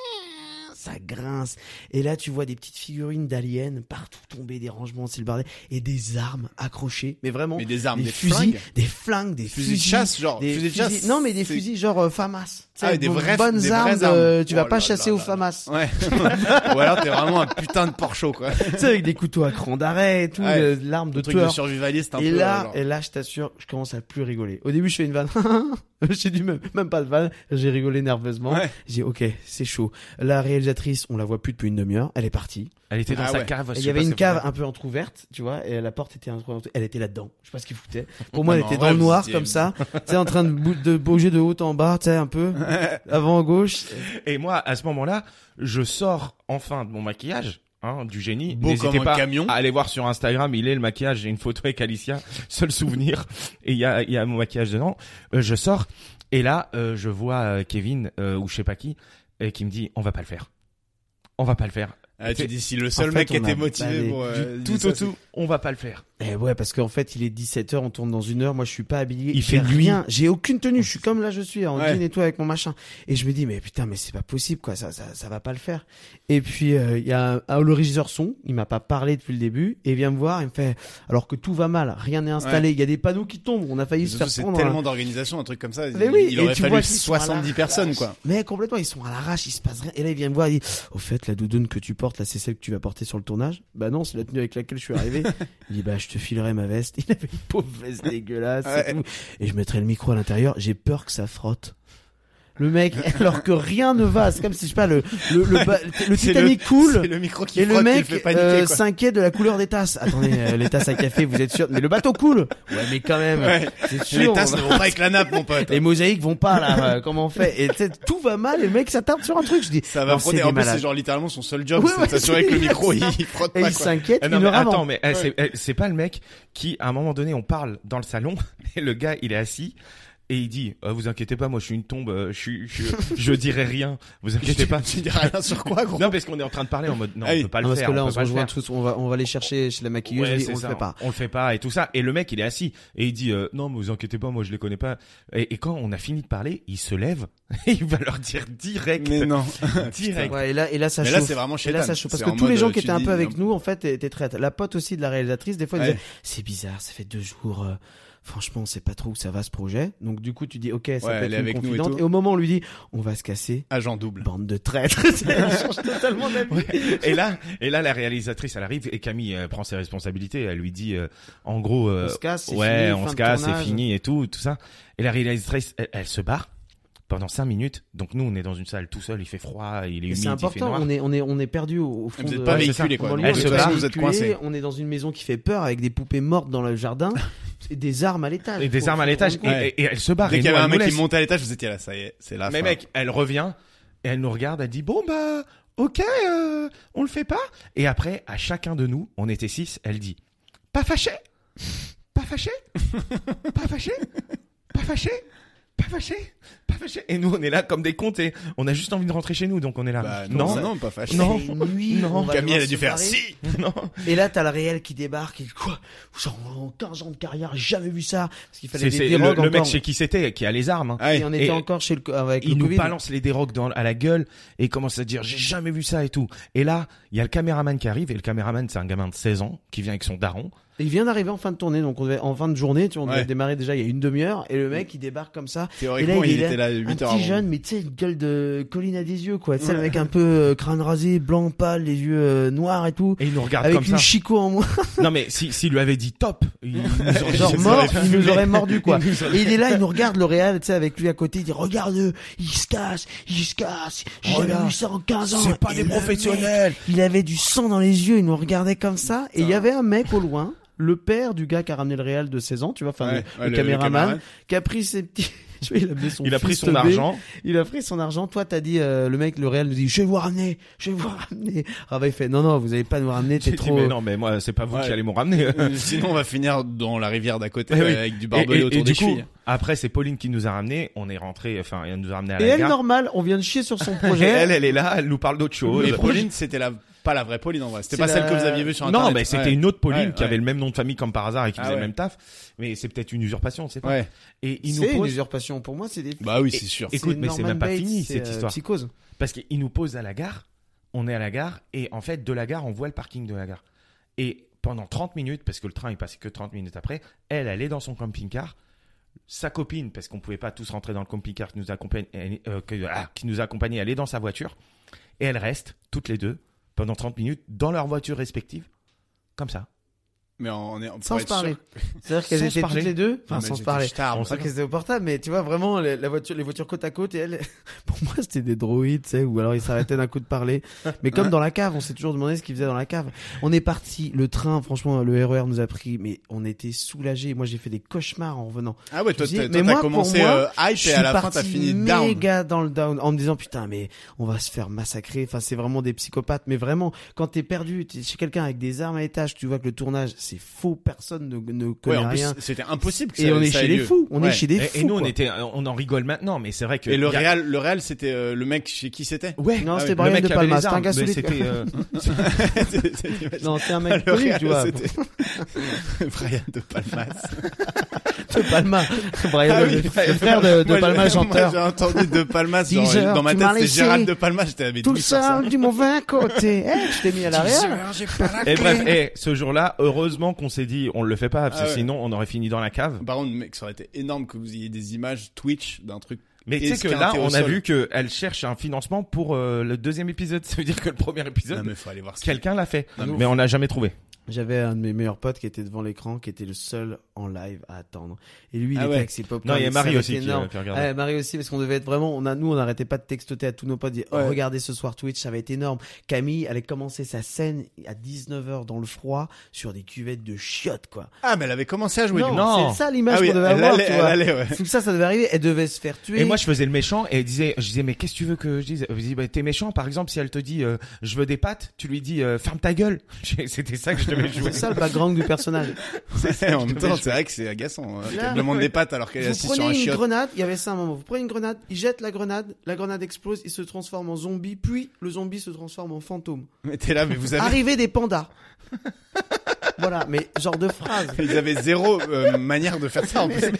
A: Ça grince. Et là, tu vois des petites figurines d'aliens partout tomber, des rangements, c'est le bordel. Et des armes accrochées. Mais vraiment,
D: Mais des armes,
A: des,
D: des
A: fusils,
D: flingues.
A: des flingues, des
D: Des
A: fusils,
D: fusils de chasse, genre.
A: des
D: Fusils de
A: fusils-
D: chasse.
A: non mais des
D: c'est-
A: fusils genre euh, FAMAS. Tu sais,
D: Ah, et des
A: bon-
D: vraies-
A: bonnes
D: des vraies
A: armes. de-
D: armes.
A: tu vas
D: Oh
A: pas
D: là
A: chasser
D: là
A: au
D: là
A: FAMAS.
D: Ouais. Ou alors t'es vraiment un putain de porcho quoi.
A: tu sais avec des couteaux à cran d'arrêt et tout,
D: Ouais.
A: euh, l'arme de
D: Le truc de
A: tueur.
D: survivaliste un
A: et
D: peu.
A: là,
D: genre.
A: et là, je t'assure, je commence à plus rigoler. Au début, je fais une vanne. j'ai dû même, même pas de vanne. J'ai rigolé nerveusement.
D: Ouais.
A: J'ai dit, ok, c'est chaud. La réalisatrice, on la voit plus depuis une demi-heure. Elle est partie.
C: Elle était dans
D: Ah
C: sa
D: ouais.
C: cave.
A: Et
C: je
A: il y
C: sais
A: avait
C: pas
A: une
C: si
A: cave
C: vous-
A: un peu entrouverte, tu vois, et la porte était entrouverte. Elle était là-dedans. Je sais pas ce qu'il foutait. Pour moi,
D: Non,
A: elle
D: mais
A: était
D: en
A: dans
D: vrai,
A: le
D: vous
A: noir
D: étiez-
A: comme ça, tu sais, en train de, bou- de bouger de haut en bas, tu sais, un peu avant gauche.
C: Et moi, à ce moment-là, je sors enfin de mon maquillage. Hein, du génie.
D: Beau
C: N'hésitez
D: comme un
C: pas
D: camion.
C: à aller voir sur Instagram. Il est le maquillage. J'ai une photo avec Alicia. Seul souvenir. Et il y a, il y a mon maquillage dedans. Euh, je sors. euh, Et là, euh, je vois euh, Kevin euh, ou je sais pas qui, et qui me dit, on va pas le faire. on va pas le faire.
D: Ah, tu
C: Fait-
D: dis si le seul
A: en
D: mec qui
A: fait, on
D: était
A: a- bah,
D: motivé
A: les-
D: pour
C: Du
D: euh,
C: tout
D: ça,
C: au
D: c'est-
C: tout, on va pas le faire.
A: Eh ouais, parce qu'en fait, il est 17h, on tourne dans une heure. Moi, je suis pas habillé.
C: Il
A: j'ai
C: fait nuit.
A: rien. J'ai aucune tenue. Je suis comme là, je suis en
D: Oh. Ouais.
A: jean et tout avec mon machin. Et je me dis, mais putain, mais c'est pas possible, quoi. Ça, ça, ça va pas le faire. Et puis, euh, il y a un- le régisseur son. Il m'a pas parlé depuis le début. Et il vient me voir. Il me fait, alors que tout va mal, rien n'est installé. Il y a des panneaux qui tombent. On a failli se
D: Surtout,
A: faire
D: C'est
A: prendre. hein.
D: tellement d'organisation, un truc comme ça.
A: Mais
D: il-
A: oui,
D: il
A: et
D: aurait
A: tu vois
D: fallu
A: qu'ils sont à la
D: 70 personnes, quoi.
A: Mais complètement, ils sont à l'arrache, il se passe rien. Et là, il vient me voir, il dit, au fait, la doudoune que tu portes, là, c'est celle que tu vas porter sur le tournage? Bah non, c'est la tenue avec laquelle je suis arrivé. il dit, bah, je te filerai ma veste. Il avait une pauvre veste dégueulasse et
D: Ouais.
A: tout. Et je mettrai le micro à l'intérieur, j'ai peur que ça frotte. Le mec, alors que rien ne va, c'est comme si, je sais pas, le, le, le, ba- le
D: C'est
A: Titanic coule.
D: C'est le micro qui
A: Et
D: frotte,
A: le mec
D: qui le fait
A: euh,
D: paniquer, quoi.
A: s'inquiète de la couleur des tasses. Attendez, euh, les tasses à café, vous êtes sûr Mais le bateau coule. Ouais, mais quand même,
D: Ouais.
A: c'est sûr.
D: Les
A: on
D: tasses
A: va-
D: ne vont pas avec la nappe, mon pote.
A: les mosaïques vont pas là, euh, comment on fait Et tu sais, tout va mal et le mec s'attarde sur un truc, je dis.
D: Ça va
A: non,
D: frotter.
A: c'est
D: En
A: des
D: plus, c'est
A: malades.
D: genre littéralement son seul job,
A: Ouais,
D: c'est
A: ouais,
D: de s'assurer
A: c'est
D: que le micro il
A: ça.
D: il frotte
A: Et
D: pas.
A: il
D: quoi. Ah,
A: s'inquiète
C: Eh
A: une
C: non, mais
A: heure
C: attends,
A: avant.
C: mais eh, c'est, eh, c'est pas le mec qui, à un moment donné, on parle dans le salon et le gars, il est assis et il dit Euh, Vous inquiétez pas, moi je suis une tombe, euh, je, suis- je, je dirai rien, vous inquiétez pas.
D: Tu dis rien sur quoi, gros
C: Non, parce qu'on est en train de parler en mode Non,
D: Ah oui.
C: on peut pas
A: Non,
C: le
A: parce
C: faire.
A: que là,
C: on
A: on
C: peut
A: se
C: pas le
A: rejoint
C: faire.
A: tous, on va, on va aller chercher chez la maquilleuse,
C: Ouais,
A: je dis,
C: c'est
A: on le
C: ça, hein.
A: fait pas.
C: On le fait pas et tout ça. Et le mec, il est assis et il dit euh, non, mais vous inquiétez pas, moi je les connais pas. Et, et quand on a fini de parler, il se lève et il va leur dire direct,
D: Mais non.
C: direct.
A: Ouais, et là, et là, ça
D: Mais là,
A: chauffe.
D: c'est vraiment
A: et là,
D: chétan.
A: ça chauffe. Parce
D: C'est
A: que
D: en
A: tous les
D: mode,
A: gens
D: euh,
A: qui
D: tu
A: étaient un
D: dis,
A: peu avec
D: non.
A: nous, en fait, étaient traites. La pote aussi de la réalisatrice, des fois, elle
D: Ouais.
A: disait, c'est bizarre, ça fait deux jours, euh, franchement, on sait pas trop où ça va ce projet. Donc, du coup, tu dis, ok, ça
D: Ouais,
A: peut
D: elle est
A: être une
D: avec nous et
A: confidente.
D: tout.
A: Et au moment où on lui dit, on va se casser,
D: euh, Agent double.
A: bande de traîtres. Elle change totalement d'avis.
C: Et là, et là, la réalisatrice, elle arrive et Camille euh, prend ses responsabilités. Elle lui dit, euh, en gros, euh,
A: on se casse, c'est
C: ouais,
A: fini,
C: on
A: fin
C: se
A: de
C: casse, c'est
A: tournage.
C: fini et tout, tout ça. Et la réalisatrice, elle, elle se barre pendant cinq minutes. Donc nous, on est dans une salle tout seul, il fait froid, il est
A: Et
C: humide,
A: C'est
C: il fait
A: important,
C: noir.
A: on est, on est, on est perdu au, au fond
D: Vous
A: de...
D: êtes pas
C: Ouais, c'est
D: véhiculé, quoi.
A: Au
D: Donc,
A: moment
C: Elle
A: où
D: de
C: se
A: on
D: toute
A: est
D: façon,
C: barre.
D: vous êtes
A: véhiculé,
D: coincé.
A: On est dans une maison qui fait peur avec des poupées mortes dans le jardin et des armes à l'étage.
C: Et des
A: Faut-
C: armes à
A: faut
C: l'étage
A: se
C: et,
A: rendre compte.
D: Ouais.
C: et- et elle se barre.
D: Dès
C: et
D: qu'il y
C: nous,
D: avait un
C: elle
D: mec
C: nous
D: qui
C: laisse.
D: montait à l'étage, vous étiez là, ça y est, c'est la
C: Mais
D: fin.
C: mec, elle revient et elle nous regarde, elle dit bon bah ok, euh, on le fait pas. Et après, à chacun de nous, on était six, elle dit pas fâché, pas fâché, pas fâché, pas fâché, pas fâché, pas fâché. Et nous, on est là comme des cons, et on a juste envie de rentrer chez nous, donc on est là.
D: Bah,
A: ah,
C: non,
D: non, pas fâché.
C: Non.
A: C'est une nuit,
C: Non.
A: on va
D: Camille,
A: devoir
D: elle a dû
A: se
D: faire
A: barrer.
D: si.
C: non.
A: Et là, t'as la réelle qui débarque et dit, quoi Genre, en 15 ans de carrière, j'ai jamais vu ça. Parce qu'il fallait
C: C'est
A: des
C: c'est le,
A: dérogues
C: le mec
A: encore.
C: chez qui c'était, qui a les armes. hein.
D: Ah,
A: Et on était
C: Et-
A: encore chez le, co- avec le
C: il nous
A: Covid.
C: balance les dérogues dans, à la gueule et commence à dire j'ai jamais vu ça et tout. Et là, il y a le caméraman qui arrive et le caméraman c'est un gamin de 16 ans qui vient avec son daron.
A: Il vient d'arriver en fin de tournée, donc on devait, en fin de journée, tu vois, on
D: Ouais. Mm.
A: devait démarrer déjà il y a une demi-heure et le mec, il débarque comme ça.
D: Théoriquement,
A: Et là,
D: il
A: il est
D: était là 8
A: un
D: heures
A: petit
D: avant.
A: jeune, mais tu sais, une gueule de colline à des yeux, quoi. Tu sais, le
D: Ouais.
A: mec un peu euh, crâne rasé, blanc, pâle, les yeux euh, noirs et tout.
C: Et il nous regarde
A: avec
C: comme
A: une
C: ça.
A: chicot en moins,
C: Non mais si s'il lui avait dit top, il nous aurait
A: genre
D: Ils
A: mort,
D: auraient pu
A: il nous
D: fumer.
A: aurait mordu quoi.
D: Ils nous auraient-
A: Et il est là, il nous regarde le Real, tu sais, avec lui à côté, il dit regarde, il se casse, il se casse, j'ai
C: Oh là,
A: jamais vu ça en 15 ans.
C: C'est pas
A: Et
C: des
A: le mec,
C: professionnels.
A: il avait du sang dans les yeux, il nous regardait comme ça, et il y avait un mec au loin, le père du gars qui a ramené le Real de 16 ans, tu vois, enfin
D: Ouais,
A: le-
D: ouais,
A: le,
D: le- le
A: caméraman,
D: caméraman.
A: qui a pris ses petits... tu vois, Il a, amené son
C: Il a pris
A: fils
C: son
A: teubé.
C: argent.
A: Il a pris son argent. Toi, t'as dit, euh, le mec, le réel nous dit, je vais vous ramener, je vais vous ramener. Rabat, il fait, non, non, vous allez pas nous ramener,
C: J'ai
A: t'es
C: dit
A: trop.
C: mais non mais moi c'est pas vous
D: Ouais.
C: qui allez m'en ramener.
D: Euh, Sinon, on va finir dans la rivière d'à côté
C: Ouais, oui.
D: avec du
C: Et,
D: barbelé
C: et-
D: autour
C: et
D: des
C: du coup,
D: chevilles.
C: après c'est Pauline qui nous a ramenés. On est rentré, enfin elle nous a ramenés à
A: Et
C: la
A: elle,
C: gare.
A: normale, on vient de chier sur son
C: Et
A: projet.
C: elle, elle est là, elle nous parle d'autre chose.
D: Mais Pauline, c'était la, pas la vraie Pauline en vrai. C'était
A: C'est
D: pas
A: la-
D: celle que vous aviez vue sur
C: non,
D: internet.
C: mais c'était
D: Ouais.
C: une autre Pauline
D: Ouais,
C: qui
D: ouais.
C: avait le même nom de famille comme par hasard et qui
D: Ah
C: faisait
D: ouais.
C: le même taf. Mais c'est peut-être une usurpation, on sait pas.
D: Ouais.
C: Et il nous
A: C'est une
C: pose,
A: usurpation. Pour moi, c'est des.
D: Bah oui, c'est sûr.
C: Et- écoute, mais c'est
A: Norman
C: même pas
A: Bates,
C: fini,
A: c'est,
C: cette
A: euh,
C: histoire.
A: Psychose.
C: parce qu'il nous pose à la gare. On est à la gare et en fait, de la gare, on voit le parking de la gare. Et pendant 30 minutes, parce que le train il passait que 30 minutes après, elle, elle est dans son camping-car. Sa copine, parce qu'on pouvait pas tous rentrer dans le camping-car qui nous accompagne, elle- euh, que- ah, qui nous accompagnait, elle est dans sa voiture et elles restent toutes les deux pendant 30 minutes dans leur voiture respective, comme ça.
D: Mais on est, on
A: Sans
D: pourrait
A: se
D: être
A: parler.
D: sûr-
A: C'est-à-dire qu'elles
C: Sans se
A: étaient
C: parler.
A: toutes les deux. Enfin,
D: Non, mais
A: sans se
D: j'étais
A: parler.
D: star,
A: On
D: on
A: sait
D: sait
A: qu'elles étaient au portable, mais tu vois vraiment la, la voiture, les voitures côte à côte et elle. Pour moi, c'était des droïdes, tu sais, ou alors ils s'arrêtaient d'un coup de parler. Mais comme dans la cave, on s'est toujours demandé ce qu'ils faisaient dans la cave. On est parti, le train, franchement, le RER nous a pris, mais on était soulagés. Moi, j'ai fait des cauchemars en revenant.
D: Ah ouais, toi,
A: Je dis,
D: t'as-
A: mais
D: toi, t'as
A: moi,
D: commencé
A: pour moi,
D: euh, hype
A: Je
D: et
A: suis
D: à la fin,
A: parti
D: t'as fini down.
A: méga dans le down en me disant putain mais on va se faire massacrer. Enfin c'est vraiment des psychopathes. Mais vraiment quand t'es perdu, t'es chez quelqu'un avec des armes à étage, tu vois que le tournage c'est faux, personne ne, ne
D: Ouais,
A: connaît
D: en plus,
A: rien.
D: c'était impossible que
A: Et
D: ça-
A: on est
D: ça ait
A: chez les
D: lieu.
A: fous, on est
D: Ouais.
A: chez des
C: Et-
A: fous.
C: Et, nous, on
A: quoi.
C: était, on en rigole maintenant, mais c'est vrai que.
D: Et le
C: il y a-
D: Real, le Real, c'était euh, le mec chez qui c'était
C: Ouais.
A: Non,
D: Ah
A: c'était
D: oui,
A: Brian
C: le mec
A: De
C: qui avait
A: Palma,
C: les
A: c'était un
C: armes,
A: gars
C: mais
A: sous les-
C: c'était, euh,
A: Non, c'est un mec
D: Le
A: connu,
D: Real,
A: tu vois.
D: c'était- Brian de Palmas.
A: De Palma. Brian,
D: Ah
A: le-
D: oui,
A: le
D: Brian
A: frère de, de
D: Moi, je-
A: Palma,
D: moi,
A: chanteur.
D: J'ai entendu de Palmas genre,
A: Deezer,
D: dans ma
A: tu
D: tête,
A: m'as
D: c'est
A: laissé
D: Gérald de Palmas. J'étais avec
A: Tout ça du mauvais côté. Eh, je t'ai mis à l'arrière.
C: Et bref, et ce jour-là, heureusement qu'on s'est dit, on le fait pas, parce que
D: Ah ouais.
C: sinon on aurait fini dans la cave.
D: Par contre, mec, ça aurait été énorme que vous ayez des images Twitch d'un truc.
C: Mais tu sais que
D: esquinté
C: là,
D: au
C: on a
D: sol.
C: vu qu'elle cherche un financement pour euh, le deuxième épisode. Ça veut dire que le premier épisode,
D: Non, mais faut aller voir ça.
C: quelqu'un l'a fait,
D: Non, mais-
C: mais on l'a jamais trouvé.
A: J'avais un de mes meilleurs potes qui était devant l'écran, qui était le seul en live à attendre. Et lui, il
D: Ah
A: était
D: ouais.
A: avec ses pop
C: Non, il y a Marie aussi qui, euh, qui regarde.
A: Ouais, Marie aussi, parce qu'on devait être vraiment, on a, nous, on n'arrêtait pas de textoter à tous nos potes, dire, oh,
D: Ouais.
A: regardez ce soir Twitch, ça va être énorme. Camille allait commencer sa scène à 19h dans le froid, sur des cuvettes de chiottes, quoi.
D: Ah, mais elle avait commencé à jouer. du coup.
A: non,
C: non.
A: c'est ça
D: Ah
A: l'image
D: oui,
A: qu'on devait
D: elle
A: avoir,
D: allait,
A: tu
D: elle
A: vois.
D: allait, ouais.
A: Tout ça, ça devait arriver, elle devait se faire tuer.
C: Et moi, je faisais le méchant et elle disait, je disais, mais qu'est-ce que tu veux que je dise Elle me disait, bah, t'es méchant. Par exemple, si elle te dit, euh, je veux des pâtes, tu lui dis, euh, ferme ta gueule. C'était ça que je devais jouer.
A: C'est ça le background du personnage.
D: en même temps, c'est vrai que c'est agaçant. hein.
A: Là,
D: Elle demande des pattes alors qu'elle est assise
A: Vous
D: sur un
A: prenez une
D: chiot.
A: grenade, il y avait ça un moment, vous prenez une grenade, il jette la grenade, la grenade explose, il se transforme en zombie, puis le zombie se transforme en fantôme.
D: Mais t'es là, mais vous avez,
A: Arrivée des pandas. voilà, mais genre de phrase.
D: ils avaient zéro euh, manière de faire ça. En plus.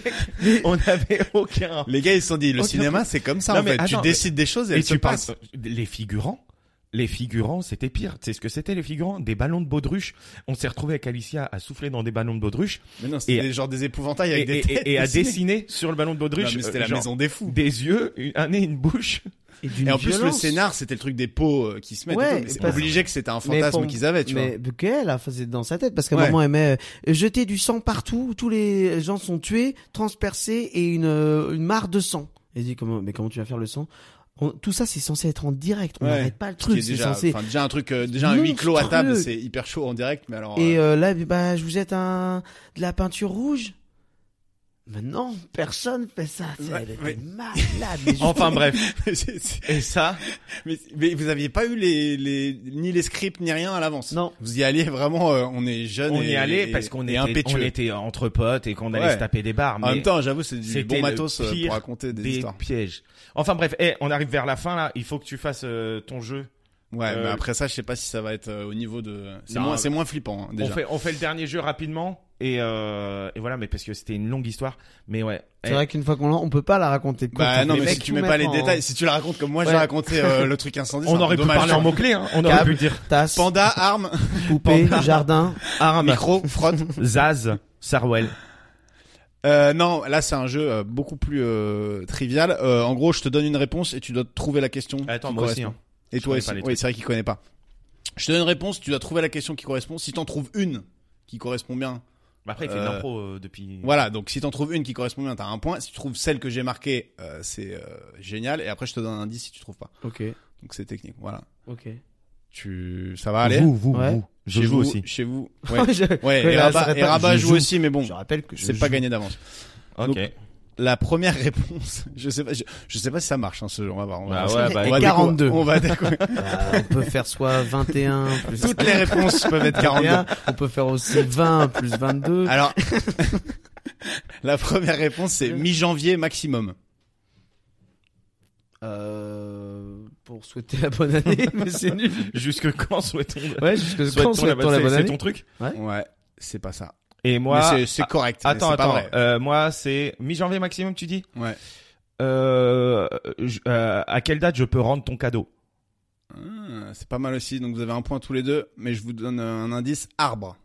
C: On n'avait aucun.
D: Les gars, ils se sont dit, le
A: Oh,
C: Aucun
D: cinéma, c'est comme ça.
C: Non,
D: en
C: mais
D: fait, tu
C: attends,
D: décides des choses et,
C: Et
D: elles se
C: tu parles
D: passent.
C: les figurants. Les figurants, c'était pire. Tu sais ce que c'était les figurants Des ballons de baudruche. On s'est retrouvé avec Alicia à souffler dans des ballons de baudruche
D: Mais non, c'était
C: Et-
D: des- genre des épouvantails
C: et,
D: avec des
C: et-
D: têtes.
C: et à
D: dessinées.
C: dessiner sur le ballon de
D: Non,
C: baudruche.
D: mais c'était
C: euh,
D: la
C: genre,
D: maison des fous.
C: Des yeux, une- un nez, une bouche.
A: Et, d'une
D: Et en plus, le
A: violence.
D: scénar, c'était le truc des pots euh, qui se mettent. et
A: Ouais,
D: tout, mais c'est
A: parce-
D: obligé que c'était un
A: Mais
D: fantasme
A: pour-
D: qu'ils avaient, tu
A: mais
D: vois.
A: Buckel a faisait dans sa tête parce qu'à un
D: Ouais.
A: moment elle met euh, jeter du sang partout, tous les gens sont tués, transpercés et une euh, une mare de sang. Et il dit comment mais comment tu vas faire le sang On- Tout ça c'est censé être en direct, on
D: Ouais.
A: n'arrête pas le
D: Qui
A: truc,
D: est
A: c'est
D: déjà,
A: censé
D: enfin, déjà un truc, euh, déjà un huis clos à table,
A: monstrueux.
D: c'est hyper chaud en direct, mais alors.
A: Et
D: euh,
A: euh, là, bah, je vous jette un de la peinture rouge. Mais non, personne fait ça. C'est
D: Ouais,
A: elle était
D: ouais.
A: malade. mais juste-
C: Enfin bref.
D: mais, euh, c'est-
C: Et ça,
D: mais- mais vous aviez pas eu les, les, ni les scripts ni rien à l'avance.
A: Non.
D: Vous y alliez vraiment, euh, on est jeune.
C: on
D: et,
C: y allait parce qu'on
D: et
C: était, on
D: impétueux.
C: était entre potes et qu'on allait
D: Ouais.
C: se taper des barres.
D: En
C: Ah, mais-
D: même temps, j'avoue, c'est du
C: C'était
D: bon
C: le
D: matos euh,
C: pire
D: pour raconter des,
C: des
D: histoires.
C: pièges. Enfin bref, eh, on arrive vers la fin là. Il faut que tu fasses euh, ton jeu.
D: Ouais,
C: Euh,
D: mais après ça, je sais pas si ça va être euh, au niveau de. C'est
C: Non,
D: moins,
C: mais-
D: c'est moins flippant hein, déjà.
C: On fait, on fait le dernier jeu rapidement et, euh, et voilà, mais parce que c'était une longue histoire. Mais ouais.
A: C'est
C: Eh,
A: vrai qu'une fois qu'on l'a, on peut pas la raconter.
D: Bah
A: complète.
D: non,
A: Les
D: mais
A: mecs,
D: si tu
A: tout
D: mets pas les
A: mettre en
D: détails, si tu la racontes comme moi, j'ai
A: Ouais.
D: raconté euh, le truc incendie. c'est
C: on
D: un
C: aurait
D: peu
C: pu
D: dommage,
C: parler en
D: genre.
C: mots clés. Hein. On aurait
A: Câble.
C: pu dire
A: Tasse,
D: Panda, arme,
A: coupé, jardin.
C: arme,
D: micro, frotte.
C: Zaz, Sarwell.
D: Euh, non, là c'est un jeu euh, beaucoup plus euh, trivial. Euh, en gros, je te donne une réponse et tu dois trouver la question.
C: Attends,
D: qui
C: moi aussi.
D: correspond.
C: Hein.
D: Et
C: Je
D: toi
C: connais
D: aussi.
C: pas les
D: Oui, c'est vrai qu'il connaît pas. Je te donne une réponse, tu dois trouver la question qui correspond. Si t'en trouves une qui correspond bien,
C: Bah Après, il fait de
D: Euh,
C: l'impro euh, depuis.
D: voilà. Donc si t'en trouves une qui correspond bien, t'as un point. Si tu trouves celle que j'ai marquée, euh, c'est euh, génial. Et après, je te donne un indice si tu trouves pas.
A: Ok,
D: Donc c'est technique. Voilà.
A: ok.
D: Tu, ça va aller.
C: Vous, vous,
A: Ouais.
C: vous. Je
D: Chez
C: joue
D: vous
C: aussi.
D: Chez vous. Ouais.
A: Je-
D: Ouais,
A: Ouais,
D: et
A: là, ça
D: Rabat,
A: répète,
D: et Rabat
A: je
D: joue,
A: joue.
D: aussi, mais bon,
A: Je rappelle que je
D: c'est pas
A: joue.
D: gagné d'avance.
C: Ok.
D: Donc, La première réponse, je sais pas, je, je sais pas si ça marche, hein, ce jeu, on va voir. On va
C: Bah
D: voir.
C: ouais, bah,
D: on va
A: et 42.
D: découvrir- On va découvrir.
A: Bah, on peut faire soit 21 plus
D: Toutes les réponses peuvent être 42.
A: 41, on peut faire aussi 20 plus 22.
D: Alors, la première réponse, c'est mi-janvier maximum.
A: Euh, pour souhaiter la bonne année, mais c'est nul.
C: Jusque quand souhaitons
A: Ouais, jusque
C: souhaitons
A: quand souhaite-t-on la
C: c'est-
A: bonne
C: C'est
A: année
C: ton truc.
D: Ouais, c'est pas ça.
C: Et moi.
D: Mais c'est- c'est
C: ah,
D: correct. mais
C: Attends,
D: c'est pas
C: attends.
D: vrai.
C: Euh, moi, c'est mi-janvier maximum, tu dis
D: Ouais.
C: euh, je- euh, À quelle date je peux rendre ton cadeau
D: Ah, c'est pas mal aussi, donc vous avez un point tous les deux, mais je vous donne euh, un indice, arbre.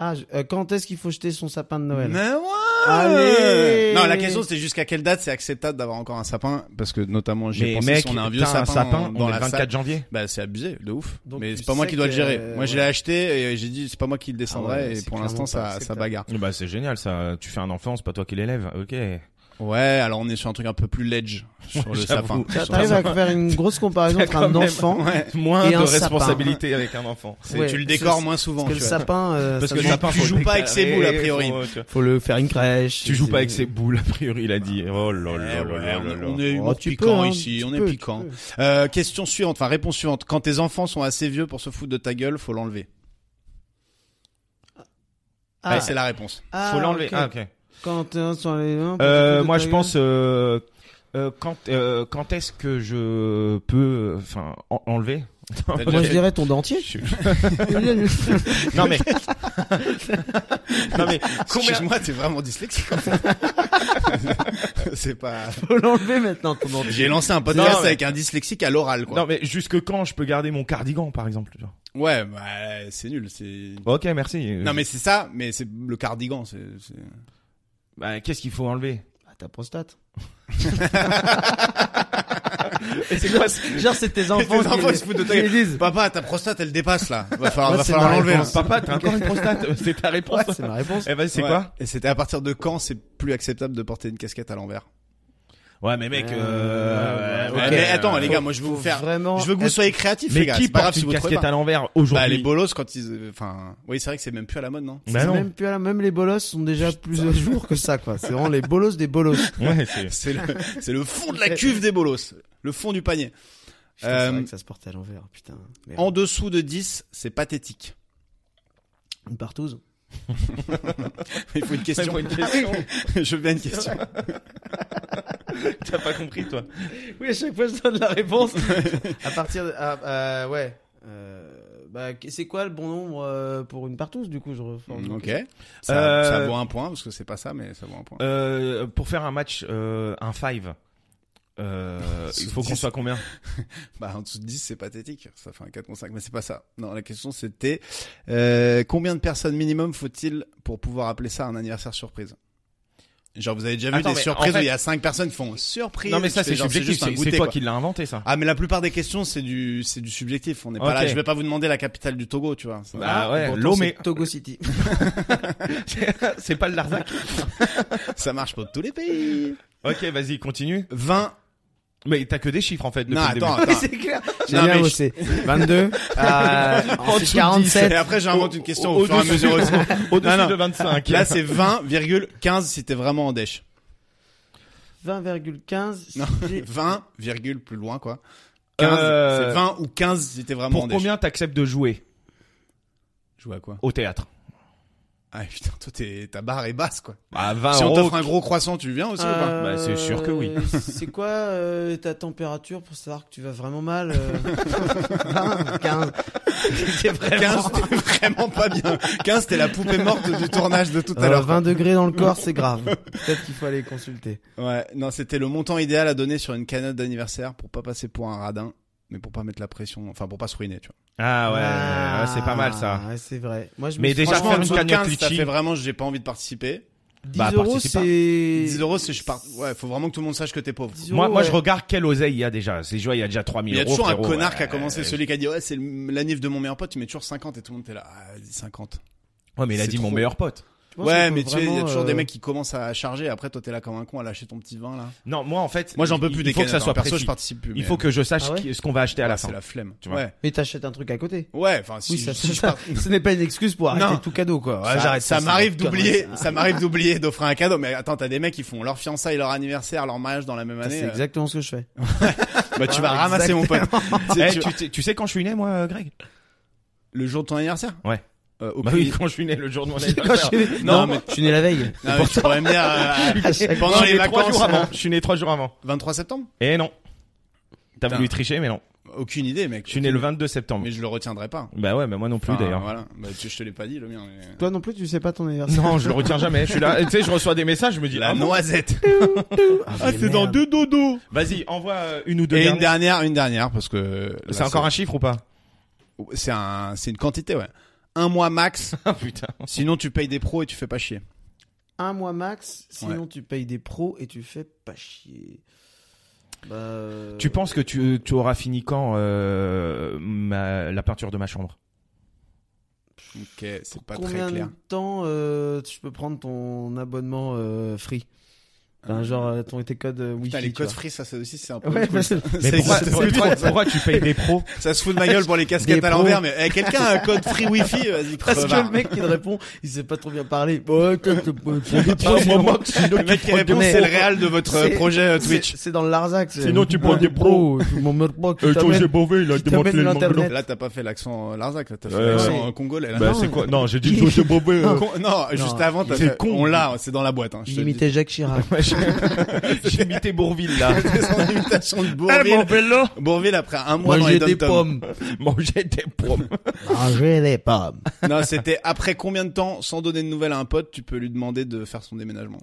A: Ah, je- euh, quand est-ce qu'il faut jeter son sapin de Noël
D: Mais ouais
A: Allez
D: Non, la question c'était jusqu'à quelle date c'est acceptable d'avoir encore un sapin Parce que notamment j'ai
C: Mais
D: pensé
C: mec,
D: si on a un vieux
C: t'as
D: sapin,
C: on
D: dans
C: est
D: la
C: le 24
D: salle.
C: janvier.
D: Bah c'est abusé, de ouf.
A: Donc,
D: mais
A: tu
D: c'est pas moi
A: sais
D: qui dois le
A: que,
D: gérer.
A: euh,
D: moi je
A: ouais.
D: l'ai acheté et j'ai dit c'est pas moi qui le descendrai
A: Ah ouais,
D: et
A: c'est
D: pour l'instant
A: clairement
D: ça,
A: pas
D: ça
A: acceptable.
D: bagarre.
C: Bah c'est génial ça. Tu fais un enfant, c'est pas toi qui l'élève. Ok.
D: Ouais, alors on est sur un truc un peu plus ledge sur le sapin.
C: j'avoue.
A: T'as-
D: Sur le
A: T'arrives à
D: sapin.
A: faire une grosse comparaison
C: T'as
A: entre
C: quand
A: un
C: même-
A: enfant.
D: Ouais.
C: Moins
A: Et
C: de
A: un sapin.
C: responsabilité avec un enfant.
D: C'est-
A: Ouais,
D: tu le
A: parce que
D: décores
A: c'est-
D: moins souvent.
A: Parce que le
D: tu vois.
A: sapin, euh,
D: Parce
A: ça
D: que
A: se
D: le Oh,
A: joue-
D: sapin- tu joues pas avec ses boules, a priori.
C: faut- tu vois.
A: faut le faire une crèche.
C: Tu joues
A: c'est-
C: pas avec ses boules a priori, il a dit. Oh là là
D: Eh,
C: là
D: voilà,
C: là là.
D: on est
A: Oh,
D: humour
A: tu
D: piquant
A: peux, hein,
D: ici,
A: tu
D: on
A: peux,
D: est
A: tu
D: piquant.
A: peux.
D: Euh, question suivante, enfin réponse suivante. Quand tes enfants sont assez vieux pour se foutre de ta gueule, faut l'enlever.
A: Ah.
D: Ouais, c'est la réponse.
A: Ah,
C: Faut l'enlever.
A: ok.
C: Ah, ok.
A: Quand euh, sur les mains, pour
C: Euh,
A: te
C: moi,
A: foutre
C: je
A: de ta
C: pense euh, euh, quand euh, quand est-ce que je peux euh, enfin en- enlever
D: T'as
A: gueule.
D: déjà
A: Moi, je
D: fait-
A: dirais ton dentier.
C: Non mais non mais combien
D: Excuse-moi, t'es vraiment dyslexique. en fait. c'est pas.
A: Faut l'enlever maintenant, ton dentier.
D: J'ai lancé un podcast
C: Non, mais-
D: avec un dyslexique à l'oral, quoi.
C: non mais jusque quand je peux garder mon cardigan par exemple tu vois
D: Ouais, bah, c'est nul. C'est.
C: Ok merci.
D: Non mais c'est ça, mais c'est le cardigan. C'est. c'est-
C: Bah, qu'est-ce qu'il faut enlever
A: Ah, ta prostate.
C: Et c'est quoi
A: Genre, c'est tes enfants,
D: Tes enfants,
A: qui,
D: ils se foutent de ta
A: qui
D: gueule.
A: les disent.
D: Papa, ta prostate, elle dépasse là. Va falloir,
A: Moi,
D: va
A: c'est
D: falloir
A: ma
D: l'enlever.
A: réponse.
D: hein.
C: Papa t'as encore une prostate c'est ta réponse.
A: Ouais, c'est ma réponse.
C: Eh vas-y c'est
D: Ouais.
C: quoi
D: Et c'était à partir de quand c'est plus acceptable de porter une casquette à l'envers
C: Ouais mais mec.
A: Euh,
C: euh,
A: ouais,
C: ouais,
A: ok.
C: mais
D: Mais attends, les
A: Faut-
D: gars, moi je veux
A: faut
D: vous faire.
A: Vraiment.
D: Je veux que vous
A: être-
D: soyez créatifs,
C: Oh, Mais
D: les gars.
C: qui
D: C'est pas grave
C: porte
D: si
C: une
D: vous trouvez
C: casquette
D: pas.
C: à l'envers
D: Bah, les
C: aujourd'hui
D: bolos quand ils, euh, enfin, oui, c'est vrai que c'est même plus à la mode, non
A: c'est
C: Bah non.
A: même plus à la- même les bolos sont déjà plus à jour que ça, quoi. C'est vraiment les bolos des bolos.
C: Ouais, c'est-
D: C'est le, c'est le fond de la cuve des bolos, le fond du panier.
A: Putain,
D: Euh,
A: c'est vrai que ça se porte à l'envers, putain. Merde.
D: En dessous de 10, c'est pathétique.
A: Une partouze.
D: Il faut une
C: Ça,
D: question.
C: faut une question.
D: Je veux bien une question.
C: T'as pas compris toi.
A: Oui, à chaque fois, je donne la réponse. à partir de, ah, euh, ouais. Euh, bah, c'est quoi le bon nombre euh, pour une partouze, du coup, je reforme.
D: ok. Ça,
C: Euh,
D: ça vaut un point parce que c'est pas ça, mais ça vaut un point.
C: Euh, pour faire un match, euh, un five, euh, il faut qu'on soit combien
D: Bah, en dessous de 10, c'est pathétique. Ça fait un 4 contre 5, mais c'est pas ça. Non, la question c'était euh, combien de personnes minimum faut-il pour pouvoir appeler ça un anniversaire surprise Genre, vous avez déjà vu
C: Attends,
D: des
C: mais
D: surprises
C: en fait-
D: où il y a 5 personnes qui font surprise.
C: Non mais ça
D: tu
C: c'est
D: fais genre,
C: subjectif,
D: juste un
C: c'est
D: goûter,
C: c'est toi
D: quoi.
C: qui l'as inventé ça.
D: Ah mais la plupart des questions c'est du c'est du subjectif. On n'est pas
C: Ok.
D: là. Je vais pas vous demander la capitale du Togo, tu vois. Ça-
C: Bah
A: Pourtant,
C: ouais, Lomé,
A: c'est Togo City.
C: c'est pas le Larzac.
D: Ça marche pour tous les pays.
C: ok, vas-y, continue.
D: 20.
C: Mais t'as que des chiffres en fait. Depuis
D: Non
C: le début.
D: attends. attends.
A: c'est clair. J'ai
D: Non,
A: bien
D: mais
A: bossé. 22. euh,
C: En dessous de
A: ensuite
C: dix.
A: 47.
D: Et après j'invente une question au, fur et à
C: Au-dessus-
D: mesure. aussi.
C: Au-dessus
D: Non, non.
C: de 25.
D: Là c'est 20,15 si t'es vraiment en dèche.
A: 20,15.
D: Non.
A: si-
D: 20, virgule plus loin quoi. 15.
C: Euh,
D: C'est 20 ou 15 si t'es vraiment en
C: Pour
D: dèche.
C: combien t'acceptes de jouer
D: Jouer à quoi
C: au théâtre
D: Ah putain toi t'es ta barre est basse quoi.
C: Bah 20
D: si on
C: euros.
D: t'offre un gros croissant tu viens aussi ou pas
A: Euh,
C: Bah, c'est sûr que oui.
A: C'est quoi euh, ta température pour savoir que tu vas vraiment mal euh... 15. C'est vraiment-
D: 15 t'es vraiment pas bien. 15 t'es la poupée morte du tournage de tout à
A: Euh,
D: l'heure. quoi.
A: 20 degrés dans le corps, c'est grave. Peut-être qu'il faut aller consulter.
D: Ouais, non, c'était le montant idéal à donner sur une cagnotte d'anniversaire pour pas passer pour un radin, mais pour pas mettre la pression, enfin pour pas se ruiner, tu vois.
C: Ah ouais, ouais, c'est pas mal ça.
A: Ah, ouais, c'est vrai. Moi, je me
C: Mais
A: suis-
C: déjà,
A: franchement,
C: faire une
A: dix
D: dessous de
C: cagnotte
D: 15, ça
C: Litchi.
D: fait vraiment j'ai pas envie de participer.
A: 10
C: bah,
A: euros,
C: participe
A: c'est.
C: pas.
D: 10 euros, c'est je pars. Ouais, faut vraiment que tout le monde sache que t'es pauvre.
A: 10
C: Moi,
A: euros,
C: moi je
A: ouais.
C: regarde quelle oseille il y a déjà. C'est joué, il y a déjà 3000
D: Il y
C: euros.
D: a toujours un
C: frérot,
D: connard
C: ouais.
D: qui a commencé, celui qui a dit ouais c'est le- la nif de mon meilleur pote, tu mets toujours 50 et tout le monde t'es là, ah vas-y, 50.
C: Ouais, mais il a
D: C'est
C: dit mon
D: trop.
C: meilleur pote.
A: Je pense qu'il
D: Ouais
A: faut
D: mais tu sais, il y a
A: vraiment,
D: toujours des
A: euh,
D: mecs qui commencent à charger, après toi t'es là comme un con à lâcher ton petit vin là.
C: Non, moi en fait.
D: Moi j'en peux
C: il-
D: plus
C: il
D: des
C: faut que ça
D: canettes,
C: soit
D: hein. perso
C: précis.
D: je participe plus.
C: Il
D: mais-
C: faut que je sache
A: Ah ouais
C: qui- ce qu'on va acheter à
D: Ouais,
C: la fin.
D: c'est la flemme,
C: Tu
D: tu
C: vois.
D: vois. Ouais,
A: Mais t'achètes un truc à côté.
D: ouais, enfin si
A: oui, ça,
D: si je
A: ça-
D: pars-
A: ce n'est pas une excuse pour arrêter
D: Non.
A: tout cadeau, quoi.
C: Ah,
A: Ouais,
D: Ça-
A: j'arrête
D: ça
A: c'est
D: m'arrive
A: une connerie,
D: d'oublier,
A: ça.
D: ça m'arrive d'oublier d'offrir un cadeau. Mais attends, t'as des mecs qui font leur fiançailles, leur anniversaire, leur mariage dans la même
A: Ça,
D: année.
A: C'est
D: euh,
A: exactement ce que je fais.
D: Bah tu vas
A: Ah,
D: ramasser mon pote. Tu sais, tu-
C: Eh, tu, sais- tu sais quand je suis né, moi, euh, Greg
D: Bah Le jour de ton anniversaire
C: Ouais.
D: Euh, aucune
C: Bah oui,
D: idée.
C: quand je suis né, le jour de mon
A: Quand je
C: anniversaire.
A: suis-
D: Non,
A: Non,
D: mais-
A: je suis né la veille.
D: Ah, mais tu pourrais me dire euh,
A: À chaque-
D: pendant
C: Je suis
D: les
C: né trois
D: vacances.
C: jours avant. Je suis né trois jours avant.
D: 23 septembre
C: Eh non. T'as
D: Putain.
C: voulu tricher, mais non.
D: Aucune idée, mec.
C: Je suis né le 22 septembre.
D: Mais je le retiendrai pas.
C: Bah ouais, mais moi non plus
D: Enfin,
C: d'ailleurs.
D: Voilà. Bah, tu- je te l'ai pas dit le mien. mais-
A: Toi non plus, tu sais pas ton anniversaire.
C: Non, je le retiens jamais. Je suis là, tu sais, je reçois des messages, je me dis,
D: La
C: ah, bon
D: noisette.
A: Ah, mais merde.
D: dodo.
C: vas-y, envoie euh, une ou deux.
D: Et une
C: dernières.
D: dernière, une dernière parce que là,
C: C'est encore un chiffre ou pas
D: c'est un c'est une quantité ouais. Un mois max,
C: Ah putain.
D: sinon tu payes des pros et tu fais pas chier.
A: Un mois max, sinon tu payes des pros et tu fais pas chier. Bah, euh,
C: Tu penses que tu, tu auras fini quand euh, ma- la peinture de ma chambre
D: OK, c'est pas
A: combien
D: très clair.
A: de temps euh, je peux prendre ton abonnement euh, free Enfin, genre euh, ton été code euh, Wi-Fi.
D: Putain, les
A: tu
D: codes
A: vois.
D: free, ça, c'est aussi, c'est un peu.
A: Ouais, bah, c'est-
C: Mais
D: Ça
C: pourquoi,
D: existe
C: pourquoi-
D: plus trop, ça.
C: pourquoi tu payes des pros
D: Ça se fout de ma gueule pour les casquettes
A: Des
D: à l'envers, mais eh, quelqu'un a un code free wifi, euh, vas-y,
A: parce que
D: crevard.
A: le mec qui te répond, il sait pas trop bien parler. Bon, ouais, comme- comme- comme- c'est
D: Le mec qui répond,
A: Mais-
D: c'est le réel de votre euh,
A: C'est-
D: projet euh, Twitch.
A: c'est dans le Larzac. c'est-
C: Sinon, tu prends des
A: Bro, Mon mec,
D: Euh,
A: bro, qui t'amène-
C: Bové, il
A: qui t'amène de l'internet.
D: Là, t'as pas fait l'accent euh, Larzac, là, t'as fait
C: Euh,
D: l'accent
A: ouais.
D: euh, congolais, là.
C: Bah,
A: Non.
C: c'est quoi Non, j'ai dit
A: Il-
C: Jojo Bové. euh.
D: Con- Non, juste avant, t'as
C: c'est
D: fait,
C: con.
D: on l'a, c'est dans la boîte, hein, je te
A: Il
D: le dis.
A: imitait Jacques Chirac.
C: Ouais, j'ai- J'ai imité Bourville, là.
D: Son imitation de
C: Eh, mon
A: Ah,
D: Bourville.
C: vélo
D: Bourville, après un mois dans
A: Manger
D: les
A: des
D: dom-toms.
A: pommes.
C: Manger des pommes.
D: Ah,
A: Manger des pommes.
D: Non, c'était après combien de temps, sans donner de nouvelles à un pote, tu peux lui demander de faire son déménagement.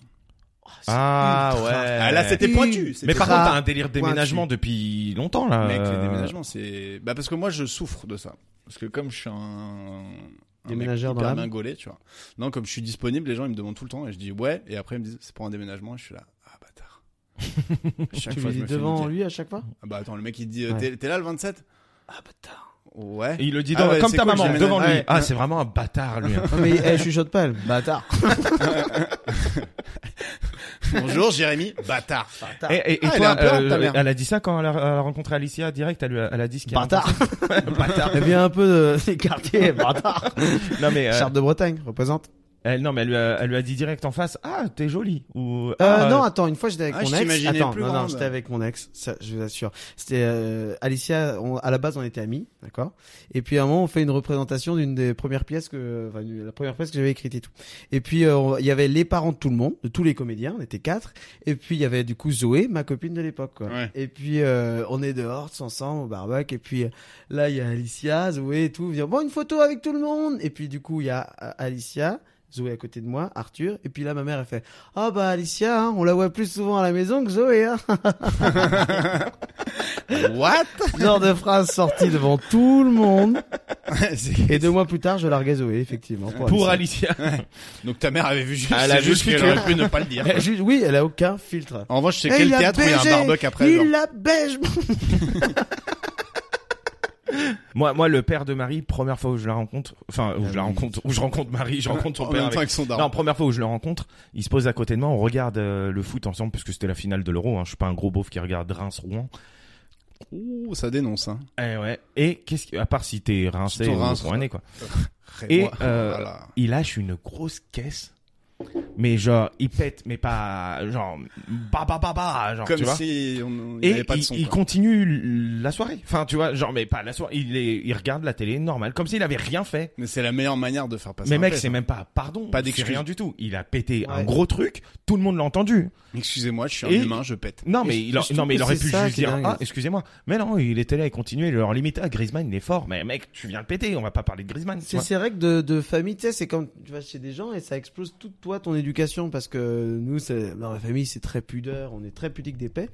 C: Ah, ouais.
A: Euh,
D: Ah, là, c'était pointu. c'était
C: Mais par
A: Ultra
C: contre, t'as un délire déménagement depuis longtemps, là.
D: Mec, les
C: Euh,
D: déménagements, c'est. Bah, parce que moi, je souffre de ça. Parce que comme je suis un. un
A: Déménageur
D: mec
A: dans
D: hyper
A: l'âme.
D: mingolé, tu vois. Non, comme je suis disponible, les gens, ils me demandent tout le temps et je dis ouais. Et après, ils me disent c'est pour un déménagement. Et je suis là, ah, bâtard. Chaque
A: Tu
D: fois, je
A: lui dis
D: me fais
A: devant
D: niquer.
A: lui à chaque fois
D: Ah, bah, attends, le mec, il te dit euh,
A: Ouais.
D: t'es- t'es là le 27 Ah, bâtard. Ouais.
C: et il le dit
D: Ah
C: dans-
D: ouais,
C: comme
D: c'est
C: ta
D: cool,
C: maman,
D: j'aime
C: devant
D: bien.
C: lui.
D: Ouais.
C: Ah, c'est vraiment un bâtard, lui. hein.
A: Non mais eh, je chuchote pas, le bâtard.
D: Bonjour, Jérémy. Bâtard.
A: Bâtard.
C: Et, et- et
D: Ah, elle est un
C: toi,
D: peu honte, ta
C: euh,
D: mère.
C: elle a dit ça quand elle a, elle a rencontré Alicia direct. Elle, lui a- elle a dit ce qu'il y a
A: Bâtard.
D: Eh,
A: Elle vient un peu de- des quartiers, bâtard.
C: rencontré. Non mais, euh,
A: Charte de Bretagne, représente.
C: elle, non mais elle lui, a, elle lui a dit direct en face. Ah, t'es jolie. Ou
A: Euh,
C: ah,
A: non, attends, une fois j'étais avec
D: ah,
A: mon
D: je
A: ex.
D: t'imaginais
A: Attends,
D: plus
A: non, non,
D: grande.
A: j'étais avec mon ex, ça, je vous assure. C'était euh, Alicia, on- à la base on était amis, d'accord Et puis à un moment on fait une représentation d'une des premières pièces que, enfin une- la première pièce que j'avais écrite et tout. Et puis euh, on- il y avait les parents de tout le monde, de tous les comédiens, on était quatre. Et puis il y avait du coup Zoé, ma copine de l'époque. quoi.
D: Ouais.
A: Et puis euh, on est dehors tous ensemble au barbecue. Et puis euh, là il y a Alicia, Zoé et tout. Viens, bon une photo avec tout le monde. Et puis du coup il y a euh, Alicia. Zoé à côté de moi, Arthur, et puis là ma mère elle fait ah bah Alicia, hein, on la voit plus souvent à la maison que Zoé. Hein.
D: What
A: Genre de phrase sortie devant tout le monde.
D: C'est-
A: Et deux mois plus tard, je larguais Zoé, effectivement. Pour,
C: pour Alicia.
D: Donc ta mère avait vu juste.
C: Elle a
D: c'est
C: vu
D: juste
C: ce que
D: qu'elle
C: tu-
D: aurait pu ne pas le dire.
A: Elle- juste- oui, elle a aucun filtre.
D: En revanche, c'est
A: Eh,
D: quel
A: il a
D: théâtre où il y a un
A: baigé,
D: barbecue après genre
A: Il la beige.
C: moi, moi, le père de Marie, première fois où je la rencontre, enfin où
A: Ah
C: je la
A: oui.
C: rencontre, où je rencontre Marie, je rencontre son
D: Euh, En
C: père.
D: même temps avec
C: avec-
D: son
C: Non,
D: daron.
C: première fois où je le rencontre, il se pose à côté de moi, on regarde euh, le foot ensemble puisque c'était la finale de l'Euro. Hein. Je suis pas un gros beauf qui regarde Reims Rouen.
D: Ouh, ça dénonce, hein.
C: Eh ouais. Et qu'est-ce que, à part si t'es rincé
D: Surtout
C: ou
D: Reims,
C: rouennais quoi.
D: Et
C: Et, euh, il lâche une grosse caisse. Mais genre, il pète, mais pas genre bah bah bah bah, genre tu
D: comme
C: vois.
D: si on il
C: Et
D: avait pas de
C: il,
D: son.
C: il
D: quoi.
C: continue l- la soirée. Enfin, tu vois, genre mais pas la soirée. Il, est- il regarde la télé normale, comme s'il avait rien fait.
D: Mais c'est la meilleure manière de faire passer.
C: mais
D: un
C: mec,
D: test,
C: c'est
D: hein.
C: même pas pardon,
D: Pas
C: c'est
D: d'excuse.
C: rien du tout. Il a pété un
A: Ouais.
C: gros truc, tout le monde l'a entendu.
D: Excusez-moi, je suis un
C: Et-
D: humain, je pète.
C: Non mais
A: Et
C: il, a-
A: je trouve
C: non mais il
A: que
C: aurait
A: c'est
C: pu
A: ça
C: juste
A: qui est
C: dire
A: dingue.
C: ah excusez-moi. Mais non, il était là, il continuait, leur limité à Griezmann, il est fort. Mais mec, tu viens le péter, on va pas parler de Griezmann. tu
A: C'est
C: vois.
A: ces règles de, de famille, tu sais, c'est comme tu vas chez des gens et ça explose toute toi ton éducation parce que nous, c'est- dans la famille, c'est très pudeur, on est très pudique d'épais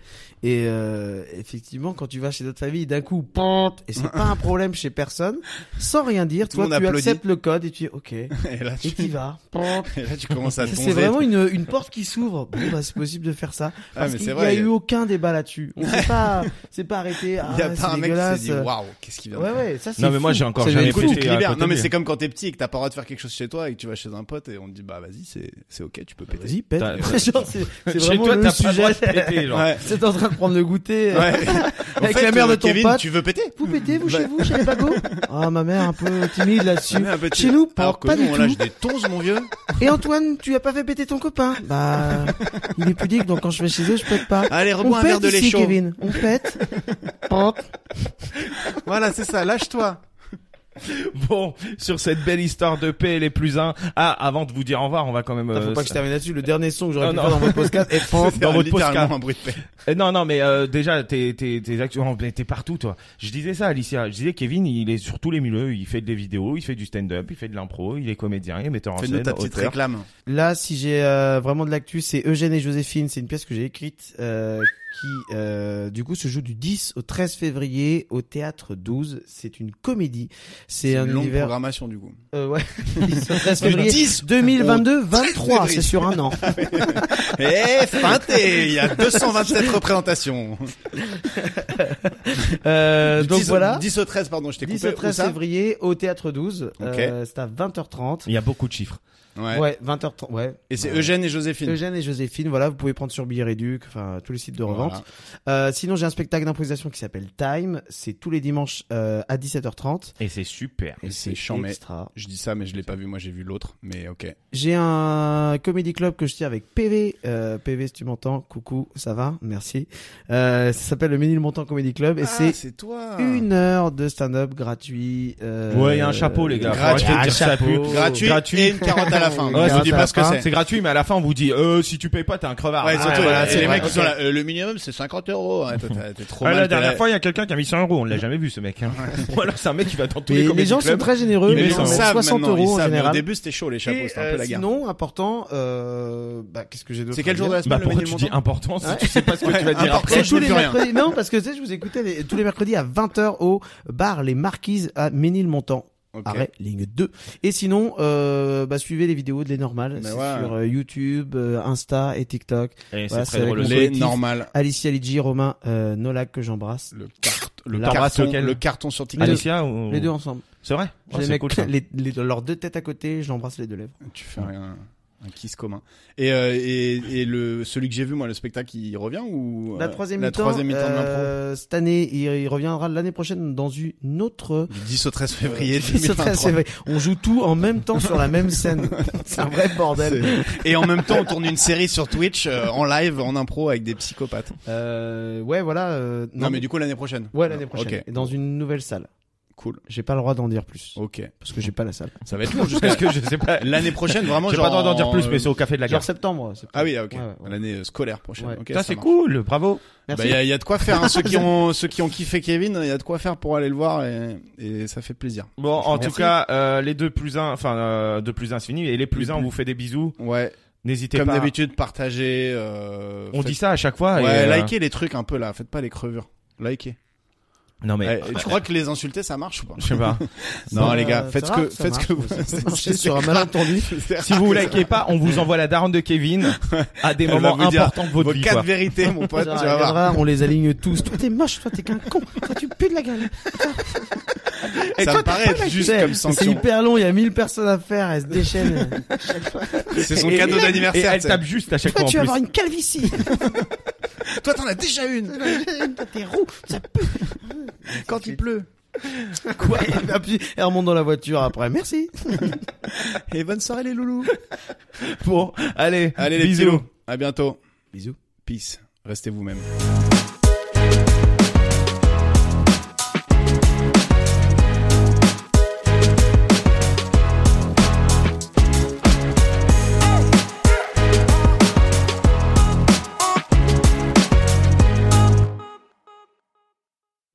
A: et euh, effectivement, quand tu vas chez d'autres familles, d'un coup, pente et c'est pas un problème chez personne, sans rien dire,
D: Tout le
A: toi tu
D: monde applaudit.
A: acceptes le code et tu dis ok et
D: Et là, tu,
A: tu y vas.
D: et là, tu commences à te
A: C'est
D: bronzer.
A: vraiment une, une porte qui s'ouvre. Bon, bah, c'est possible de faire ça.
D: Ah,
A: Parce
D: mais
A: qu'il
D: c'est
A: n'y
D: vrai.
A: a eu aucun débat là-dessus. On s'est pas, c'est pas arrêté. Ah,
D: Il y a
A: c'est
D: pas un mec qui s'est
A: dégueulasse.
D: dit waouw, qu'est-ce qu'il vient de
A: ouais,
D: faire
A: ouais, ça c'est.
C: Non mais moi
A: fou.
C: j'ai encore
A: Ça
C: jamais
A: vient
D: Écoute,
A: de
D: tu
C: pété.
D: te
C: à
D: libères.
C: côté hein.
D: Non, mais
C: de lui.
D: c'est comme quand t'es petit et que t'as pas le droit de faire quelque chose chez toi et que tu vas chez un pote et on te dit bah vas-y, c'est c'est ok, tu peux
A: fou.
D: péter.
A: Vas-y, pète.
C: T'as-
A: Genre, c'est
C: Chez
A: c'est vraiment
C: toi,
A: le
C: t'as pas le droit de
A: sujet.
C: péter, genre.
D: Ouais.
A: C'est en train de prendre le goûter. euh,
D: Ouais. En
A: Avec
D: fait,
A: la mère de
D: euh,
A: ton
D: Kevin,
A: pote.
D: tu veux péter
A: Vous pétez, vous,
D: Ouais.
A: chez vous, chez les bagos Ah, ma mère, un peu timide là-dessus.
D: Ah, Un petit-
A: Chez nous, pas-
D: Alors que
A: pas
D: nous,
A: du
D: on
A: tout.
D: lâche des tonzes, mon vieux.
A: Et Antoine, tu as pas fait péter ton copain Bah, il est pudique, donc quand je vais chez eux, je pète pas.
D: Allez,
A: On
D: rebois Ah, un verre
A: pète
D: de lait
A: ici,
D: chaud.
A: Kevin. On pète. Hop.
D: Voilà, c'est ça, lâche-toi.
C: Bon, sur cette belle histoire de paix les plus uns. Ah, avant de vous dire au revoir, on va quand même.
A: Putain,
C: euh,
A: faut pas que je
C: ça-
A: termine là-dessus. Le dernier son que j'aurais
C: Oh
A: pu
C: non.
A: faire dans votre podcast est
C: Dans
A: Pente.
D: C'est
C: votre
D: littéralement
C: podcast.
D: un bruit de paix.
C: Eh, Non, non, mais euh, déjà, t'es, t'es, t'es actuellement, mais t'es partout, toi. Je disais ça, Alicia. Je disais, Kevin, il est sur tous les milieux. Il fait des vidéos, il fait du stand-up, il fait de l'impro, il est comédien, il est metteur en
D: Fais-nous
C: scène.
D: ta petite
C: auteur.
D: réclame.
A: Là, si j'ai euh, vraiment de l'actu, c'est Eugène et Joséphine. C'est une pièce que j'ai écrite euh, qui, euh, du coup, se joue du 10 au 13 février au Théâtre 12. C'est une comédie. C'est c'est un
D: une longue
A: univers.
D: programmation du coup.
A: Euh, ouais. 13 février 2022, 23, c'est sur un an.
D: Eh, feinté Il y a 227 représentations.
A: Euh,
D: Du
A: donc
D: 10 au-
A: voilà.
D: 10 au 13, pardon, je t'ai coupé.
A: 10 au 13
D: Où ça
A: février au théâtre 12. Euh, c'est à 20h30.
C: Il y a beaucoup de chiffres.
D: Ouais.
A: Ouais, 20h30. Ouais.
D: Et c'est Eugène et Joséphine.
A: Eugène et Joséphine, voilà, vous pouvez prendre sur Billet Réduc, enfin tous les sites de
D: Voilà.
A: revente. Euh, sinon, j'ai un spectacle d'improvisation qui s'appelle Time. C'est tous les dimanches euh, à 17h30.
C: Et c'est super.
A: Et
D: C'est
A: c'est
D: chambé.
A: extra.
D: Je dis ça, mais je l'ai pas vu. Moi, j'ai vu l'autre. Mais ok.
A: J'ai un comedy club que je tiens avec PV. Euh, PV, si tu m'entends, coucou, ça va, merci. Euh, ça s'appelle le Ménilmontant Comedy Club et c'est
D: Ah, c'est toi.
A: une heure de stand-up gratuit. euh,
C: Ouais, il y a un chapeau, les gars.
D: gratuit,
A: gratuit.
C: Faut arrêter de dire ça
A: chapeau.
C: pue.
D: Gratuit,
C: Gratuit.
D: et une carotte à la fin.
A: Oh.
D: je
A: Ouais, Hein,
D: vous
A: carotte
D: dis
A: à
D: pas
A: la
D: ce que
A: fin,
D: c'est.
C: C'est gratuit, mais à la fin, on vous dit, euh, si tu payes pas, t'es un crevard.
D: Ouais,
C: Ah,
D: surtout,
C: voilà,
D: et
C: c'est
D: les
C: vrai,
D: mecs qui sont
C: ok.
D: là. euh, le minimum, c'est 50 euros. Ouais, toi, t'as- T'es trop
C: Ah,
D: mal.
C: la
D: t'es
C: dernière
D: là.
C: fois, il y a quelqu'un qui a mis 100 euros. On l'a jamais vu, ce mec. hein. Ou alors, c'est un mec qui va dans tous
A: Et
C: les
A: les
C: comedy
A: gens sont
C: clubs.
A: très généreux,
C: Ils
A: ils
C: les
A: mettent
C: sont. Ils
D: savent
A: 60
D: maintenant, ils
A: euros en
D: savent, mais Au
A: général.
D: début, c'était chaud, les chapeaux.
A: Et,
D: C'était un peu
A: euh,
D: la guerre.
A: sinon, important, euh, bah, qu'est-ce que j'ai d'autre
D: C'est
A: à
D: quel jour
A: dire
D: de la semaine
C: Bah,
D: le hein.
C: pourquoi tu dis
D: Ménilmontant
C: important si tu sais pas ce que tu vas dire
D: important.
C: après?
A: C'est
D: je
A: tous
D: n'ai
A: les
D: plus rien.
A: mercredis. Non, parce que tu sais, je vous écoutais les- tous les mercredis à 20h au bar Les Marquises à Ménilmontant.
D: Ok.
A: Arrêt ligne 2. Et sinon, euh, bah, suivez les vidéos de Les Normales.
D: Mais
A: C'est
D: ouais.
A: sur euh, YouTube, euh, Insta et TikTok.
C: Et
A: Voilà,
C: C'est très
A: c'est avec
C: drôle.
A: mon
C: aussi.
D: Les
A: collectif.
D: normales.
A: Alicia Lidji, Romain euh, Nolac que j'embrasse.
D: Le, cart- le
A: La
C: race
D: carton,
C: auquel-
D: le carton sur
A: Les deux.
D: TikTok.
C: Alicia ou...
A: Les deux ensemble.
C: C'est vrai?
A: Je
C: Oh,
A: les
C: C'est
A: mets
C: cool, ça.
A: les- les- leurs deux têtes à côté, je l'embrasse les deux lèvres.
D: Tu fais un, un kiss commun. Et, euh, et, et le, celui que j'ai vu, moi, le spectacle, il revient ou euh,
A: La troisième
D: la
A: mi-temps,
D: troisième mi-temps de l'impro
A: euh, cette année, il, il reviendra l'année prochaine dans une autre.
D: Du 10 au 13 février
A: C'est vrai,
D: 2023.
A: c'est vrai. On joue tout en même temps sur la même scène. C'est un vrai bordel.
D: C'est- Et en même temps, on tourne une série sur Twitch euh, en live, en impro avec des psychopathes.
A: Euh, ouais, voilà. euh,
D: Non, mais du coup, l'année prochaine.
A: Ouais, l'année prochaine.
D: Ok,
A: Et Dans une nouvelle salle.
D: cool. Oh.
A: J'ai pas le droit d'en dire plus.
D: Ok.
A: Parce que j'ai pas la salle.
D: Ça va être long jusqu'à
C: Parce que je sais pas.
D: l'année prochaine, vraiment.
C: J'ai pas
D: genre
C: le droit d'en dire
D: en-
C: plus, mais c'est au café de la
A: Genre
C: gare.
A: septembre. septembre.
D: Ah oui, ah, ok.
A: Ouais, ouais, ouais.
D: L'année euh, scolaire prochaine.
A: Ouais.
D: Ok,
C: Putain,
D: ça
C: c'est
D: marche.
C: cool, bravo.
A: Merci.
D: Bah, il y, a- il y a de quoi faire. hein. Ceux qui ont ceux qui ont kiffé Kevin, il y a de quoi faire pour aller le voir et, et ça fait plaisir.
C: Bon, en
A: Merci.
C: tout cas, euh, les deux plus un, enfin, euh, deux plus un, c'est fini. Et les plus
D: Les
C: un, on
D: plus-
C: vous fait des bisous.
D: Ouais.
C: N'hésitez pas.
D: Comme d'habitude, partagez. euh,
C: On
D: faites-
C: dit ça à chaque fois. et,
D: Ouais,
C: euh,
D: likez les trucs un peu là. Faites pas les crevures. Likez.
C: Non, mais.
D: Eh, tu crois que les insulter, ça marche ou pas
C: Je sais pas.
D: Non,
A: Ça-
D: les gars,
A: ça
D: faites ce
A: marche,
D: que
A: ça
D: faites ce que vous.
A: marche, ça
D: c'est-
A: marche.
D: c'est-
A: C'est sur un malentendu.
C: Si vous likez pas, on vous envoie la daronne de Kevin à des
D: Elle va
C: moments
D: vous dire
C: importants de votre
D: Vos
C: vie.
D: quatre
C: quoi.
D: vérités, mon pote, tu
A: Genre,
D: vas voir.
A: regarde, on les aligne tous. Toi, t'es moche, toi, t'es qu'un con. Toi, tu pues de la gueule.
D: Ça me paraît être juste
A: C'est-
D: comme
A: C'est
D: sanction.
A: hyper long, il y a 1000 personnes à faire, elles se déchaînent.
D: C'est son
C: Et-
D: cadeau
C: et- Et
D: d'anniversaire.
C: elle
D: tu sais.
C: tape juste à chaque
A: Toi,
C: fois en
A: tu vas
C: plus.
A: avoir une calvitie.
D: Toi, t'en as déjà une
A: Toi, t'es roux. Ça pue.
D: quand il pleut.
A: Quoi Et puis, elle remonte dans la voiture après. Merci.
D: Et bonne soirée les loulous.
C: Bon, allez,
D: Allez les
C: bisous.
D: bisous. À bientôt.
A: Bisous.
D: Peace. Restez vous-même.